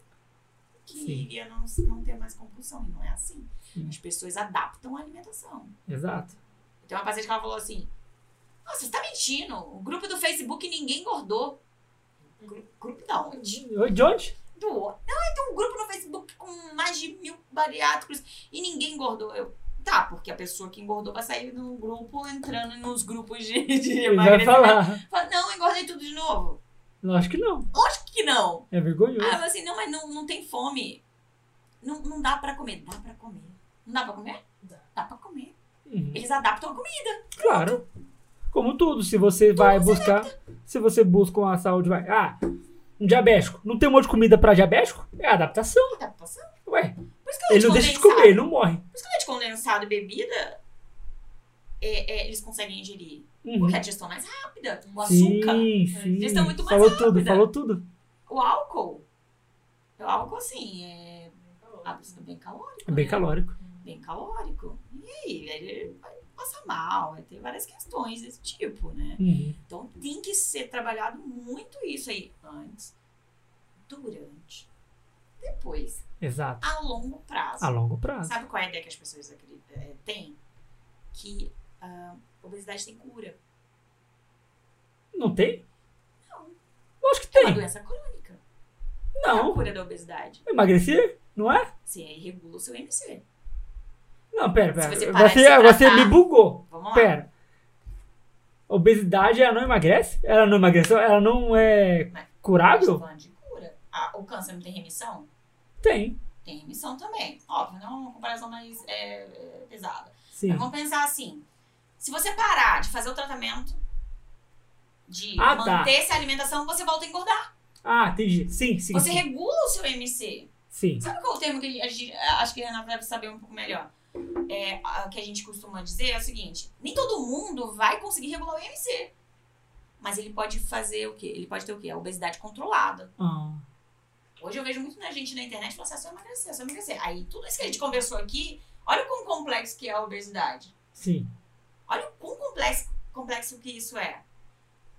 [SPEAKER 2] que
[SPEAKER 1] Sim.
[SPEAKER 2] iria não, não ter mais compulsão. E não é assim.
[SPEAKER 1] Sim.
[SPEAKER 2] As pessoas adaptam a alimentação.
[SPEAKER 1] exato.
[SPEAKER 2] Tem uma paciente que ela falou assim: Nossa, você tá mentindo. O grupo do Facebook ninguém engordou. Gru- grupo da onde?
[SPEAKER 1] Oi, De onde?
[SPEAKER 2] Do outro. Não, aí tem um grupo no Facebook com mais de mil bariátricos e ninguém engordou. Eu, tá, porque a pessoa que engordou vai sair de um grupo entrando nos grupos de, de
[SPEAKER 1] Ele vai
[SPEAKER 2] emagrecimento.
[SPEAKER 1] falar.
[SPEAKER 2] Fala, não, engordei tudo de novo.
[SPEAKER 1] Lógico que não.
[SPEAKER 2] Lógico que não.
[SPEAKER 1] É
[SPEAKER 2] Ah,
[SPEAKER 1] vergonhoso.
[SPEAKER 2] eu falei assim, não, mas não, não tem fome. Não, não dá pra comer. Dá pra comer. Não dá pra comer?
[SPEAKER 3] Dá.
[SPEAKER 2] Dá pra comer.
[SPEAKER 1] Uhum,
[SPEAKER 2] Eles adaptam a comida.
[SPEAKER 1] Claro. Como tudo, se você vai buscar. Se você busca uma saúde, vai. Ah, um diabético. Não tem um monte de comida pra diabético? É adaptação.
[SPEAKER 2] Adaptação.
[SPEAKER 1] Ué,
[SPEAKER 2] tá Por isso que
[SPEAKER 1] ele
[SPEAKER 2] leite
[SPEAKER 1] não deixa de
[SPEAKER 2] condensado-
[SPEAKER 1] comer, ele não morre.
[SPEAKER 2] Por isso que leite condensado e bebida, é, é, eles conseguem ingerir.
[SPEAKER 1] Uhum.
[SPEAKER 2] Porque a digestão é mais rápida. O açúcar, É,
[SPEAKER 1] Sim, sim.
[SPEAKER 2] Eles estão muito mais
[SPEAKER 1] falou tudo,
[SPEAKER 2] rápida.
[SPEAKER 1] falou tudo.
[SPEAKER 2] o álcool. O álcool, assim, é ácido bem calórico.
[SPEAKER 1] É bem
[SPEAKER 2] né?
[SPEAKER 1] calórico.
[SPEAKER 2] Bem calórico. E aí, ele vai passar mal. Vai ter várias questões desse tipo, né?
[SPEAKER 1] Uhum.
[SPEAKER 2] Então, tem que ser trabalhado muito isso aí. Antes, durante, depois.
[SPEAKER 1] Exato.
[SPEAKER 2] A longo prazo.
[SPEAKER 1] A longo prazo.
[SPEAKER 2] Sabe qual é a ideia que as pessoas acredi- eh, têm? Que ah, obesidade tem cura.
[SPEAKER 1] Não tem?
[SPEAKER 2] Não.
[SPEAKER 1] Lógico que
[SPEAKER 2] É uma
[SPEAKER 1] tem.
[SPEAKER 2] doença crônica. É A
[SPEAKER 1] Não.
[SPEAKER 2] cura da obesidade.
[SPEAKER 1] Emagrecer? Não é?
[SPEAKER 2] Você regula o seu MC.
[SPEAKER 1] Não, pera,
[SPEAKER 2] Se
[SPEAKER 1] pera.
[SPEAKER 2] você parar de
[SPEAKER 1] Você,
[SPEAKER 2] se
[SPEAKER 1] você
[SPEAKER 2] tratar- Ah.
[SPEAKER 1] me bugou.
[SPEAKER 2] Vamos lá.
[SPEAKER 1] Pera. Obesidade, ela não emagrece? Ela não emagrece? Ela não é curável?
[SPEAKER 2] Estou falando de cura. Ah, o câncer não tem remissão?
[SPEAKER 1] Tem,
[SPEAKER 2] Tem remissão também. Óbvio, não é uma comparação mais é, é, pesada.
[SPEAKER 1] sim.
[SPEAKER 2] Mas vamos pensar assim: se você parar de fazer o tratamento, de
[SPEAKER 1] Ah, tá.
[SPEAKER 2] manter essa alimentação, você volta a engordar.
[SPEAKER 1] Ah, entendi. Sim, sim,
[SPEAKER 2] Você
[SPEAKER 1] sim.
[SPEAKER 2] regula o seu MC.
[SPEAKER 1] Sim.
[SPEAKER 2] Sabe qual é o termo que a gente, acho que a Renata deve saber um pouco melhor? É, a- que a gente costuma dizer é o seguinte: nem todo mundo vai conseguir regular o IMC. Mas ele pode fazer o quê? Ele pode ter o quê? A obesidade controlada.
[SPEAKER 1] Ah,
[SPEAKER 2] Hoje eu vejo muito na gente na internet falando assim: é só emagrecer, é só emagrecer. Aí tudo isso que a gente conversou aqui, olha o quão complexo que é a obesidade.
[SPEAKER 1] sim.
[SPEAKER 2] Olha o quão complexo, complexo que isso é.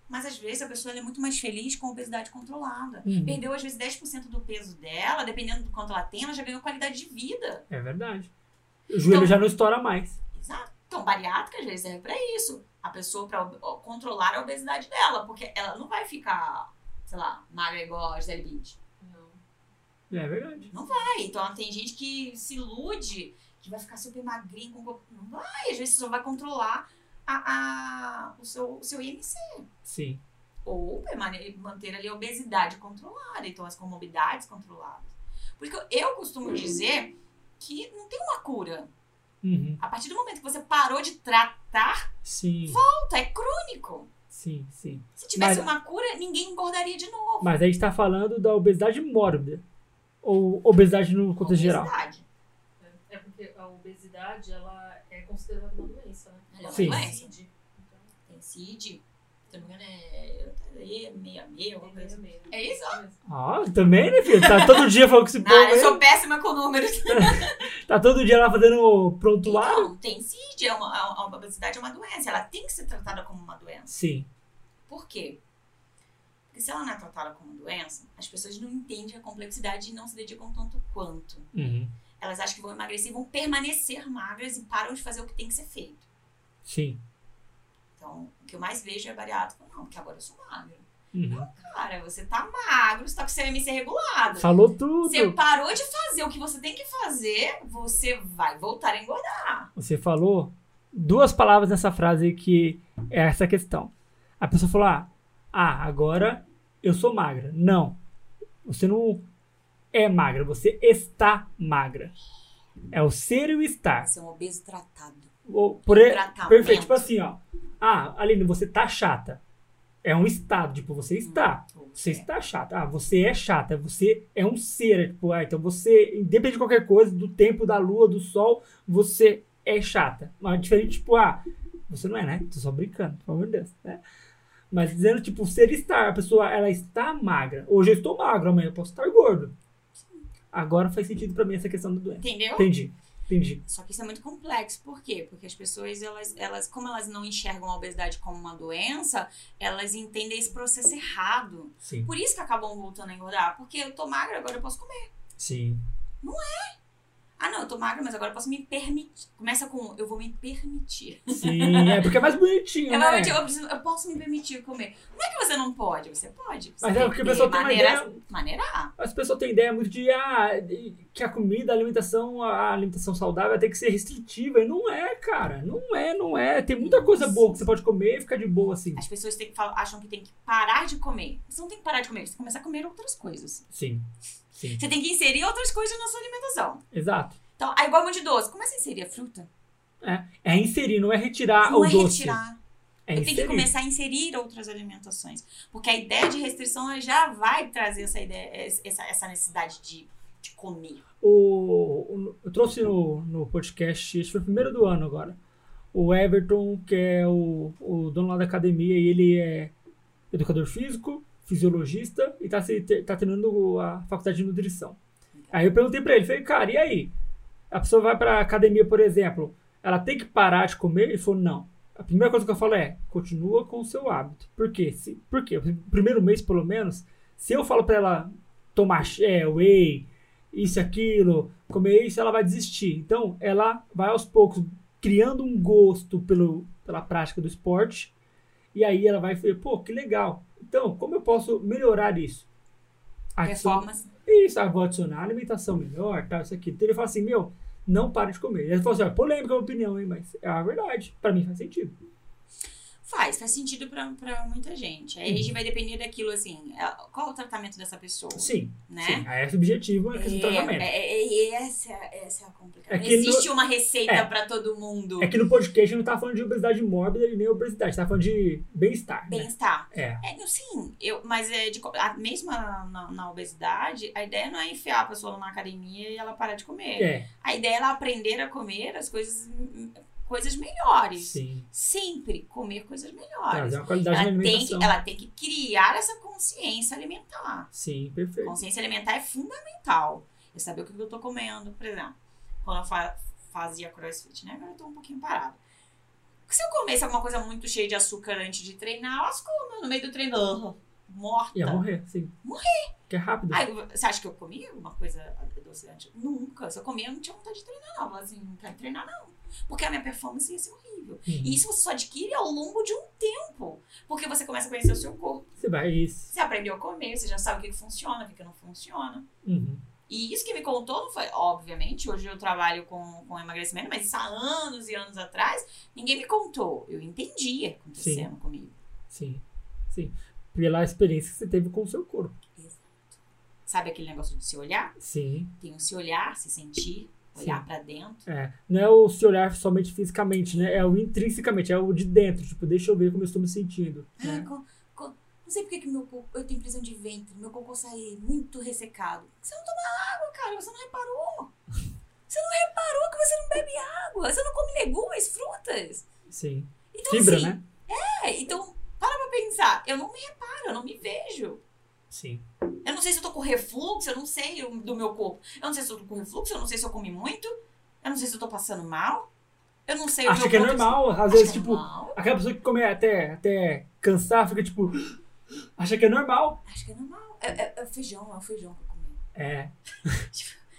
[SPEAKER 2] Mas às vezes a pessoa ela é muito mais feliz com a obesidade controlada.
[SPEAKER 1] Uhum.
[SPEAKER 2] Perdeu às vezes 10% do peso dela, dependendo do quanto ela tem, ela já ganhou qualidade de vida.
[SPEAKER 1] É verdade. O joelho
[SPEAKER 2] Então-
[SPEAKER 1] já não estoura mais.
[SPEAKER 2] Exato. Então, bariátrica às vezes serve pra isso. A pessoa pra ob- ó, controlar a obesidade dela, porque ela não vai ficar, sei lá, magra igual a Gisele Bündchen.
[SPEAKER 3] Não.
[SPEAKER 1] É verdade.
[SPEAKER 2] Vai, então tem gente que se ilude que vai ficar super magrinho com corpo. Não vai, às vezes você só vai controlar a, a- o, seu, o seu IMC.
[SPEAKER 1] Sim.
[SPEAKER 2] Ou permane- manter ali a obesidade controlada, então as comorbidades controladas. Porque eu- eu costumo dizer que não tem uma cura.
[SPEAKER 1] Uhum.
[SPEAKER 2] A partir do momento que você parou de tratar,
[SPEAKER 1] Sim,
[SPEAKER 2] volta, é crônico.
[SPEAKER 1] sim, sim.
[SPEAKER 2] Se tivesse
[SPEAKER 1] Mas-
[SPEAKER 2] uma cura, ninguém engordaria de novo.
[SPEAKER 1] Mas a gente tá falando da obesidade mórbida. Ou obesidade no contexto geral.
[SPEAKER 2] Obesidade.
[SPEAKER 3] É porque a obesidade, ela é considerada uma doença, né?
[SPEAKER 2] Ela é uma
[SPEAKER 1] Sim.
[SPEAKER 2] doença.
[SPEAKER 3] Decide. Então,
[SPEAKER 2] Tem CID. Se não me engano, é. Meia, meia, meia, alguma
[SPEAKER 3] é
[SPEAKER 2] coisa.
[SPEAKER 3] meio.
[SPEAKER 2] É isso?
[SPEAKER 1] Ah, também, né, filho? Tá todo dia falando com esse povo
[SPEAKER 2] Nada, Ah, eu
[SPEAKER 1] aí.
[SPEAKER 2] sou péssima com números.
[SPEAKER 1] Tá todo dia lá fazendo prontuário.
[SPEAKER 2] Então, tem CID. É uma, a, a obesidade é uma doença. Ela tem que ser tratada como uma doença.
[SPEAKER 1] Sim,
[SPEAKER 2] Por quê? Porque se ela não é tratada como doença, as pessoas não entendem a complexidade e não se dedicam tanto quanto.
[SPEAKER 1] Uhum.
[SPEAKER 2] Elas acham que vão emagrecer e vão permanecer magras e param de fazer o que tem que ser feito.
[SPEAKER 1] sim.
[SPEAKER 2] Então, o que eu mais vejo é bariátrico. Não, porque agora eu sou magra.
[SPEAKER 1] Uhum.
[SPEAKER 2] Cara, você tá magro, você tá com seu MC regulado.
[SPEAKER 1] Falou tudo.
[SPEAKER 2] Você parou de fazer o que você tem que fazer, você vai voltar a engordar.
[SPEAKER 1] Você falou duas palavras nessa frase que é essa questão. A pessoa falou: ah, ah, agora eu sou magra. Não. Você não é magra, você está magra. É o ser e o estar.
[SPEAKER 2] Você é um obeso tratado.
[SPEAKER 1] Ou, por, e-
[SPEAKER 2] Tratamento.
[SPEAKER 1] perfeito, tipo assim, ó. Ah, Aline, você tá chata. É um estado, tipo, você está.
[SPEAKER 2] É.
[SPEAKER 1] Você está chata. Ah, você é chata. Você é um ser. é Tipo, ah, então você, independente de qualquer coisa, do tempo, da lua, do sol, você é chata. Mas diferente, tipo, ah, você não é, né? Tô só brincando, pelo amor de Deus, né? Mas dizendo, tipo, ser e estar. A pessoa, ela está magra. Hoje eu estou magro, amanhã eu posso estar gordo. Agora faz sentido pra mim essa questão da doença.
[SPEAKER 2] Entendeu?
[SPEAKER 1] Entendi, entendi.
[SPEAKER 2] Só que isso é muito complexo. Por quê? Porque as pessoas, elas, elas, como elas não enxergam a obesidade como uma doença, elas entendem esse processo errado.
[SPEAKER 1] Sim,
[SPEAKER 2] Por isso que acabam voltando a engordar. Porque eu tô magra, agora eu posso comer.
[SPEAKER 1] sim.
[SPEAKER 2] Ah, não, eu tô magra, mas agora eu posso me permitir. Começa com eu vou me permitir.
[SPEAKER 1] Sim, é porque é mais bonitinho,
[SPEAKER 2] Eu,
[SPEAKER 1] né?
[SPEAKER 2] realmente, eu, preciso- eu posso me permitir comer. Não é que você não pode, você pode. Você
[SPEAKER 1] Mas é
[SPEAKER 2] tem
[SPEAKER 1] porque a
[SPEAKER 2] que
[SPEAKER 1] pessoa tem uma
[SPEAKER 2] maneira- maneirar.
[SPEAKER 1] As pessoas têm ideia muito de ah, de- que a comida, a alimentação, a alimentação saudável tem que ser restritiva. E não é, cara. Não é, não é. Tem muita coisa boa que você pode comer e ficar de boa assim.
[SPEAKER 2] As pessoas têm que falar- acham que tem que parar de comer. Você não tem que parar de comer, você tem que começar a comer outras coisas.
[SPEAKER 1] Sim. Sim.
[SPEAKER 2] Você tem que inserir outras coisas na sua alimentação.
[SPEAKER 1] Exato.
[SPEAKER 2] Então, aí igual a mão de doce, começa a inserir a fruta.
[SPEAKER 1] É inserir, não é retirar
[SPEAKER 2] não
[SPEAKER 1] o
[SPEAKER 2] é
[SPEAKER 1] doce.
[SPEAKER 2] retirar.
[SPEAKER 1] É
[SPEAKER 2] Eu tenho que
[SPEAKER 1] inserir.
[SPEAKER 2] começar a inserir outras alimentações. Porque a ideia de restrição ela já vai trazer essa ideia, essa, essa necessidade de, de comer.
[SPEAKER 1] O, o- eu trouxe no, no podcast, acho que foi o primeiro do ano agora, o Everton, que é o, o dono lá da academia, e ele é educador físico, fisiologista e tá, se, tá terminando a faculdade de nutrição. Aí eu perguntei pra ele, falei, cara, e aí? A pessoa vai pra academia, por exemplo, ela tem que parar de comer? Ele falou, não. A primeira coisa que eu falo é, continua com o seu hábito. Por quê? Se, por quê? O primeiro mês, pelo menos, se eu falo pra ela tomar é, whey, isso, aquilo, comer isso, ela vai desistir. Então, ela vai aos poucos criando um gosto pelo, pela prática do esporte. E aí ela vai ver, pô, que legal. Então, como eu posso melhorar isso? Adicion-
[SPEAKER 2] Performance.
[SPEAKER 1] isso, ah, vou adicionar alimentação melhor, tal, isso aqui. Então ele fala assim, meu, não para de comer. Ele falou assim, ó, polêmica a minha opinião, hein, mas é a verdade. Pra mim faz sentido.
[SPEAKER 2] Faz, faz sentido pra, pra muita gente. Aí a gente vai depender daquilo, assim, a- qual o tratamento dessa pessoa,
[SPEAKER 1] Uhum. Sim,
[SPEAKER 2] né?
[SPEAKER 1] sim. Aí é subjetivo, é questão do tratamento.
[SPEAKER 2] É, é, é, essa, essa é a complicação.
[SPEAKER 1] É
[SPEAKER 2] não
[SPEAKER 1] que
[SPEAKER 2] existe uma receita
[SPEAKER 1] é.
[SPEAKER 2] pra todo mundo.
[SPEAKER 1] É que no podcast não tá falando de obesidade mórbida e nem obesidade, tá falando de bem-estar. né?
[SPEAKER 2] Bem-estar.
[SPEAKER 1] É.
[SPEAKER 2] É, não, sim, eu, mas é de, co- a, mesmo a- na, na obesidade, a ideia não é enfiar a pessoa na academia e ela parar de comer.
[SPEAKER 1] É,
[SPEAKER 2] A ideia é ela aprender a comer as coisas, hum, coisas melhores.
[SPEAKER 1] sim. Tá,
[SPEAKER 2] Sempre comer coisas melhores.
[SPEAKER 1] Trazer uma qualidade na
[SPEAKER 2] Ela tem, que,
[SPEAKER 1] alimentação.
[SPEAKER 2] ela tem que criar essa consciência alimentar.
[SPEAKER 1] Sim, perfeito.
[SPEAKER 2] Consciência alimentar é fundamental. Eu saber o que eu tô comendo, por exemplo. Quando eu fa- fazia crossfit, né? Agora eu tô um pouquinho parada. Se eu comesse alguma coisa muito cheia de açúcar antes de treinar, lascou no meio do treino. ah,
[SPEAKER 1] Ia
[SPEAKER 2] Morta.
[SPEAKER 1] é morrer, sim.
[SPEAKER 2] Morrer.
[SPEAKER 1] Que é rápido.
[SPEAKER 2] Aí, você acha que eu comia alguma coisa doce antes? Nunca. Se eu comia, eu não tinha vontade de treinar, não. Eu falava assim, não quero treinar, não. Porque a minha performance ia ser horrível.
[SPEAKER 1] Hum.
[SPEAKER 2] E isso você só adquire ao longo de um tempo. Porque você começa a conhecer o seu corpo.
[SPEAKER 1] Você vai. Isso.
[SPEAKER 2] Você aprendeu a comer, você já sabe o que que funciona, o que que não funciona.
[SPEAKER 1] Uhum.
[SPEAKER 2] E isso que me contou não foi, obviamente, hoje eu trabalho com, com emagrecimento, mas isso há anos e anos atrás, ninguém me contou. Eu entendia acontecendo comigo.
[SPEAKER 1] Sim. Sim. Pela experiência que você teve com o seu corpo.
[SPEAKER 2] Sabe aquele negócio de se olhar?
[SPEAKER 1] Sim.
[SPEAKER 2] Tem o se olhar, se sentir, olhar pra dentro.
[SPEAKER 1] É. Não é o se olhar somente fisicamente, né? É o intrinsecamente, é o de dentro. Tipo, deixa eu ver como eu estou me sentindo.
[SPEAKER 2] Ah,
[SPEAKER 1] né?
[SPEAKER 2] co- co- não sei por que que meu cocô, eu tenho prisão de ventre, meu cocô sai muito ressecado. Você não toma água, cara, você não reparou. Você não reparou que você não bebe água, você não come legumes, frutas.
[SPEAKER 1] Sim.
[SPEAKER 2] Então,
[SPEAKER 1] Fibra,
[SPEAKER 2] assim,
[SPEAKER 1] né?
[SPEAKER 2] É, então, para pra pensar. Eu não me reparo, eu não me vejo.
[SPEAKER 1] Sim.
[SPEAKER 2] Eu não sei se eu tô com refluxo, eu não sei o- do meu corpo. Eu não sei se eu tô com refluxo, eu não sei se eu comi muito. Eu não sei se eu tô passando mal. Eu não sei o
[SPEAKER 1] Acho
[SPEAKER 2] meu
[SPEAKER 1] que é
[SPEAKER 2] corpo-
[SPEAKER 1] normal. Às
[SPEAKER 2] Acho
[SPEAKER 1] vezes,
[SPEAKER 2] que é
[SPEAKER 1] tipo,
[SPEAKER 2] normal.
[SPEAKER 1] aquela pessoa que come até, até cansar, fica tipo. Acha que é normal.
[SPEAKER 2] Acho que é normal. É, é- é o feijão, é o feijão que eu comi.
[SPEAKER 1] É.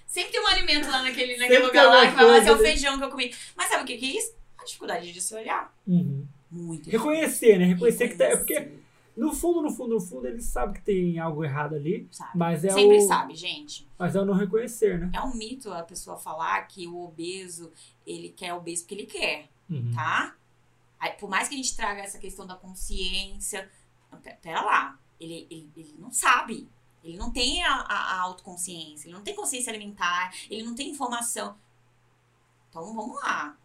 [SPEAKER 2] Sempre tem um alimento lá naquele,
[SPEAKER 1] Sempre
[SPEAKER 2] naquele lugar
[SPEAKER 1] tem
[SPEAKER 2] lá
[SPEAKER 1] uma
[SPEAKER 2] que vai lá, "Esse é o
[SPEAKER 1] coisa, né?"
[SPEAKER 2] feijão que eu comi. Mas sabe o que que é isso? A dificuldade de se olhar.
[SPEAKER 1] Uhum.
[SPEAKER 2] Muito.
[SPEAKER 1] Reconhecer, né? Reconhecer que tá. É porque,
[SPEAKER 2] Reconhecer,
[SPEAKER 1] no fundo, no fundo, no fundo, ele sabe que tem algo errado ali.
[SPEAKER 2] sabe?
[SPEAKER 1] Mas é
[SPEAKER 2] Sempre
[SPEAKER 1] o.
[SPEAKER 2] sabe, gente.
[SPEAKER 1] Mas é o não reconhecer, né?
[SPEAKER 2] É um mito a pessoa falar que o obeso, ele quer obeso porque ele quer,
[SPEAKER 1] Uhum.
[SPEAKER 2] tá? Aí, por mais que a gente traga essa questão da consciência, pe- pera lá, ele, ele, ele não sabe. Ele não tem a, a- a autoconsciência, ele não tem consciência alimentar, ele não tem informação. Então vamos lá.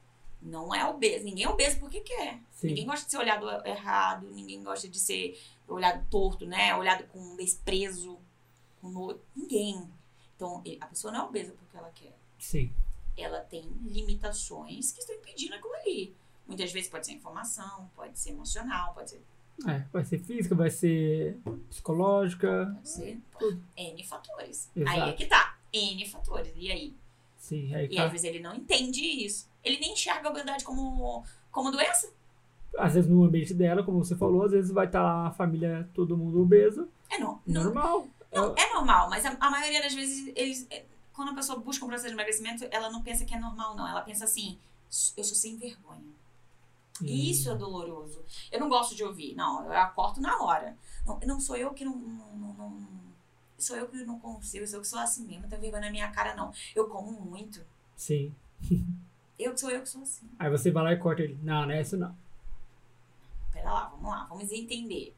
[SPEAKER 2] Não é obeso. Ninguém é obeso porque quer. Ninguém
[SPEAKER 1] Sim.
[SPEAKER 2] gosta de ser olhado errado, ninguém gosta de ser olhado torto, né? Olhado com desprezo, com no... ninguém. Então, ele- a pessoa não é obesa porque ela quer.
[SPEAKER 1] Sim.
[SPEAKER 2] Ela tem limitações que estão impedindo aquilo ali. Muitas vezes pode ser informação, pode ser emocional, pode ser.
[SPEAKER 1] É, vai ser física, vai ser psicológica.
[SPEAKER 2] Pode ser N fatores.
[SPEAKER 1] Exato.
[SPEAKER 2] Aí é que tá. N fatores. E aí?
[SPEAKER 1] Sim, aí
[SPEAKER 2] E
[SPEAKER 1] tá.
[SPEAKER 2] às vezes ele não entende isso. Ele nem enxerga a obesidade como, como doença.
[SPEAKER 1] Às vezes no ambiente dela, como você falou, às vezes vai estar lá a família, todo mundo obeso.
[SPEAKER 2] É no, no,
[SPEAKER 1] Normal.
[SPEAKER 2] Não, é normal, mas a, a maioria das vezes, eles, é, quando a pessoa busca um processo de emagrecimento, ela não pensa que é normal, não. Ela pensa assim, "S- eu sou sem vergonha. E Isso é doloroso. Eu não gosto de ouvir. Não, eu acorto na hora. Não, não sou eu que não, não- não- não- Sou eu que não consigo, sou eu que sou assim mesmo, não tenho vergonha na minha cara, não. Eu como muito.
[SPEAKER 1] Sim.
[SPEAKER 2] Eu que sou eu que sou assim.
[SPEAKER 1] Aí você vai lá e corta ele. Não, não é isso não.
[SPEAKER 2] Pera lá, vamos lá, vamos entender.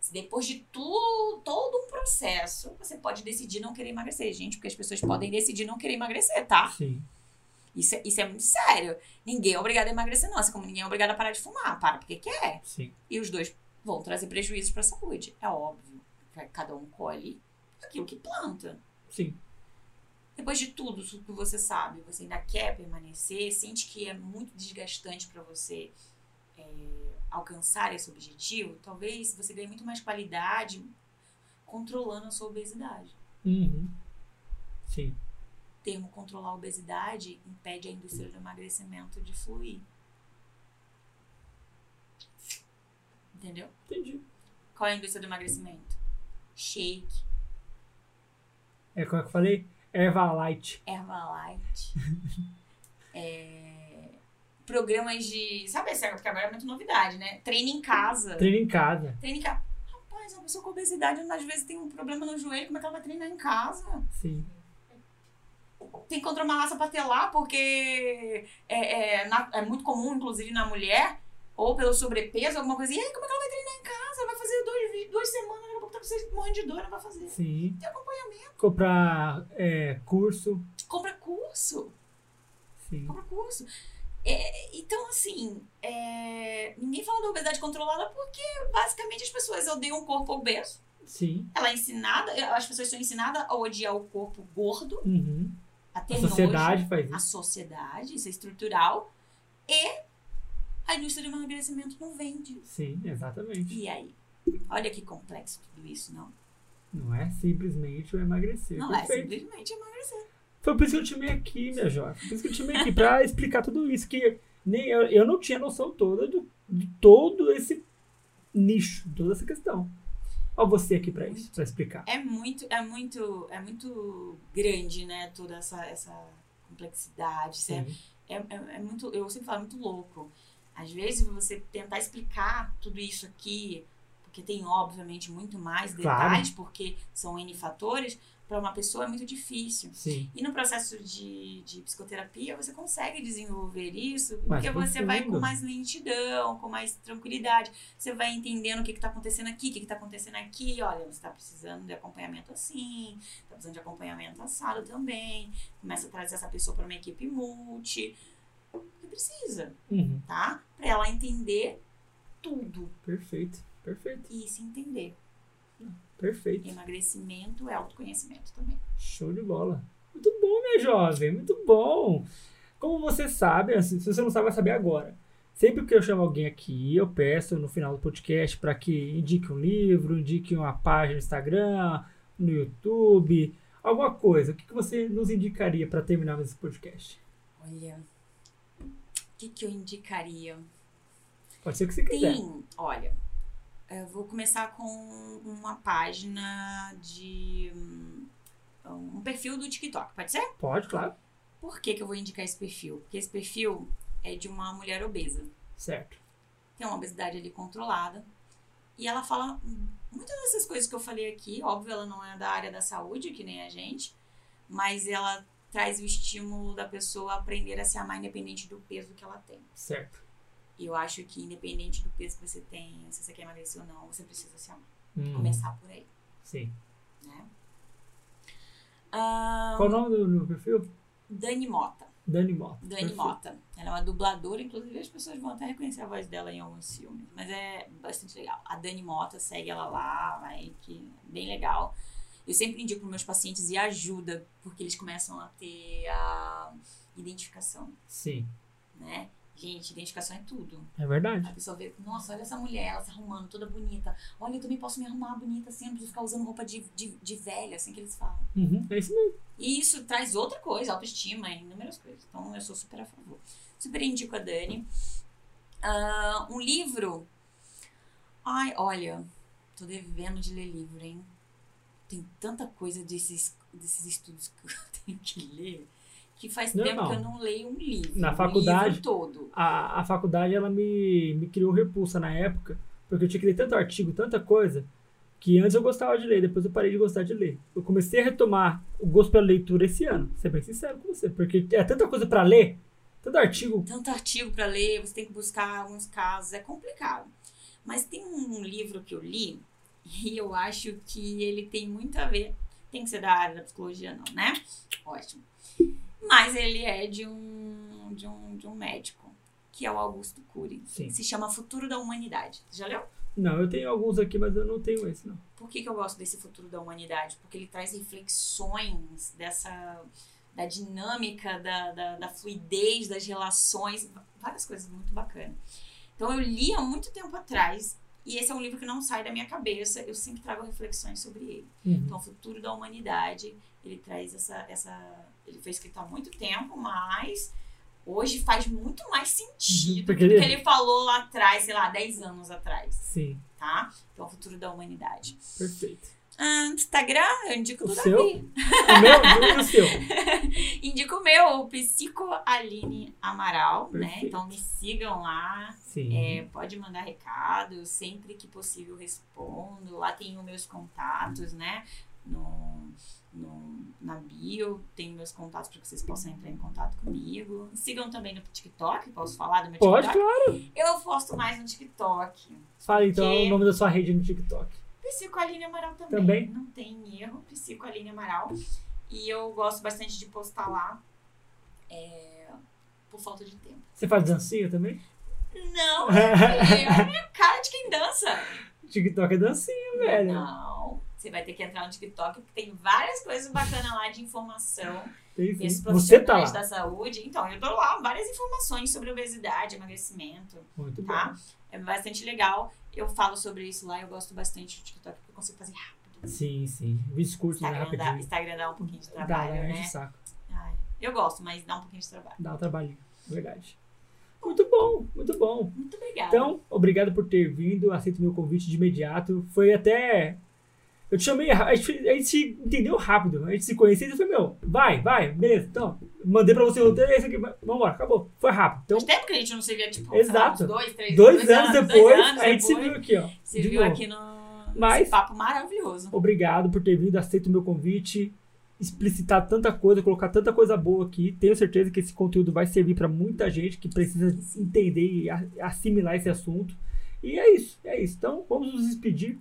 [SPEAKER 2] Se depois de tudo, todo um processo, você pode decidir não querer emagrecer, gente, porque as pessoas podem decidir não querer emagrecer, tá?
[SPEAKER 1] Ah. Sim.
[SPEAKER 2] Isso, é- isso é muito sério. Ninguém é obrigado a emagrecer, não. Assim como ninguém é obrigado a parar de fumar. Para porque quer.
[SPEAKER 1] Sim.
[SPEAKER 2] E os dois vão trazer prejuízos para a saúde. É óbvio. Cada um colhe aquilo que planta.
[SPEAKER 1] Sim.
[SPEAKER 2] Depois de tudo isso que você sabe, você ainda quer permanecer, sente que é muito desgastante para você é, alcançar esse objetivo, talvez você ganhe muito mais qualidade controlando a sua obesidade.
[SPEAKER 1] Uhum. Sim.
[SPEAKER 2] termo controlar a obesidade impede a indústria do emagrecimento de fluir. Entendeu?
[SPEAKER 1] Entendi.
[SPEAKER 2] Qual é a indústria do emagrecimento? Shake,
[SPEAKER 1] É como é que eu falei? Herbalight.
[SPEAKER 2] Herbalife, é, programas de... Sabe, essa- porque agora é muito novidade, né? Treino em casa.
[SPEAKER 1] Treino em casa.
[SPEAKER 2] Treino em casa. Rapaz, uma pessoa com obesidade, às vezes tem um problema no joelho, como é que ela vai treinar em casa?
[SPEAKER 1] Sim.
[SPEAKER 2] tem que contra uma massa patelar, porque é, é, na- é muito comum, inclusive na mulher, ou pelo sobrepeso, alguma coisa. E aí, como é que ela vai treinar em casa? Ela vai fazer dois, duas semanas, daqui a pouco tá com vocês morrendo de dor, não vai fazer.
[SPEAKER 1] Sim.
[SPEAKER 2] Tem acompanhamento.
[SPEAKER 1] Comprar é, curso.
[SPEAKER 2] Compra curso.
[SPEAKER 1] Sim.
[SPEAKER 2] compra curso. É, então, assim, é, ninguém fala da obesidade controlada porque, basicamente, as pessoas odeiam o corpo obeso.
[SPEAKER 1] Sim.
[SPEAKER 2] Ela é ensinada, as pessoas são ensinadas a odiar o corpo gordo,
[SPEAKER 1] Uhum.
[SPEAKER 2] a ter
[SPEAKER 1] A
[SPEAKER 2] nojo.
[SPEAKER 1] sociedade faz
[SPEAKER 2] A
[SPEAKER 1] isso.
[SPEAKER 2] sociedade, isso é estrutural. E a indústria do emagrecimento não vende.
[SPEAKER 1] Sim, exatamente.
[SPEAKER 2] E aí? Olha que complexo tudo isso, não?
[SPEAKER 1] Não é simplesmente o emagrecer.
[SPEAKER 2] Não é
[SPEAKER 1] Perfeito.
[SPEAKER 2] simplesmente emagrecer.
[SPEAKER 1] Foi por isso que eu te chamei aqui, minha jovem. Foi por isso que eu te chamei aqui, pra explicar tudo isso. Que nem eu, eu não tinha noção toda do, de todo esse nicho, toda essa questão. Ó, você aqui pra isso, pra explicar.
[SPEAKER 2] É muito, é muito, é muito grande, né? Toda essa, essa complexidade, certo?
[SPEAKER 1] Sim.
[SPEAKER 2] é, é- é muito, eu sempre falo, é muito louco. Às vezes você tentar explicar tudo isso aqui, porque tem obviamente muito mais
[SPEAKER 1] Claro.
[SPEAKER 2] detalhes, porque são N fatores, para uma pessoa é muito difícil.
[SPEAKER 1] Sim.
[SPEAKER 2] E no processo de, de psicoterapia você consegue desenvolver isso,
[SPEAKER 1] Mais
[SPEAKER 2] porque você vai com
[SPEAKER 1] profundo.
[SPEAKER 2] mais lentidão, com mais tranquilidade. Você vai entendendo o que está acontecendo aqui, o que está acontecendo aqui. Olha, você está precisando de acompanhamento assim, está precisando de acompanhamento assado também. Começa a trazer essa pessoa para uma equipe multi. Você precisa,
[SPEAKER 1] Uhum.
[SPEAKER 2] tá? Para ela entender tudo
[SPEAKER 1] Perfeito, perfeito,
[SPEAKER 2] e se entender.
[SPEAKER 1] perfeito.
[SPEAKER 2] Emagrecimento é autoconhecimento também.
[SPEAKER 1] Show de bola. Muito bom, minha jovem, muito bom. Como você sabe, assim, se você não sabe, vai saber agora. Sempre que eu chamo alguém aqui, eu peço no final do podcast para que indique um livro, indique uma página no Instagram, no YouTube, alguma coisa. O que, que você nos indicaria para terminarmos esse podcast?
[SPEAKER 2] Olha, o que que eu indicaria?
[SPEAKER 1] Pode ser o que você quiser.
[SPEAKER 2] Tem, olha, eu vou começar com uma página de. hum, um perfil do TikTok, pode ser?
[SPEAKER 1] Pode, claro.
[SPEAKER 2] Por que, que eu vou indicar esse perfil? Porque esse perfil é de uma mulher obesa,
[SPEAKER 1] Certo.
[SPEAKER 2] tem uma obesidade ali controlada, e ela fala hum, muitas dessas coisas que eu falei aqui, óbvio, ela não é da área da saúde, que nem a gente, mas ela traz o estímulo da pessoa aprender a se amar independente do peso que ela tem.
[SPEAKER 1] Certo.
[SPEAKER 2] E eu acho que independente do peso que você tem, se você quer emagrecer ou não, você precisa se amar.
[SPEAKER 1] Hum,
[SPEAKER 2] Começar por aí,
[SPEAKER 1] Sim.
[SPEAKER 2] né? Ah,
[SPEAKER 1] Qual o nome do, do perfil?
[SPEAKER 2] Dani Mota.
[SPEAKER 1] Dani Mota.
[SPEAKER 2] Dani
[SPEAKER 1] Perfeito.
[SPEAKER 2] Mota. Ela é uma dubladora, inclusive as pessoas vão até reconhecer a voz dela em alguns filmes. Mas é bastante legal. A Dani Mota, segue ela lá, vai que é bem legal. Eu sempre indico para meus pacientes e ajuda, porque eles começam a ter a identificação,
[SPEAKER 1] Sim,
[SPEAKER 2] né? Gente, identificação é tudo.
[SPEAKER 1] é verdade.
[SPEAKER 2] A pessoa vê, nossa, olha essa mulher, ela se arrumando, toda bonita. Olha, eu também posso me arrumar bonita assim, não preciso ficar usando roupa de, de, de velha, assim que eles falam.
[SPEAKER 1] Uhum, É isso mesmo.
[SPEAKER 2] E isso traz outra coisa, autoestima, inúmeras coisas. Então eu sou super a favor. Super indico a Dani. Ah, um livro. Ai, olha, tô devendo de ler livro, hein? Tem tanta coisa desses, desses estudos que eu tenho que ler que faz
[SPEAKER 1] Não,
[SPEAKER 2] tempo
[SPEAKER 1] não.
[SPEAKER 2] que eu não leio um livro.
[SPEAKER 1] Na
[SPEAKER 2] um
[SPEAKER 1] faculdade-
[SPEAKER 2] livro todo.
[SPEAKER 1] a, a faculdade ela me, me criou repulsa na época, porque eu tinha que ler tanto artigo, tanta coisa, que antes eu gostava de ler, depois eu parei de gostar de ler. Eu comecei a retomar o gosto pela leitura esse ano, ser bem sincero com você, porque é tanta coisa pra ler, tanto artigo.
[SPEAKER 2] tanto artigo para ler, você tem que buscar alguns casos, é complicado. Mas tem um livro que eu li e eu acho que ele tem muito a ver. Tem que ser da área da psicologia, não, né? Ótimo. Mas ele é de um, de um, de um médico, que é o Augusto Cury.
[SPEAKER 1] Sim.
[SPEAKER 2] Se chama Futuro da Humanidade. Você já leu?
[SPEAKER 1] Não, eu tenho alguns aqui, mas eu não tenho esse, não.
[SPEAKER 2] Por que, que eu gosto desse futuro da humanidade? Porque ele traz reflexões dessa da dinâmica, da, da, da fluidez das relações, várias coisas muito bacanas. Então eu li há muito tempo atrás e esse é um livro que não sai da minha cabeça. Eu sempre trago reflexões sobre ele.
[SPEAKER 1] Uhum.
[SPEAKER 2] Então, o futuro da humanidade, ele traz essa, essa. Ele foi escrito há muito tempo, mas hoje faz muito mais sentido
[SPEAKER 1] Porque
[SPEAKER 2] do que
[SPEAKER 1] ele-
[SPEAKER 2] ele falou lá atrás, sei lá, 10 anos atrás,
[SPEAKER 1] Sim,
[SPEAKER 2] tá? Então, o futuro da humanidade.
[SPEAKER 1] perfeito.
[SPEAKER 2] Ah, Instagram, eu indico
[SPEAKER 1] O
[SPEAKER 2] tudo
[SPEAKER 1] seu?
[SPEAKER 2] aqui.
[SPEAKER 1] O meu e o seu.
[SPEAKER 2] Indico o meu, o Psico Aline Amaral, né?
[SPEAKER 1] Perfeito.
[SPEAKER 2] Então me sigam lá.
[SPEAKER 1] Sim.
[SPEAKER 2] é, pode mandar recado, eu sempre que possível respondo. Lá tem os meus contatos, né? No, no- na bio, tem meus contatos para que vocês possam entrar em contato comigo. Sigam também no TikTok, posso falar do meu
[SPEAKER 1] Pode,
[SPEAKER 2] TikTok?
[SPEAKER 1] claro.
[SPEAKER 2] Eu posto mais no TikTok.
[SPEAKER 1] Fala então
[SPEAKER 2] Que-
[SPEAKER 1] o nome da sua rede no TikTok.
[SPEAKER 2] Psico Aline Amaral também.
[SPEAKER 1] Também?
[SPEAKER 2] Não tem erro, Psico Aline Amaral. E eu gosto bastante de postar lá. é, por falta de tempo.
[SPEAKER 1] Você faz dancinha também?
[SPEAKER 2] Não, é a minha cara de quem dança.
[SPEAKER 1] TikTok é dancinha, velho.
[SPEAKER 2] Não. Você vai ter que entrar no TikTok, porque tem várias coisas bacanas lá de informação.
[SPEAKER 1] Tem sim.
[SPEAKER 2] Esses
[SPEAKER 1] Você tá
[SPEAKER 2] profissionais
[SPEAKER 1] lá.
[SPEAKER 2] da saúde. Então, eu tô lá, várias informações sobre obesidade, emagrecimento,
[SPEAKER 1] Muito bom.
[SPEAKER 2] tá? É bastante legal. Eu falo sobre isso lá, eu gosto bastante do TikTok, porque eu consigo fazer rápido.
[SPEAKER 1] Sim, sim. Vídeos curtos, né?
[SPEAKER 2] Instagram dá,
[SPEAKER 1] Rapidinho.
[SPEAKER 2] Instagram dá um pouquinho de
[SPEAKER 1] Dá,
[SPEAKER 2] trabalho,
[SPEAKER 1] né?
[SPEAKER 2] né?
[SPEAKER 1] Enche o saco.
[SPEAKER 2] Ai, eu gosto, mas dá um pouquinho de trabalho.
[SPEAKER 1] Dá um trabalhinho. Verdade. Muito bom, muito bom.
[SPEAKER 2] Muito obrigada.
[SPEAKER 1] Então, obrigado por ter vindo. Aceito meu convite de imediato. Foi até. Eu te chamei, a gente, a gente se entendeu rápido. A gente se conheceu e eu falei, meu, vai, vai, beleza. Então, mandei pra você o roteiro, é isso aqui, vai- vambora, acabou. Foi rápido. Então,
[SPEAKER 2] Faz tempo que a gente não se via, tipo,
[SPEAKER 1] Exato.
[SPEAKER 2] sei lá, uns dois, três
[SPEAKER 1] dois, anos depois,
[SPEAKER 2] dois anos
[SPEAKER 1] a gente se
[SPEAKER 2] depois,
[SPEAKER 1] viu aqui, ó.
[SPEAKER 2] se
[SPEAKER 1] de
[SPEAKER 2] viu
[SPEAKER 1] novo.
[SPEAKER 2] aqui no
[SPEAKER 1] Mas-
[SPEAKER 2] esse papo maravilhoso.
[SPEAKER 1] Obrigado por ter vindo, aceito o meu convite, explicitar tanta coisa, colocar tanta coisa boa aqui. Tenho certeza que esse conteúdo vai servir para muita gente que precisa entender e a- assimilar esse assunto. E é isso, é isso. Então, vamos nos despedir.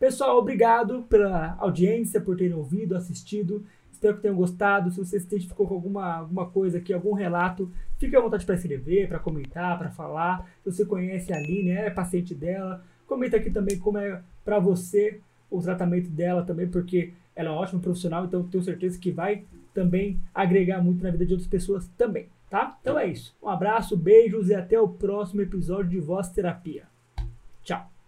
[SPEAKER 1] Pessoal, obrigado pela audiência, por terem ouvido, assistido. Espero que tenham gostado. Se você se identificou com alguma, alguma coisa aqui, algum relato, fique à vontade para escrever, para comentar, para falar. Se você conhece a Aline, é paciente dela, comenta aqui também como é para você o tratamento dela também, porque ela é uma ótima profissional, então tenho certeza que vai também agregar muito na vida de outras pessoas também, tá? Então é isso. Um abraço, beijos e até o próximo episódio de Voz Terapia. Tchau.